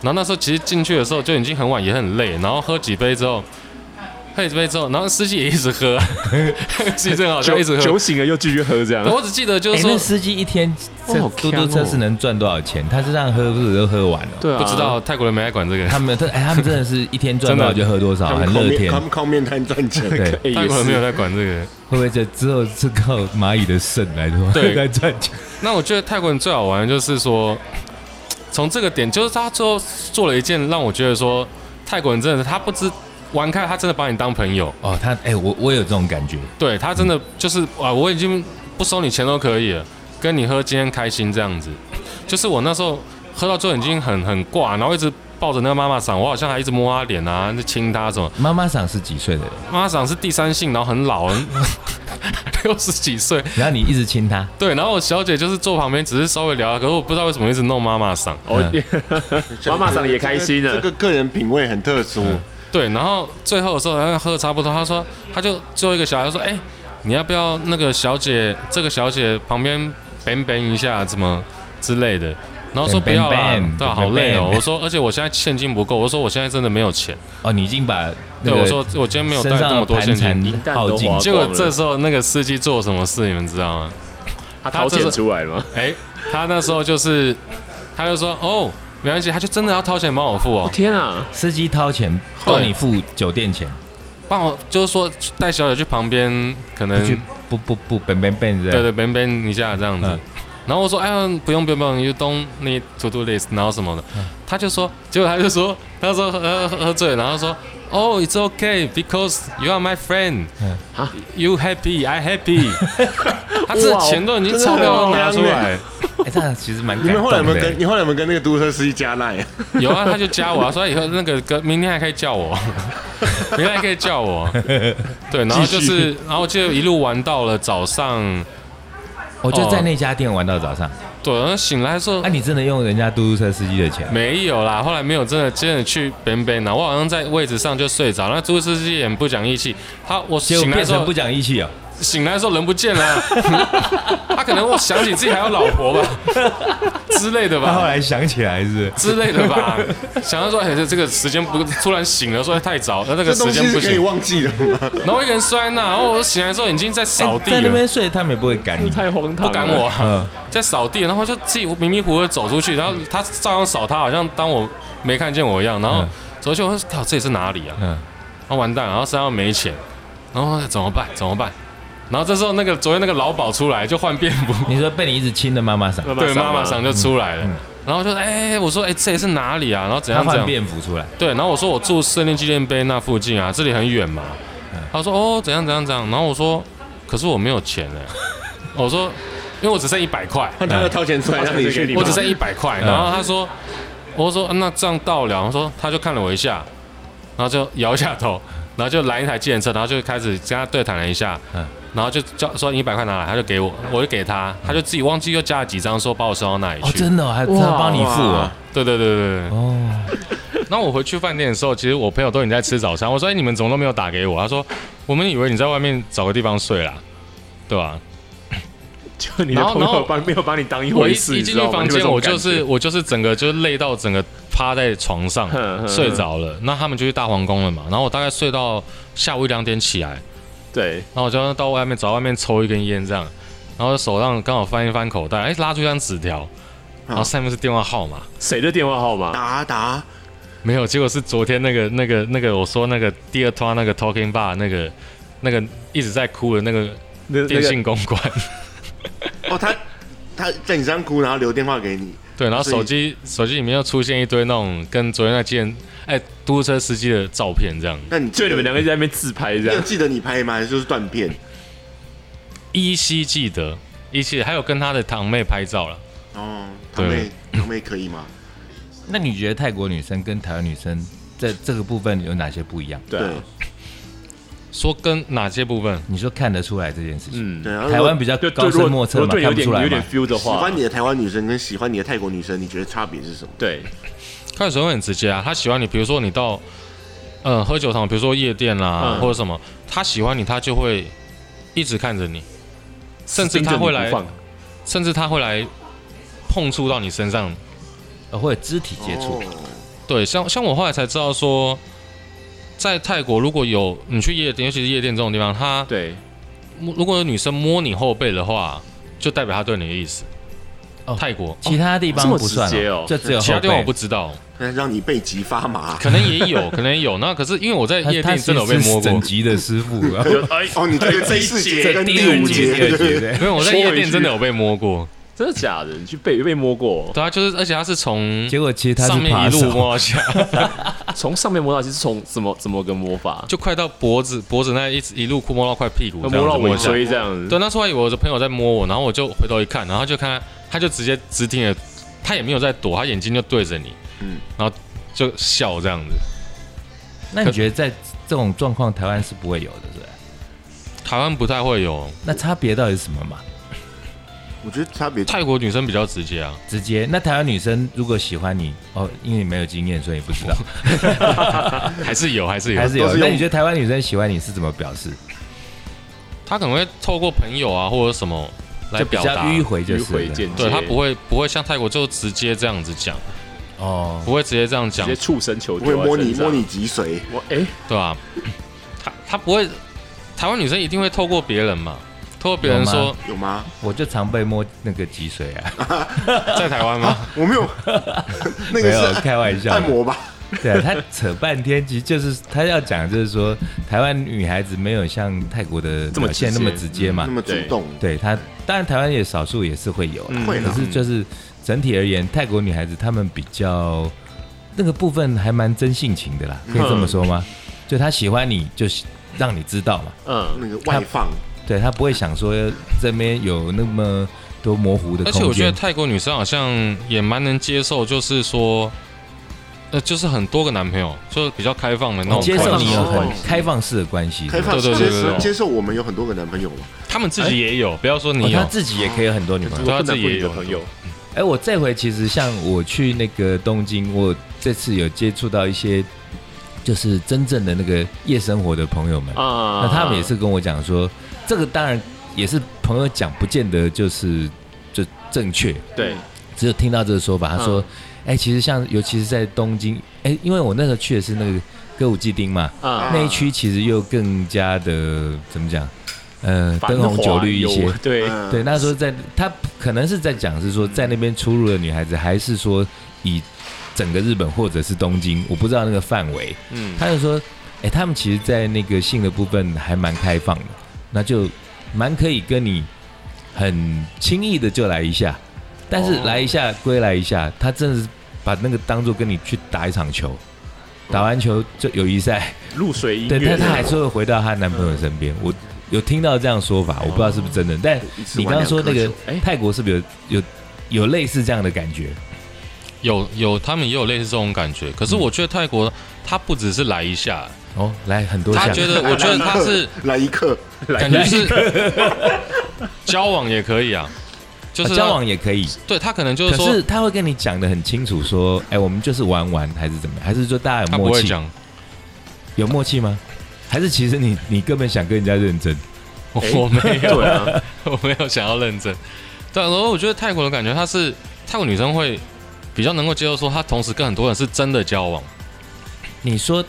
Speaker 1: 然后那时候其实进去的时候就已经很晚，也很累，然后喝几杯之后，喝几杯之后，然后司机也一直喝， 司机真好笑，一直喝
Speaker 5: 酒。醒了又继续喝这样。
Speaker 1: 我只记得就
Speaker 6: 哎
Speaker 1: 是，说
Speaker 6: 那司机一天这
Speaker 5: 好
Speaker 6: 嘟嘟
Speaker 5: 强
Speaker 6: 车
Speaker 5: 哦
Speaker 6: 是能赚多少钱？他是让喝不是都喝完了？
Speaker 5: 对啊，
Speaker 1: 不知道泰国人没爱管这个，
Speaker 6: 他们他哎，他们真的是一天赚
Speaker 1: 真的
Speaker 6: 多少就喝多少，
Speaker 4: 他
Speaker 6: 啊很
Speaker 4: 们靠
Speaker 6: 乐
Speaker 4: 面，
Speaker 6: 天
Speaker 4: 他。们靠面摊赚钱。
Speaker 6: 对，
Speaker 5: 哎，
Speaker 1: 泰
Speaker 5: 也
Speaker 1: 国人没有
Speaker 5: 是。
Speaker 1: 在管这个。
Speaker 6: 会不会这之后是靠蚂蚁的肾来做
Speaker 1: 对
Speaker 6: 来赚钱？
Speaker 1: 那我觉得泰国人最好玩的就是说，从这个点，就是他最后做了一件让我觉得说，泰国人真的是他不知玩开，他真的把你当朋友。
Speaker 6: 哦，他哎，我我有这种感觉，
Speaker 1: 对他真的就是啊，我已经不收你钱都可以了，跟你喝今天开心这样子。就是我那时候喝到最后已经很很挂，然后一直抱着那个妈妈桑，我好像还一直摸她脸啊，亲她什么。
Speaker 6: 妈妈桑是几岁的人？
Speaker 1: 妈妈桑是第三性，然后很老，很 六十几岁。
Speaker 6: 然后你一直亲他，
Speaker 1: 对，然后我小姐就是坐旁边，只是稍微聊，可是我不知道为什么一直弄妈妈桑。
Speaker 5: 哦，
Speaker 1: 嗯
Speaker 5: 妈妈桑也开心啊
Speaker 4: 这
Speaker 5: 了。
Speaker 4: 个个人品味很特殊，
Speaker 1: 对，然后最后的时候，然后喝的差不多，他说，他就最后一个小孩说，哎、你要不要那个小姐，这个小姐旁边 bang bang 一下，怎么之类的。然后说
Speaker 6: bang
Speaker 1: 不要啦
Speaker 6: bang，
Speaker 1: 对啊，好累哦。
Speaker 6: bang
Speaker 1: 我说，而且我现在现金不够。我说我现在真的没有钱。
Speaker 6: 哦，你已经把那
Speaker 1: 对，
Speaker 6: 个
Speaker 1: 我说我今天没有带
Speaker 6: 身
Speaker 1: 这
Speaker 6: 上
Speaker 1: 么
Speaker 6: 的
Speaker 1: 多现
Speaker 6: 盘缠
Speaker 1: 金。
Speaker 6: 耗尽，
Speaker 5: 蛋都
Speaker 1: 结果这时候那个司机做什么事，你们知道吗？
Speaker 5: 他掏钱出来了吗？
Speaker 1: 哎，他那时候就是，他就说，哦，没关系，他就真的要掏钱帮我付哦。
Speaker 5: 天啊，
Speaker 6: 司机掏钱帮你付酒店钱，
Speaker 1: 帮我就是说带小姐去旁边，可能
Speaker 6: 不去不不不本本本
Speaker 1: 对
Speaker 6: 的，
Speaker 1: 对，bang bang 一下这样子。
Speaker 6: 嗯
Speaker 1: 然后我说，哎呀，不用不用不用，you don't need to do this，然后什么的。他就说，结果他就说，他说喝喝喝醉，然后说，Oh, it's okay because you are my friend.
Speaker 5: 啊
Speaker 1: You happy, I happy. 他这
Speaker 5: 哇
Speaker 1: 钱都已经钞票都拿出来，
Speaker 6: 哎，这样其实蛮
Speaker 4: 你
Speaker 6: 感
Speaker 4: 们
Speaker 6: 动
Speaker 4: 后来有没有
Speaker 6: 的
Speaker 4: 跟你。后来有没有跟那个嘟车司机加赖？
Speaker 1: 有啊，他就加我啊，说以后那个哥明天还可以叫我，明天还可以叫我。对，然后就是，然后就一路玩到了早上。
Speaker 6: 我就在那家店玩到早上。
Speaker 1: 对，然后醒来的时候，
Speaker 6: 啊那你真的用人家嘟嘟车司机的钱？
Speaker 1: 没有啦，后来没有真的真的去边边啦，我好像在位置上就睡着，那朱司机也很不讲义气，他我
Speaker 6: 结果
Speaker 1: 醒来
Speaker 6: 变
Speaker 1: 的时
Speaker 6: 成
Speaker 1: 候
Speaker 6: 不讲义气哦。
Speaker 1: 醒来的时候人不见了 啊、他可能我想起自己还有老婆吧 之类的
Speaker 6: 他后
Speaker 1: 吧。
Speaker 6: 来想起来是
Speaker 1: 之类的吧，想要说，哎，这这个时间不突然醒了，说太早，那这个
Speaker 4: 这东
Speaker 1: 时
Speaker 4: 西
Speaker 1: 间不
Speaker 4: 是可以
Speaker 1: 行。
Speaker 4: 忘记的吗？
Speaker 1: 然后我一个人摔那，然后我醒来的时候已经在扫地
Speaker 6: 哎在那
Speaker 1: 了，
Speaker 6: 边睡，他们也不会赶你。
Speaker 5: 太荒唐
Speaker 1: 不
Speaker 5: 了！
Speaker 1: 赶我啊、
Speaker 6: 嗯，
Speaker 1: 在扫地，然后就自己迷迷糊糊的走出去，然后他照样扫他，好像当我没看见我一样。然后
Speaker 6: 嗯
Speaker 1: 走去我说：“操，这里是哪里啊？”
Speaker 6: 嗯
Speaker 1: 嗯，啊完蛋，然后身上没钱，然后怎么办？怎么办？然后这时候那个昨天那个老鸨出来就换便服，
Speaker 6: 你说被你一直亲的妈妈桑，嗯
Speaker 5: 妈
Speaker 1: 对，
Speaker 5: 桑
Speaker 1: 妈
Speaker 5: 啊
Speaker 1: 妈桑就出来了。然后就哎、我说哎、这里是哪里啊？然后怎
Speaker 6: 他
Speaker 1: 样怎
Speaker 6: 换
Speaker 1: 样？
Speaker 6: 便服出来，
Speaker 1: 对，然后我说我住森林纪念碑那附近啊，这里很远嘛。
Speaker 6: 嗯
Speaker 1: 他说哦，怎样怎样怎样。然后我说，可是我没有钱哎、我说，因为我只剩一百块。
Speaker 4: 他要掏钱出来让你去，
Speaker 1: 我只剩一百
Speaker 6: 嗯
Speaker 1: 块，然后他说，我说那这样到了，我说他就看了我一下，然后就摇一下头， 然后就拦一台计程车，然后就开始跟他对谈了一下，
Speaker 6: 嗯
Speaker 1: 然后就叫说你一百块拿来，他就给我，我就给他，他就自己忘记又加了几张，说把我送到那里
Speaker 6: 哦，
Speaker 1: 去，
Speaker 6: 真的哦，还他帮你付哦。
Speaker 1: 对对对对对。
Speaker 6: 哦，
Speaker 1: 那我回去饭店的时候，其实我朋友都已经在吃早餐，我说哎你们怎么都没有打给我？他说我们以为你在外面找个地方睡啦，对吧、
Speaker 5: 就你的朋友帮没有把你当一
Speaker 1: 我一
Speaker 5: 回事，
Speaker 1: 一
Speaker 5: 你
Speaker 1: 进
Speaker 5: 知
Speaker 1: 去
Speaker 5: 道吗
Speaker 1: 房间，我就是，
Speaker 5: 你有没有这种感觉
Speaker 1: 我就是整个就是累到整个趴在床上
Speaker 5: 哼哼哼
Speaker 1: 睡着了。那他们就去大皇宫了嘛，然后我大概睡到下午一两点起来，
Speaker 5: 对，
Speaker 1: 然后我就到外面找外面抽一根烟这样，然后手上刚好翻一翻口袋，哎，拉出一张纸条，然后上面是电话号码，
Speaker 4: 啊
Speaker 5: 谁的电话号码？
Speaker 4: 达达
Speaker 1: 没有，结果是昨天那个那个那个我说那个第二团那个 Talking Bar 那个那个一直在哭的那个
Speaker 5: 那那
Speaker 1: 电
Speaker 5: 个
Speaker 1: 信公关，
Speaker 4: 哦，他他在你身上哭，然后留电话给你，
Speaker 1: 对，然后
Speaker 4: 所以
Speaker 1: 手机手机里面又出现一堆那种跟昨天那件哎嘟车司机的照片这样，
Speaker 4: 那你记
Speaker 5: 就
Speaker 4: 得
Speaker 5: 你们两个一直在那边自拍这
Speaker 4: 你有
Speaker 5: 样，
Speaker 4: 记得你拍吗？还是就是断片？
Speaker 1: 依稀记得依稀还有跟他的堂妹拍照了，
Speaker 4: 哦，堂妹堂妹可以吗？
Speaker 6: 那你觉得泰国女生跟台湾女生在这个部分有哪些不一样？
Speaker 5: 对啊，
Speaker 1: 说跟哪些部分？
Speaker 6: 你说看得出来这件事情，
Speaker 5: 嗯，
Speaker 4: 对，然后
Speaker 6: 台湾比较
Speaker 5: 就就
Speaker 6: 高
Speaker 5: 如
Speaker 6: 深
Speaker 5: 果
Speaker 6: 莫
Speaker 5: 如
Speaker 6: 测
Speaker 5: 果
Speaker 6: 嘛，
Speaker 5: 对
Speaker 6: 看
Speaker 5: 有
Speaker 6: 不
Speaker 5: 点
Speaker 6: 出来
Speaker 5: 有
Speaker 6: 嘛
Speaker 5: 点。feel 的
Speaker 4: 喜
Speaker 5: 话
Speaker 4: 欢，你的台湾女生跟喜欢你的泰国女生，你觉得差别是什么？
Speaker 5: 对，
Speaker 1: 开始会很直接啊，他喜欢你，比如说你到呃喝酒场，比如说夜店啦、
Speaker 5: 嗯
Speaker 1: 或者什么，他喜欢你，他就会一直看着你，甚至他会来
Speaker 5: 盯着你不放
Speaker 1: 甚至他会来碰触到你身上。
Speaker 6: 呃或者肢体接触，
Speaker 4: 哦
Speaker 1: 对，像像我后来才知道说，在泰国如果有你去夜店，尤其是夜店这种地方，他
Speaker 5: 对，
Speaker 1: 如果有女生摸你后背的话，就代表她对你的意思。
Speaker 6: 哦
Speaker 1: 泰国
Speaker 6: 其他地方
Speaker 5: 这么
Speaker 6: 不算
Speaker 5: 直接哦
Speaker 6: 哦，就只有
Speaker 1: 其他
Speaker 6: 后
Speaker 1: 地方我
Speaker 6: 背
Speaker 1: 不。知道，
Speaker 4: 那让你背脊发麻。
Speaker 1: 可能也 有，可能也有。那可是因为我在
Speaker 6: 他
Speaker 1: 夜
Speaker 6: 他
Speaker 1: 店真的有被
Speaker 6: 其实是
Speaker 1: 摸过
Speaker 6: 整，集的师傅，然后
Speaker 1: 哎
Speaker 4: 哦，你这个第四节跟
Speaker 6: 哎第
Speaker 4: 五
Speaker 6: 二
Speaker 4: 节
Speaker 6: 节、第二
Speaker 4: 对
Speaker 6: 节，对
Speaker 1: 没有我在夜店真的有被摸过。
Speaker 5: 真的假的？你去被被摸过？
Speaker 1: 对啊，就是而且他是从
Speaker 6: 结果其实
Speaker 1: 嗯
Speaker 6: 他
Speaker 1: 上
Speaker 6: 是
Speaker 1: 面
Speaker 6: 扒
Speaker 1: 一路
Speaker 6: 手，
Speaker 1: 摸到下，
Speaker 5: 从上面摸到，其实从怎么怎么个摸法？
Speaker 1: 就快到脖子，脖子那一直一路摸到快屁股，
Speaker 5: 摸到尾
Speaker 1: 摸下来
Speaker 5: 椎这样子，
Speaker 1: 对，那时候还以为我的朋友在摸我，然后我就回头一看，然后就看他，他就直接直挺的，他也没有在躲，他眼睛就对着你，嗯，然后就笑这样子。
Speaker 6: 那你觉得在这种状况，台湾是不会有的，是吧？
Speaker 1: 台湾不太会有，
Speaker 6: 那差别到底是什么嘛？
Speaker 4: 我觉得差别
Speaker 1: 泰国女生比较直接啊，
Speaker 6: 直接，那台湾女生如果喜欢你，哦，因为你没有经验，所以不知道，
Speaker 1: 还是有，啊还是有，
Speaker 6: 还是有
Speaker 4: 都。是
Speaker 6: 那
Speaker 4: 用
Speaker 6: 你觉得台湾女生喜欢你是怎么表示？
Speaker 1: 他可能会透过朋友啊或者什么来
Speaker 6: 就比
Speaker 1: 表
Speaker 6: 较
Speaker 1: 达，
Speaker 6: 迂回，就
Speaker 5: 迂
Speaker 6: 是
Speaker 5: 回
Speaker 6: 了
Speaker 5: 间接，
Speaker 1: 对他不会不会像泰国就直接这样子讲，
Speaker 6: 哦。
Speaker 1: 不会直接这样
Speaker 5: 直
Speaker 1: 讲
Speaker 5: 接，触身求
Speaker 4: 不
Speaker 5: 救，
Speaker 4: 会摸你摸你，脊髓，
Speaker 5: 我哎，
Speaker 1: 对吧、他他不会，台湾女生一定会透过别人嘛，透过别人
Speaker 6: 有吗
Speaker 1: 说
Speaker 4: 有吗？
Speaker 6: 我就常被摸那个脊髓啊，
Speaker 1: 在台湾吗？
Speaker 4: 我 没有，那
Speaker 6: 没有
Speaker 4: 个
Speaker 6: 开玩
Speaker 4: 是
Speaker 6: 笑
Speaker 4: 按
Speaker 6: 的。
Speaker 4: 摩吧？
Speaker 6: 对啊，他扯半天，其实就是他要讲，就是说台湾女孩子没有像泰国的
Speaker 5: 这么
Speaker 6: 表现
Speaker 5: 直
Speaker 6: 那
Speaker 5: 接
Speaker 6: 么直接嘛
Speaker 4: 那。么主动，
Speaker 6: 对他，当然台湾也少数也是会有啦，
Speaker 4: 会啦
Speaker 6: 可是就是整体而言，泰国女孩子她们比较那个部分还蛮真性情的啦，可以这么说吗？就她喜欢你，就喜让你知道嘛，
Speaker 5: 嗯，
Speaker 4: 那个外放，
Speaker 6: 对她不会想说这边有那么多模糊的
Speaker 1: 而
Speaker 6: 空
Speaker 1: 且
Speaker 6: 间。
Speaker 1: 我觉得泰国女生好像也蛮能接受，就是说，呃，就是很多个男朋友，就是比较开放的那种。
Speaker 6: 接受你有
Speaker 4: 哦
Speaker 6: 很开放式的关系，
Speaker 4: 开放
Speaker 1: 对对对对对
Speaker 4: 接接受我们有很多个男朋友嘛？
Speaker 1: 他们自己也有，不要说你
Speaker 6: 哦
Speaker 1: 有
Speaker 6: 她，自己也可以有很多女朋友。
Speaker 1: 对
Speaker 5: 我
Speaker 1: 他
Speaker 5: 不
Speaker 1: 自
Speaker 5: 能
Speaker 1: 己
Speaker 5: 不
Speaker 1: 也
Speaker 5: 你的
Speaker 1: 有
Speaker 5: 朋友，
Speaker 6: 哎、我这回其实像我去那个东京，我这次有接触到一些就是真正的那个夜生活的朋友们
Speaker 5: 啊
Speaker 6: 那他们也是跟我讲说，这个当然也是朋友讲，不见得就是就正确，
Speaker 5: 对，
Speaker 6: 只有听到这个说法，他
Speaker 5: 嗯
Speaker 6: 说，哎、其实像尤其是在东京，哎、因为我那时候去的是那个歌舞伎町嘛，
Speaker 1: 嗯
Speaker 5: 啊，
Speaker 6: 那一区其实又更加的怎么讲，呃，
Speaker 5: 繁
Speaker 6: 灯红
Speaker 5: 华
Speaker 6: 酒绿一
Speaker 5: 有
Speaker 6: 些，
Speaker 5: 对，
Speaker 4: 嗯
Speaker 6: 对，，那时候在他可能是在讲是说在那边出入的女孩子，还是说以整个日本或者是东京，我不知道那个范围。
Speaker 5: 嗯，
Speaker 6: 他就说，哎、他们其实，在那个性的部分还蛮开放的，那就蛮可以跟你很轻易的就来一下，但是来一下归来一下，他真的是把那个当做跟你去打一场球，打完球就友谊赛。
Speaker 5: 露水音
Speaker 6: 对，
Speaker 5: 乐，
Speaker 6: 但她还是会回到她男朋友身边。我有听到这样说法，我不知道是不是真的。但你刚刚说那
Speaker 4: 一次玩两
Speaker 6: 个
Speaker 4: 颗
Speaker 5: 哎
Speaker 6: 泰国是不是有有有类似这样的感觉？
Speaker 1: 有有，他们也有类似这种感觉。可是我觉得泰国，他不只是来一下，
Speaker 6: 哦，来很多
Speaker 1: 他
Speaker 6: 项，
Speaker 1: 觉得， 我觉得他是
Speaker 4: 来一刻，
Speaker 1: 感觉是 交往也可以啊，就
Speaker 6: 啊
Speaker 1: 是
Speaker 6: 交往也可以，
Speaker 1: 对他可能就是
Speaker 6: 可
Speaker 1: 说
Speaker 6: 是他会跟你讲的很清楚，说，哎，我们就是玩玩还是怎么样？还是说大家
Speaker 1: 他
Speaker 6: 有
Speaker 1: 不
Speaker 6: 默
Speaker 1: 会
Speaker 6: 契？
Speaker 1: 讲，
Speaker 6: 有默契吗？还是其实你你根本想跟人家认真？
Speaker 1: 我没有
Speaker 5: 对，啊，
Speaker 1: 我没有想要认真。对啊，然后我觉得泰国的感觉，她是泰国女生会比较能够接受，说她同时跟很多人是真的交往，
Speaker 6: 你说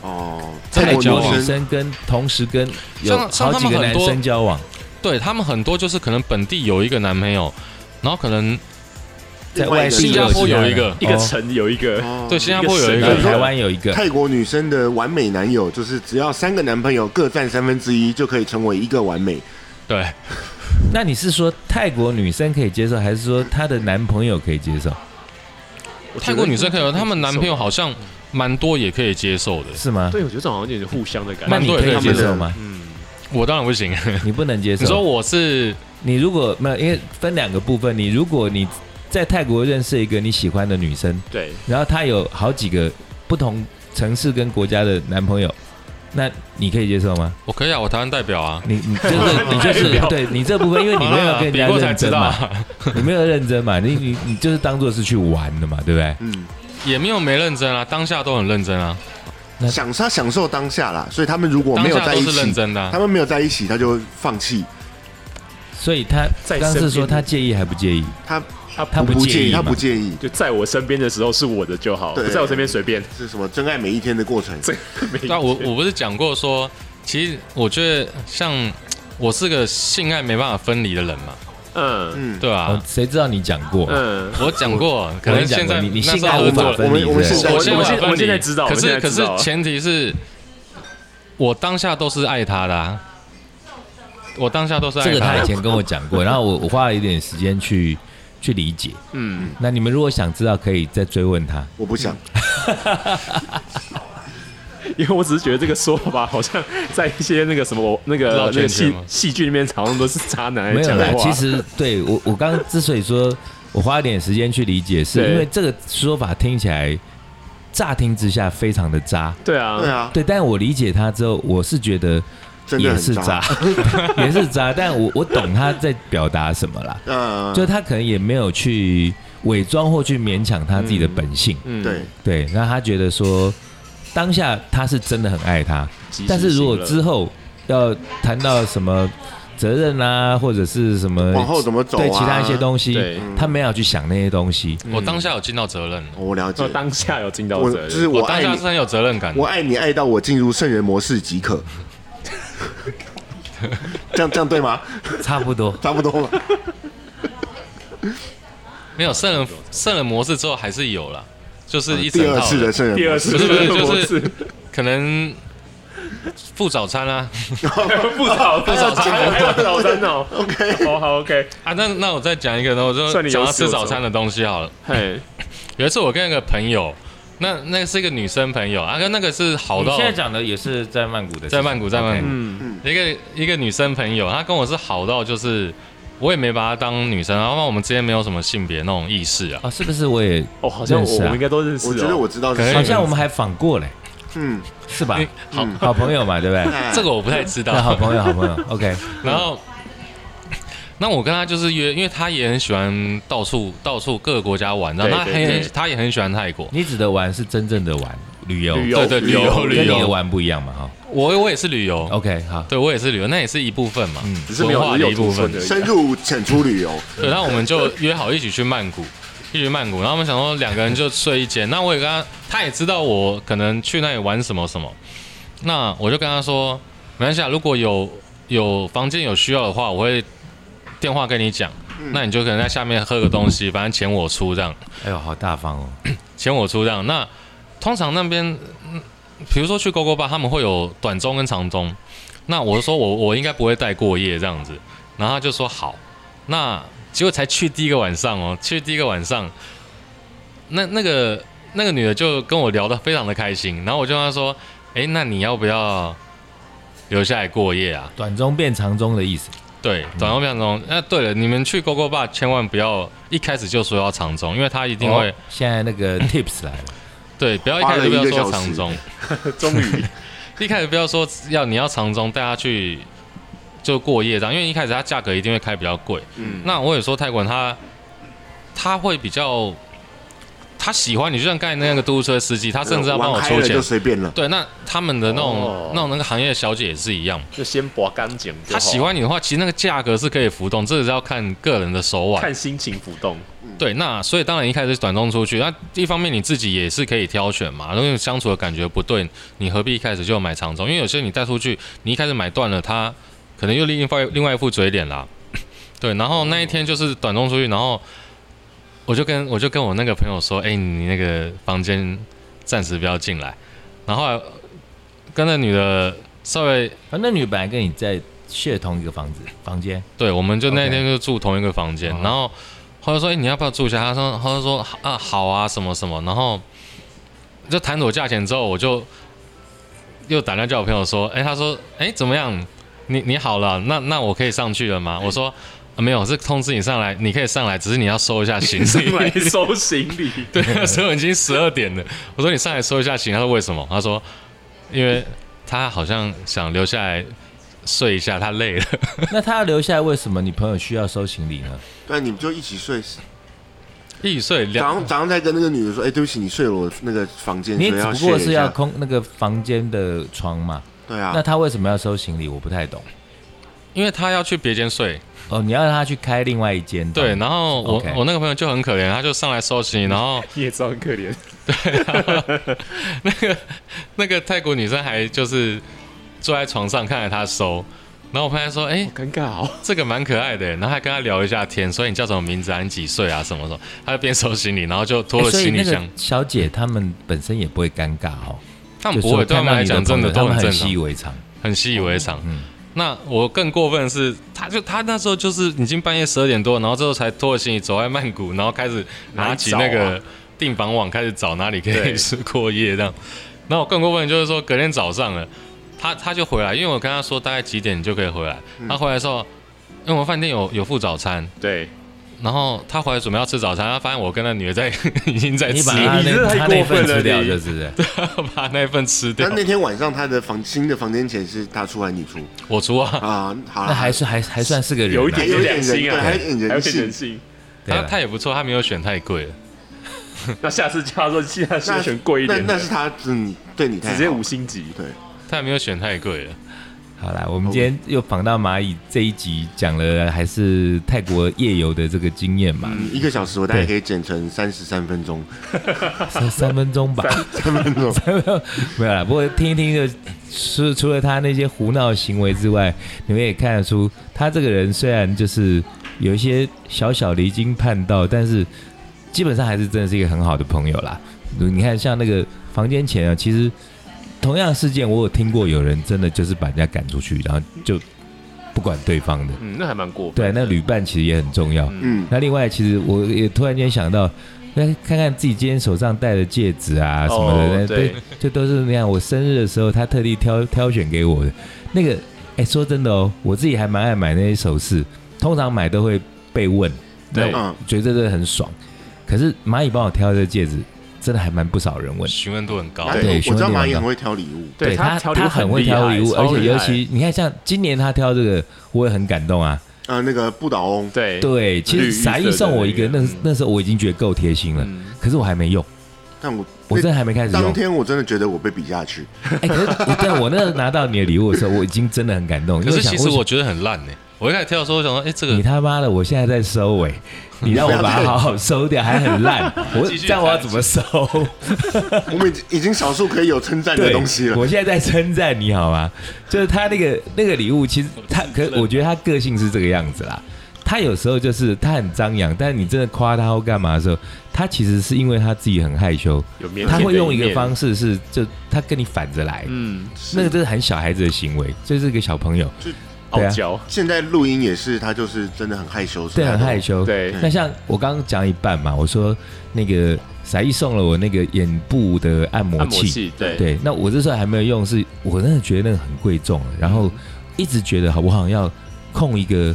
Speaker 4: 哦，
Speaker 6: 泰
Speaker 4: 国
Speaker 6: 国女
Speaker 4: 女生
Speaker 6: 生跟同时跟有
Speaker 1: 像像
Speaker 6: 好
Speaker 1: 他
Speaker 6: 几
Speaker 1: 们
Speaker 6: 个
Speaker 1: 很
Speaker 6: 男
Speaker 1: 多
Speaker 6: 生交往，
Speaker 1: 对他们很多就是可能本地有一个男朋友，然后可能
Speaker 6: 在外地
Speaker 1: 新加坡有一
Speaker 6: 其他人
Speaker 1: 个，
Speaker 5: 一个城有一个，
Speaker 4: 哦
Speaker 1: 对，新加坡有一
Speaker 6: 然后
Speaker 1: 个，
Speaker 6: 台湾有一个，啊
Speaker 4: 泰国女生的完美男友，就是只要三个男朋友各占三分之一，就可以成为一个完美。
Speaker 1: 对，
Speaker 6: 那你是说泰国女生可以接受，还是说她的男朋友可以接受？
Speaker 5: 我觉得
Speaker 1: 泰国女生可以，她们男朋友好像蛮多也可以接受的，
Speaker 6: 是吗？
Speaker 5: 对，我觉得这好像有点互相的感
Speaker 6: 那
Speaker 5: 觉。
Speaker 6: 你可以接受吗？
Speaker 1: 我当然不行。
Speaker 6: 你不能接
Speaker 1: 嗯你说
Speaker 6: 受。
Speaker 1: 我是
Speaker 6: 你如果没有，因为分两个部分，你如果你在泰国认识一个你喜欢的女生，
Speaker 5: 对，
Speaker 6: 然后她有好几个不同城市跟国家的男朋友，那你可以接受吗？
Speaker 1: 我可以啊，我台湾代表啊。
Speaker 6: 你你 就是你就
Speaker 5: 代
Speaker 6: 是
Speaker 5: 表
Speaker 6: 对你这部分，因为 啊你没有跟人
Speaker 1: 比
Speaker 6: 家
Speaker 1: 过才
Speaker 6: 认
Speaker 1: 知
Speaker 6: 真
Speaker 1: 道
Speaker 6: 嘛，
Speaker 1: 啊，
Speaker 6: 你没有认真嘛，你你你就是当做是去玩的嘛，对不对？
Speaker 4: 嗯，
Speaker 1: 也没有没认真啊，当下都很认真啊，
Speaker 6: 那
Speaker 4: 享他享受当下啦，所以他们如果
Speaker 1: 当
Speaker 4: 没有
Speaker 1: 下
Speaker 4: 在
Speaker 1: 都
Speaker 4: 一
Speaker 1: 是认
Speaker 4: 起，
Speaker 1: 真的啊、
Speaker 4: 他们没有在一起，他就放弃，
Speaker 6: 所以她
Speaker 5: 在
Speaker 6: 刚是
Speaker 5: 身
Speaker 6: 说
Speaker 5: 边
Speaker 6: 她介意还不介意？
Speaker 4: 他
Speaker 6: 她
Speaker 4: 不
Speaker 6: 介
Speaker 4: 意，他
Speaker 6: 嘛
Speaker 4: 不？介意，
Speaker 5: 就在我身边的时候是我的就好，
Speaker 4: 对
Speaker 5: 不在我身边随便。
Speaker 4: 是什么真爱每一天的过程。
Speaker 5: 这没
Speaker 1: 对啊，我我不是讲过说，其实我觉得像我是个性爱没办法分离的人嘛，
Speaker 5: 嗯
Speaker 4: 嗯，
Speaker 1: 对
Speaker 6: 哦
Speaker 1: 啊，
Speaker 6: 谁知道你讲过？
Speaker 5: 嗯，
Speaker 1: 我讲过，可
Speaker 6: 我
Speaker 1: 能
Speaker 6: 跟你讲
Speaker 1: 现在
Speaker 6: 过你你
Speaker 1: 那时候
Speaker 6: 性爱无
Speaker 1: 合作
Speaker 6: 法
Speaker 1: 了
Speaker 6: 分离，
Speaker 4: 我们我们
Speaker 6: 是不
Speaker 4: 是
Speaker 6: 是
Speaker 4: 在
Speaker 1: 我
Speaker 5: 我
Speaker 1: 先
Speaker 5: 们现
Speaker 1: 把它分离
Speaker 5: 我现在知道，
Speaker 1: 可
Speaker 5: 我
Speaker 1: 是
Speaker 5: 现在
Speaker 1: 可
Speaker 5: 知
Speaker 1: 是
Speaker 5: 道了
Speaker 1: 前提是我当下都是爱他的、啊，我当下都是爱
Speaker 6: 这个他
Speaker 1: 的啊
Speaker 6: 以前跟我讲过，然后我我花了一点时间去去理解。
Speaker 5: 嗯，
Speaker 6: 那你们如果想知道，可以再追问他。
Speaker 4: 我不想，
Speaker 5: 因为我只是觉得这个说法好像在一些那个什么那个
Speaker 1: 绕
Speaker 5: 那
Speaker 1: 圈圈
Speaker 5: 个戏
Speaker 1: 吗
Speaker 5: 戏剧里面，常常都是渣男
Speaker 6: 没
Speaker 5: 在
Speaker 6: 有
Speaker 5: 哎讲的
Speaker 6: 啦，
Speaker 5: 话。
Speaker 6: 其实对我我刚刚之所以说我花一点时间去理解，是
Speaker 5: 对
Speaker 6: 因为这个说法听起来乍听之下非常的渣。
Speaker 5: 对啊，
Speaker 4: 对啊，
Speaker 6: 对，但我理解他之后，我是觉得
Speaker 4: 真的
Speaker 6: 也
Speaker 4: 很
Speaker 6: 是渣，，也是渣， 但我我懂他在表达什么啦，
Speaker 4: 嗯，
Speaker 6: 就他可能也没有去伪装或去勉强他自己的本性，
Speaker 5: 嗯
Speaker 4: 对，
Speaker 6: 对，那他觉得说当下他是真的很爱他，
Speaker 5: 及时行乐
Speaker 6: 但是如果之后要谈到什么责任啊，或者是什么
Speaker 4: 往后怎么走啊？
Speaker 6: 对其他一些东西
Speaker 5: 对，
Speaker 6: 他没有去想那些东西，
Speaker 5: 嗯
Speaker 1: 我当下有尽到责任，
Speaker 4: 我了解
Speaker 5: 那，当下有尽到
Speaker 4: 我
Speaker 5: 责任，
Speaker 4: 就是
Speaker 1: 我
Speaker 4: 我
Speaker 1: 当
Speaker 4: 爱
Speaker 1: 下
Speaker 4: 你
Speaker 1: 是，很有责任感的。
Speaker 4: 我爱你爱到我进入圣人模式即可。这样这样对吗？
Speaker 6: 差不多。
Speaker 4: 差不多了。
Speaker 1: 没有圣人圣人模式之后还是有啦，就是一整
Speaker 4: 啊第二
Speaker 1: 套
Speaker 4: 次的圣人模式，
Speaker 5: 第二次
Speaker 1: 不是不是
Speaker 5: 模
Speaker 1: 就是
Speaker 5: 式
Speaker 1: 可能付早餐啊 啦、
Speaker 5: 不早不早餐，还有早餐 哦。OK，好好 OK，
Speaker 1: 啊。那那我再讲一个，那我就
Speaker 5: 算你有
Speaker 1: 讲到
Speaker 5: 始有
Speaker 1: 吃
Speaker 5: 终
Speaker 1: 早餐的东西好了。
Speaker 5: 嘿，
Speaker 1: 有一次我跟一个朋友，那那是一个女生朋友啊，跟那个是好到
Speaker 6: 讲的也是在曼谷的事情，
Speaker 1: 在曼谷在曼谷
Speaker 6: OK
Speaker 5: 嗯，
Speaker 1: 一个一个女生朋友，她跟我是好到就是我也没把她当女生，然后我们之间没有什么性别那种意识啊。
Speaker 6: 哦，是不是我也
Speaker 5: 哦，好像我
Speaker 6: 认识啊
Speaker 5: 我们应该都认识哦。
Speaker 4: 我觉得我知道是
Speaker 1: 可以
Speaker 6: 好
Speaker 4: 谁，
Speaker 6: 像我们还访过嘞，
Speaker 4: 嗯，
Speaker 6: 是吧？
Speaker 1: 好，
Speaker 6: 好朋友嘛，对不 对？
Speaker 5: 嗯
Speaker 4: 哎
Speaker 1: 这个我不太知
Speaker 6: 对，
Speaker 1: 道
Speaker 6: 好。朋友，好朋友，OK。
Speaker 1: 然后，那我跟他就是约，因为他也很喜欢到处到处各个国家玩，然后他
Speaker 5: 对对
Speaker 1: 很
Speaker 5: 对
Speaker 1: 他也很喜欢泰国。
Speaker 6: 你指的玩是真正的玩，旅游，
Speaker 5: 旅游
Speaker 1: 对对，旅游哦
Speaker 6: 跟
Speaker 1: 旅
Speaker 6: 你的
Speaker 1: 游，
Speaker 6: 玩不一样嘛，哈。
Speaker 1: 我我也是旅游，
Speaker 6: OK，好，
Speaker 1: 对我也是旅游，那也是一部分嘛，
Speaker 5: 哦嗯只是没有
Speaker 1: 文化
Speaker 5: 只
Speaker 1: 的
Speaker 5: 有
Speaker 1: 一部
Speaker 5: 储
Speaker 1: 分
Speaker 5: 存。而已
Speaker 4: 深入浅出旅游，
Speaker 1: 对，然后我们就约好一起去曼谷， 一起去曼谷。然后我们想说两个人就睡一间，那我也跟他，他也知道我可能去那里玩什么什么，那我就跟他说，没关系啊，如果有有房间有需要的话，我会电话跟你讲。那你就可能在下面喝个东西，反正钱我出这样，
Speaker 6: 哎呦，好大方哦。
Speaker 1: 钱我出这样。那通常那边，嗯比如说去勾勾吧，他们会有短中跟长中。那我就说我我应该不会带过夜这样子，然后他就说好。那结果才去第一个晚上哦，去第一个晚上，那那个那个女的就跟我聊得非常的开心，然后我就跟她说，哎，那你要不要留下来过夜啊？
Speaker 6: 短中变长中的意
Speaker 1: 哦
Speaker 6: 思，
Speaker 1: 对，
Speaker 4: 嗯
Speaker 1: 短中变中。那、对了，你们去勾勾吧，千万不要一开始就说要长中，因为她一定会、
Speaker 6: 哦现在那个 tips 来了，
Speaker 1: 对，不要一开始就不要
Speaker 4: 花了一个小
Speaker 1: 说
Speaker 4: 时
Speaker 1: 长中，
Speaker 5: 终 于
Speaker 1: 一开始不要说要你要长中带他去就过夜这样，因为一开始它价格一定会开比较贵。嗯，那我也说泰国人他他会比较他喜欢你，就像刚才那个嘟嘟车司机，他甚至要帮我
Speaker 4: 玩开
Speaker 1: 出
Speaker 4: 了
Speaker 1: 钱
Speaker 4: 就。随便 了。
Speaker 1: 对，那他们的那种、
Speaker 5: 哦
Speaker 1: 那种那个行业的小姐也是一样，
Speaker 5: 就先拔干净就好。
Speaker 1: 她喜欢你的话，其实那个价格是可以浮动，这个是要看个人的手腕。
Speaker 5: 看心情浮 动，
Speaker 1: 对，那所以当然一开始短中出去，那一方面你自己也是可以挑选嘛，如果你相处的感觉不对，你何必一开始就买长中？因为有些你带出去，你一开始买断了，他可能又 另一外另外一副嘴脸啦。对，然后那一天就是短中出去，然后我就跟我就跟我那个朋友说，哎、你那个房间暂时不要进来。然后后来跟那女的稍微，
Speaker 6: 啊，那女本来跟你在 share 同一个房子 房间，
Speaker 1: 对，我们就那
Speaker 6: OK
Speaker 1: 天就住同一个房间。然后后来说，哎、你要不要住一下？他说，他就说啊，好啊，什么什么。然后就谈妥价钱之后，我就又打电话叫我朋友说，哎、他说，哎、怎么样？你你好了，那那我可以上去了吗？我说、啊没有，是通知你上来，你可以上来，只是你要收一下行李。
Speaker 5: 来收行李，
Speaker 1: 对，那时候已经十二点了。我说你上来收一下行，他说为什么？他说因为他好像想留下来睡一下，他累了。
Speaker 6: 那她要留下来，为什么你朋友需要收行李呢？
Speaker 4: 对啊，你们就一起睡。
Speaker 1: 易睡
Speaker 4: 早
Speaker 1: 两
Speaker 4: 上早上才跟那个女的说，哎、对不起，你睡了我那个房间，
Speaker 6: 你也只
Speaker 4: 所以要
Speaker 6: 不过
Speaker 4: share
Speaker 6: 是
Speaker 4: 一下
Speaker 6: 要空那个房间的床嘛，
Speaker 4: 对啊
Speaker 6: 那， 她为什么要收行李？我不太懂。
Speaker 1: 因为他要去别间睡。
Speaker 6: 哦，你要让她去开另外一间，
Speaker 1: 对，然后我
Speaker 6: OK
Speaker 1: 我那个朋友就很可怜，他就上来收行李，然 后
Speaker 5: 你也知道很可 怜。
Speaker 1: 那个那个泰国女生还就是坐在床上看着他收。然后我朋友说：“哎、
Speaker 5: 尴尬哦，
Speaker 1: 这个蛮可爱的。”然后还跟他聊一下天，所以你叫什么名字啊？你几岁啊？什么什么？他就边收行李，然后就拖
Speaker 6: 欸
Speaker 1: 了
Speaker 6: 所以
Speaker 1: 行李
Speaker 6: 那
Speaker 1: 箱。
Speaker 6: 个小姐她们本身也不会尴尬哦，
Speaker 1: 他们
Speaker 6: 就
Speaker 1: 不会，
Speaker 6: 是
Speaker 1: 对他们来讲真的
Speaker 6: 她
Speaker 1: 都
Speaker 6: 们
Speaker 1: 很正
Speaker 6: 很
Speaker 1: 常
Speaker 6: 习以。为常。
Speaker 1: 很习以为常。
Speaker 6: 嗯
Speaker 1: 那我更过分的是，他就他那时候就是已经半夜十二点多，然后之后才拖着行李走在曼谷，然后开始拿起那
Speaker 5: 哪里
Speaker 6: 啊
Speaker 1: 个订房网开始找哪里可以
Speaker 5: 对
Speaker 1: 吃过夜这样。然后我更过分的就是说，隔天早上了，他他就回来，因为我跟他说大概几点你就可以回来。
Speaker 6: 嗯
Speaker 1: 他回来的时候，因为我们饭店有有附早餐，
Speaker 5: 对，
Speaker 1: 然后他回来准备要吃早餐，他发现我跟那女的在 已经在
Speaker 6: 你
Speaker 1: 吃
Speaker 6: 把，她
Speaker 5: 你这
Speaker 6: 那
Speaker 5: 太
Speaker 6: 她那
Speaker 5: 过分
Speaker 6: 份
Speaker 5: 了
Speaker 6: 吃掉，
Speaker 5: 你
Speaker 6: 就是
Speaker 1: 把那一份吃掉
Speaker 4: 那。那天晚上他的房新的房间钱是他出还是 你出
Speaker 1: 我出啊，
Speaker 4: 啊？好啦
Speaker 6: 那还是还还算是个人啊，
Speaker 5: 有一
Speaker 4: 还
Speaker 5: 点
Speaker 4: 有
Speaker 5: 点
Speaker 4: 一点
Speaker 5: 良心
Speaker 4: 人
Speaker 5: 啊，
Speaker 4: 对还有一点人性
Speaker 5: 还有一点人性。
Speaker 6: 对
Speaker 1: 他
Speaker 6: 啊
Speaker 1: 他也不错，他没有选太贵了。
Speaker 5: 那下次叫他说，现在
Speaker 4: 那
Speaker 5: 先选贵一点
Speaker 4: 那
Speaker 5: 的
Speaker 4: 那，是他嗯对你太好
Speaker 5: 直接五星级。
Speaker 4: 对，
Speaker 1: 他也没有选太贵了。
Speaker 6: 好啦，我们今天又访到蚂蚁这一集，讲了还是泰国夜游的这个经验嘛，
Speaker 4: 嗯一个小时我大概
Speaker 6: 对
Speaker 4: 可以剪成三十三分钟，
Speaker 6: 三 三分钟吧，
Speaker 4: 三分钟。
Speaker 6: 没有啦。不过听一听就，除除了他那些胡闹行为之外，你们也看得出，他这个人虽然就是有一些小小离经叛道，但是基本上还是真的是一个很好的朋友啦。你看，像那个房间钱啊，其实同样事件，我有听过有人真的就是把人家赶出去，然后就不管对方的。
Speaker 5: 嗯，那还蛮过分。
Speaker 6: 对，那旅伴其实也很重要。
Speaker 4: 嗯，
Speaker 6: 那另外，其实我也突然间想到，那看看自己今天手上戴的戒指啊什么的，
Speaker 5: 哦
Speaker 6: 那
Speaker 5: 对，
Speaker 6: 这都是你看我生日的时候，他特地挑挑选给我的。那个，哎，说真的哦，我自己还蛮爱买那些首饰，通常买都会被问，
Speaker 5: 对
Speaker 4: 嗯，
Speaker 6: 觉得这很爽。可是蚂蚁帮我挑的这个戒指，真的还蛮不少人问。
Speaker 1: 询问度很高。
Speaker 4: 蚂
Speaker 6: 对
Speaker 4: 蚁我
Speaker 6: 询
Speaker 4: 知道
Speaker 6: 问
Speaker 4: 蚂
Speaker 6: 力
Speaker 4: 蚁
Speaker 6: 很
Speaker 4: 很
Speaker 6: 高
Speaker 4: 会挑礼物，
Speaker 5: 对
Speaker 6: 他，
Speaker 5: 挑礼物
Speaker 6: 很会
Speaker 5: 厉害
Speaker 6: 挑礼物，
Speaker 5: 超
Speaker 6: 而且
Speaker 5: 厉
Speaker 6: 尤
Speaker 5: 害
Speaker 6: 其你看，像今年他挑这个，我也很感动啊。
Speaker 4: 啊，那个不倒翁，
Speaker 5: 对
Speaker 6: 对，其
Speaker 5: 绿
Speaker 6: 实
Speaker 5: 色
Speaker 6: 傻
Speaker 5: 的
Speaker 6: 义送我
Speaker 5: 那
Speaker 6: 一个，
Speaker 5: 个嗯
Speaker 6: 那那时候我已经觉得够贴心了，可是我还没用，
Speaker 4: 但我
Speaker 6: 我真的还没开始
Speaker 4: 当
Speaker 6: 用。
Speaker 4: 天我真的觉得我被比下去，
Speaker 6: 哎，可是但我那个拿到你的礼物的时候，我已经真的很感动。
Speaker 1: 可
Speaker 6: 因为
Speaker 1: 是
Speaker 6: 想
Speaker 1: 其实
Speaker 6: 为什
Speaker 1: 我觉得很烂呢、我一开始跳的时候，我想说，哎、这
Speaker 6: 你
Speaker 1: 个
Speaker 6: 他妈的，我现在在收尾，你让我把它好好收掉，还很烂，我
Speaker 7: 继续
Speaker 6: 这样我要怎么收？
Speaker 4: 我们已经已经少数可以有称赞的东西了。
Speaker 6: 我现在在称赞你好吗？就是他那个那个礼物，其实他可我觉得他个性是这个样子啦。他有时候就是他很张扬，但你真的夸他或干嘛的时候，他其实是因为他自己很害羞，
Speaker 5: 有腼腆的
Speaker 6: 他会用一个
Speaker 5: 面
Speaker 6: 方式是就他跟你反着来，
Speaker 5: 嗯
Speaker 6: 那个真的很小孩子的行为，就是一个小朋友，对
Speaker 5: 傲
Speaker 6: 啊
Speaker 5: 娇，
Speaker 4: 现在录音也是，他就是真的很害羞，
Speaker 6: 对，很害
Speaker 4: 羞。
Speaker 6: 羞。
Speaker 5: 对
Speaker 6: 那像我刚刚讲一半嘛，我说那个傻一送了我那个眼部的按摩
Speaker 5: 按摩
Speaker 6: 器，
Speaker 5: 器，对，
Speaker 6: 对，那我这时候还没有用，是我真的觉得那个很贵重了，然后一直觉得好不好要空一个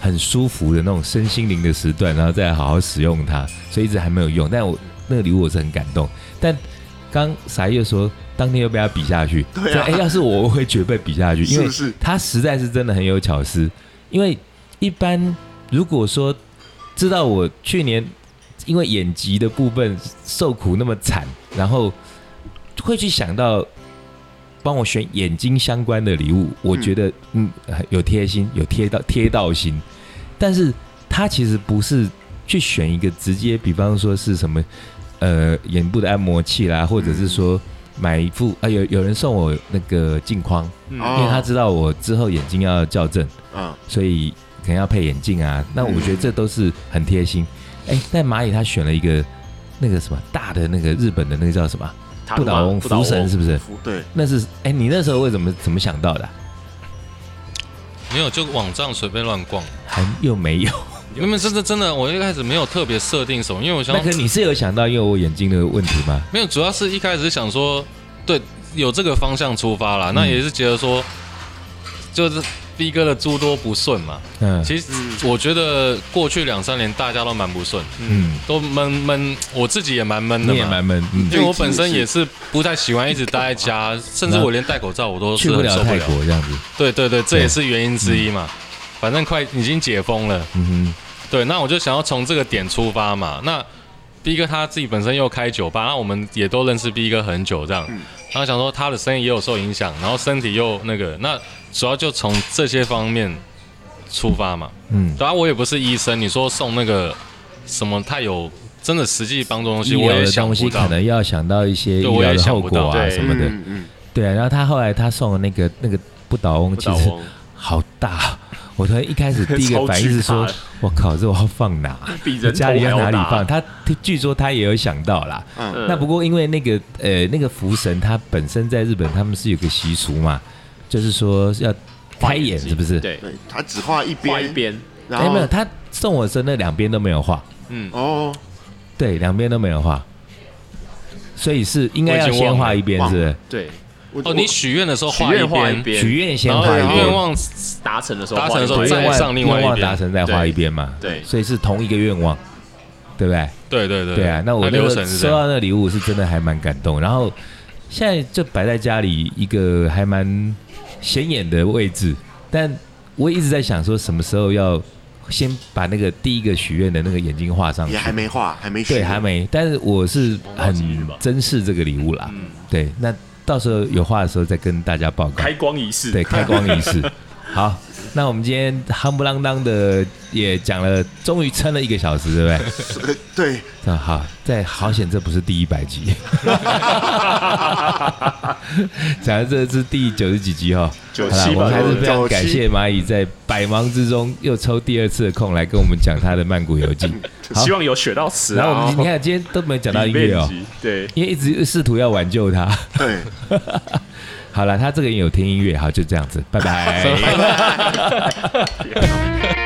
Speaker 6: 很舒服的那种身心灵的时段，然后再好好使用它，所以一直还没有用。但我那个礼物我是很感动，但刚傻又说当天又被他比下去，
Speaker 4: 对啊
Speaker 6: 哎、要是我我会绝被比下去，因为
Speaker 4: 是不是
Speaker 6: 他实在是真的很有巧思。因为一般如果说知道我去年因为眼疾的部分受苦那么惨，然后会去想到帮我选眼睛相关的礼物，我觉得嗯有贴心，有贴到贴到心，但是他其实不是去选一个直接，比方说是什么呃眼部的按摩器啦，或者是说买一副啊、有有人送我那个镜框，
Speaker 1: 哦
Speaker 6: 因为他
Speaker 4: 哦
Speaker 6: 知道我之后眼睛要校正，
Speaker 4: 嗯，
Speaker 6: 啊所以可能要配眼镜啊。那我觉得这都是很贴心。
Speaker 1: 嗯
Speaker 6: 哎，但蚂蚁他选了一个那个什么大的那个日本的那个叫什么啊
Speaker 5: 塔
Speaker 6: 不
Speaker 5: 鲁
Speaker 6: 倒
Speaker 5: 马
Speaker 6: 翁
Speaker 5: 不倒
Speaker 6: 福神是不是？
Speaker 4: 对，
Speaker 6: 那是哎，你那时候为什么怎么想到的啊？
Speaker 1: 没有就网站随便乱逛，
Speaker 6: 还又没 有？
Speaker 1: 因为真的真的，我一开始没有特别设定什么，因为我想
Speaker 6: 那可你是有想到因为我眼睛的问题吗？
Speaker 1: 没有，主要是一开始想说，对，有这个方向出发啦，
Speaker 6: 嗯
Speaker 1: 那也是觉得说，就是 B 哥的诸多不顺嘛。
Speaker 6: 嗯
Speaker 1: 其实我觉得过去两三年大家都蛮不顺，
Speaker 6: 嗯，
Speaker 1: 都闷闷，我自己也蛮闷的
Speaker 6: 你也
Speaker 1: 嘛
Speaker 6: 蛮。闷，嗯，
Speaker 1: 因为我本身也是不太喜欢一直待在家，甚至我连戴口罩我都
Speaker 6: 去
Speaker 1: 是
Speaker 6: 不
Speaker 1: 很
Speaker 6: 了
Speaker 1: 受不
Speaker 6: 泰
Speaker 1: 了。
Speaker 6: 国这样子，
Speaker 1: 对对对，这也是原因之一嘛。反正快已经解封了，
Speaker 6: 嗯
Speaker 1: 对，那我就想要从这个点出发嘛。那 B 哥他自己本身又开酒吧，那我们也都认识 B 哥很久，这样，
Speaker 6: 嗯
Speaker 1: 然后想说他的生意也有受影响，然后身体又那个，那主要就从这些方面出发嘛。
Speaker 6: 哼，嗯，
Speaker 1: 当然我也不是医生，你说送那个什么太有真的实际帮助的东西，
Speaker 6: 医
Speaker 1: 我
Speaker 6: 疗
Speaker 1: 也
Speaker 6: 的
Speaker 1: 想
Speaker 6: 东
Speaker 1: 不
Speaker 6: 西
Speaker 1: 到
Speaker 6: 可。能要想到一些医
Speaker 1: 对我也
Speaker 6: 疗的
Speaker 1: 想
Speaker 6: 后
Speaker 1: 不
Speaker 6: 果
Speaker 1: 到
Speaker 6: 啊
Speaker 5: 对
Speaker 6: 什么的，
Speaker 4: 嗯嗯，
Speaker 6: 对啊。然后他后来他送的那个那个不倒翁，
Speaker 5: 不
Speaker 6: 其
Speaker 5: 倒
Speaker 6: 实
Speaker 5: 翁，
Speaker 6: 好大。我突然一开始第一个反应是
Speaker 5: 超
Speaker 6: 说
Speaker 5: 巨大，
Speaker 6: 我靠，这我要放哪？
Speaker 5: 比人头
Speaker 6: 家里要哪
Speaker 5: 还
Speaker 6: 里
Speaker 5: 要大
Speaker 6: 放？他据说他也有想到啦。
Speaker 5: 嗯
Speaker 6: 那不过因为那个呃那个福神，他本身在日本他们是有个习俗嘛，就是说要开眼，是不是？
Speaker 5: 对，
Speaker 4: 对他只画一边，
Speaker 5: 画一边，
Speaker 4: 然
Speaker 6: 哎，
Speaker 4: 后
Speaker 6: 没有，他送我的时候那两边都没有画，
Speaker 4: 哦，
Speaker 6: 对，两边都没有画，所以是应该
Speaker 1: 我已
Speaker 6: 要
Speaker 1: 经
Speaker 6: 先
Speaker 1: 忘
Speaker 6: 画
Speaker 1: 了
Speaker 6: 一边，
Speaker 4: 忘
Speaker 6: 是不是？
Speaker 5: 对，
Speaker 4: 我
Speaker 1: 哦，你许愿的时候
Speaker 5: 许
Speaker 1: 画
Speaker 5: 愿画
Speaker 1: 一
Speaker 5: 一
Speaker 1: 边，
Speaker 5: 边，
Speaker 6: 许愿先
Speaker 1: 然后
Speaker 6: 画一
Speaker 1: 愿
Speaker 6: 边，
Speaker 1: 望
Speaker 5: 达成的时候画
Speaker 1: 达成的
Speaker 5: 一边，
Speaker 1: 时候
Speaker 5: 对
Speaker 1: 再上另外一
Speaker 6: 愿望
Speaker 1: 边
Speaker 6: 达成再画一边嘛，
Speaker 5: 对对
Speaker 6: 所以是同一个愿望，对不对？
Speaker 1: 对对对，
Speaker 6: 对啊，那我
Speaker 1: 它
Speaker 6: 那
Speaker 1: 流
Speaker 6: 个
Speaker 1: 程是这
Speaker 6: 收
Speaker 1: 样。
Speaker 6: 到那礼物是真的还蛮感动，然后现在就摆在家里一个还蛮显眼的位置，但我一直在想说什么时候要先把那个第一个许愿的那个眼睛画上去
Speaker 4: 也，还没画，还没
Speaker 6: 对，
Speaker 4: 选
Speaker 6: 还没，但是我是很珍视这个礼物啦，
Speaker 1: 嗯
Speaker 6: 对，那到时候有画的时候再跟大家报告
Speaker 5: 开，光仪式，
Speaker 6: 对，开光仪 式，好。那我们今天夯不啷当的也讲了，终于撑了一个小时，对不对？
Speaker 4: 呃 对，
Speaker 6: 那好，在好险，这不是第一百 集，讲的这是第九十几集哈、哦。好啦，
Speaker 5: 97
Speaker 6: 我
Speaker 5: 吧
Speaker 6: 们还是非常
Speaker 4: 97
Speaker 6: 感谢蚂蚁在百忙之中又抽第二次的空来跟我们讲他的曼谷游记。好
Speaker 5: 希，望有学到词
Speaker 6: 然后我
Speaker 5: 啊。
Speaker 6: 们你看今天都没有讲到音
Speaker 5: 里
Speaker 6: 乐
Speaker 5: 面
Speaker 6: 哦，
Speaker 5: 集，对，
Speaker 6: 因为一直试图要挽救他。
Speaker 4: 对，
Speaker 6: 好了，他这个也有听音乐，好，就这样子，拜拜。
Speaker 5: 天啊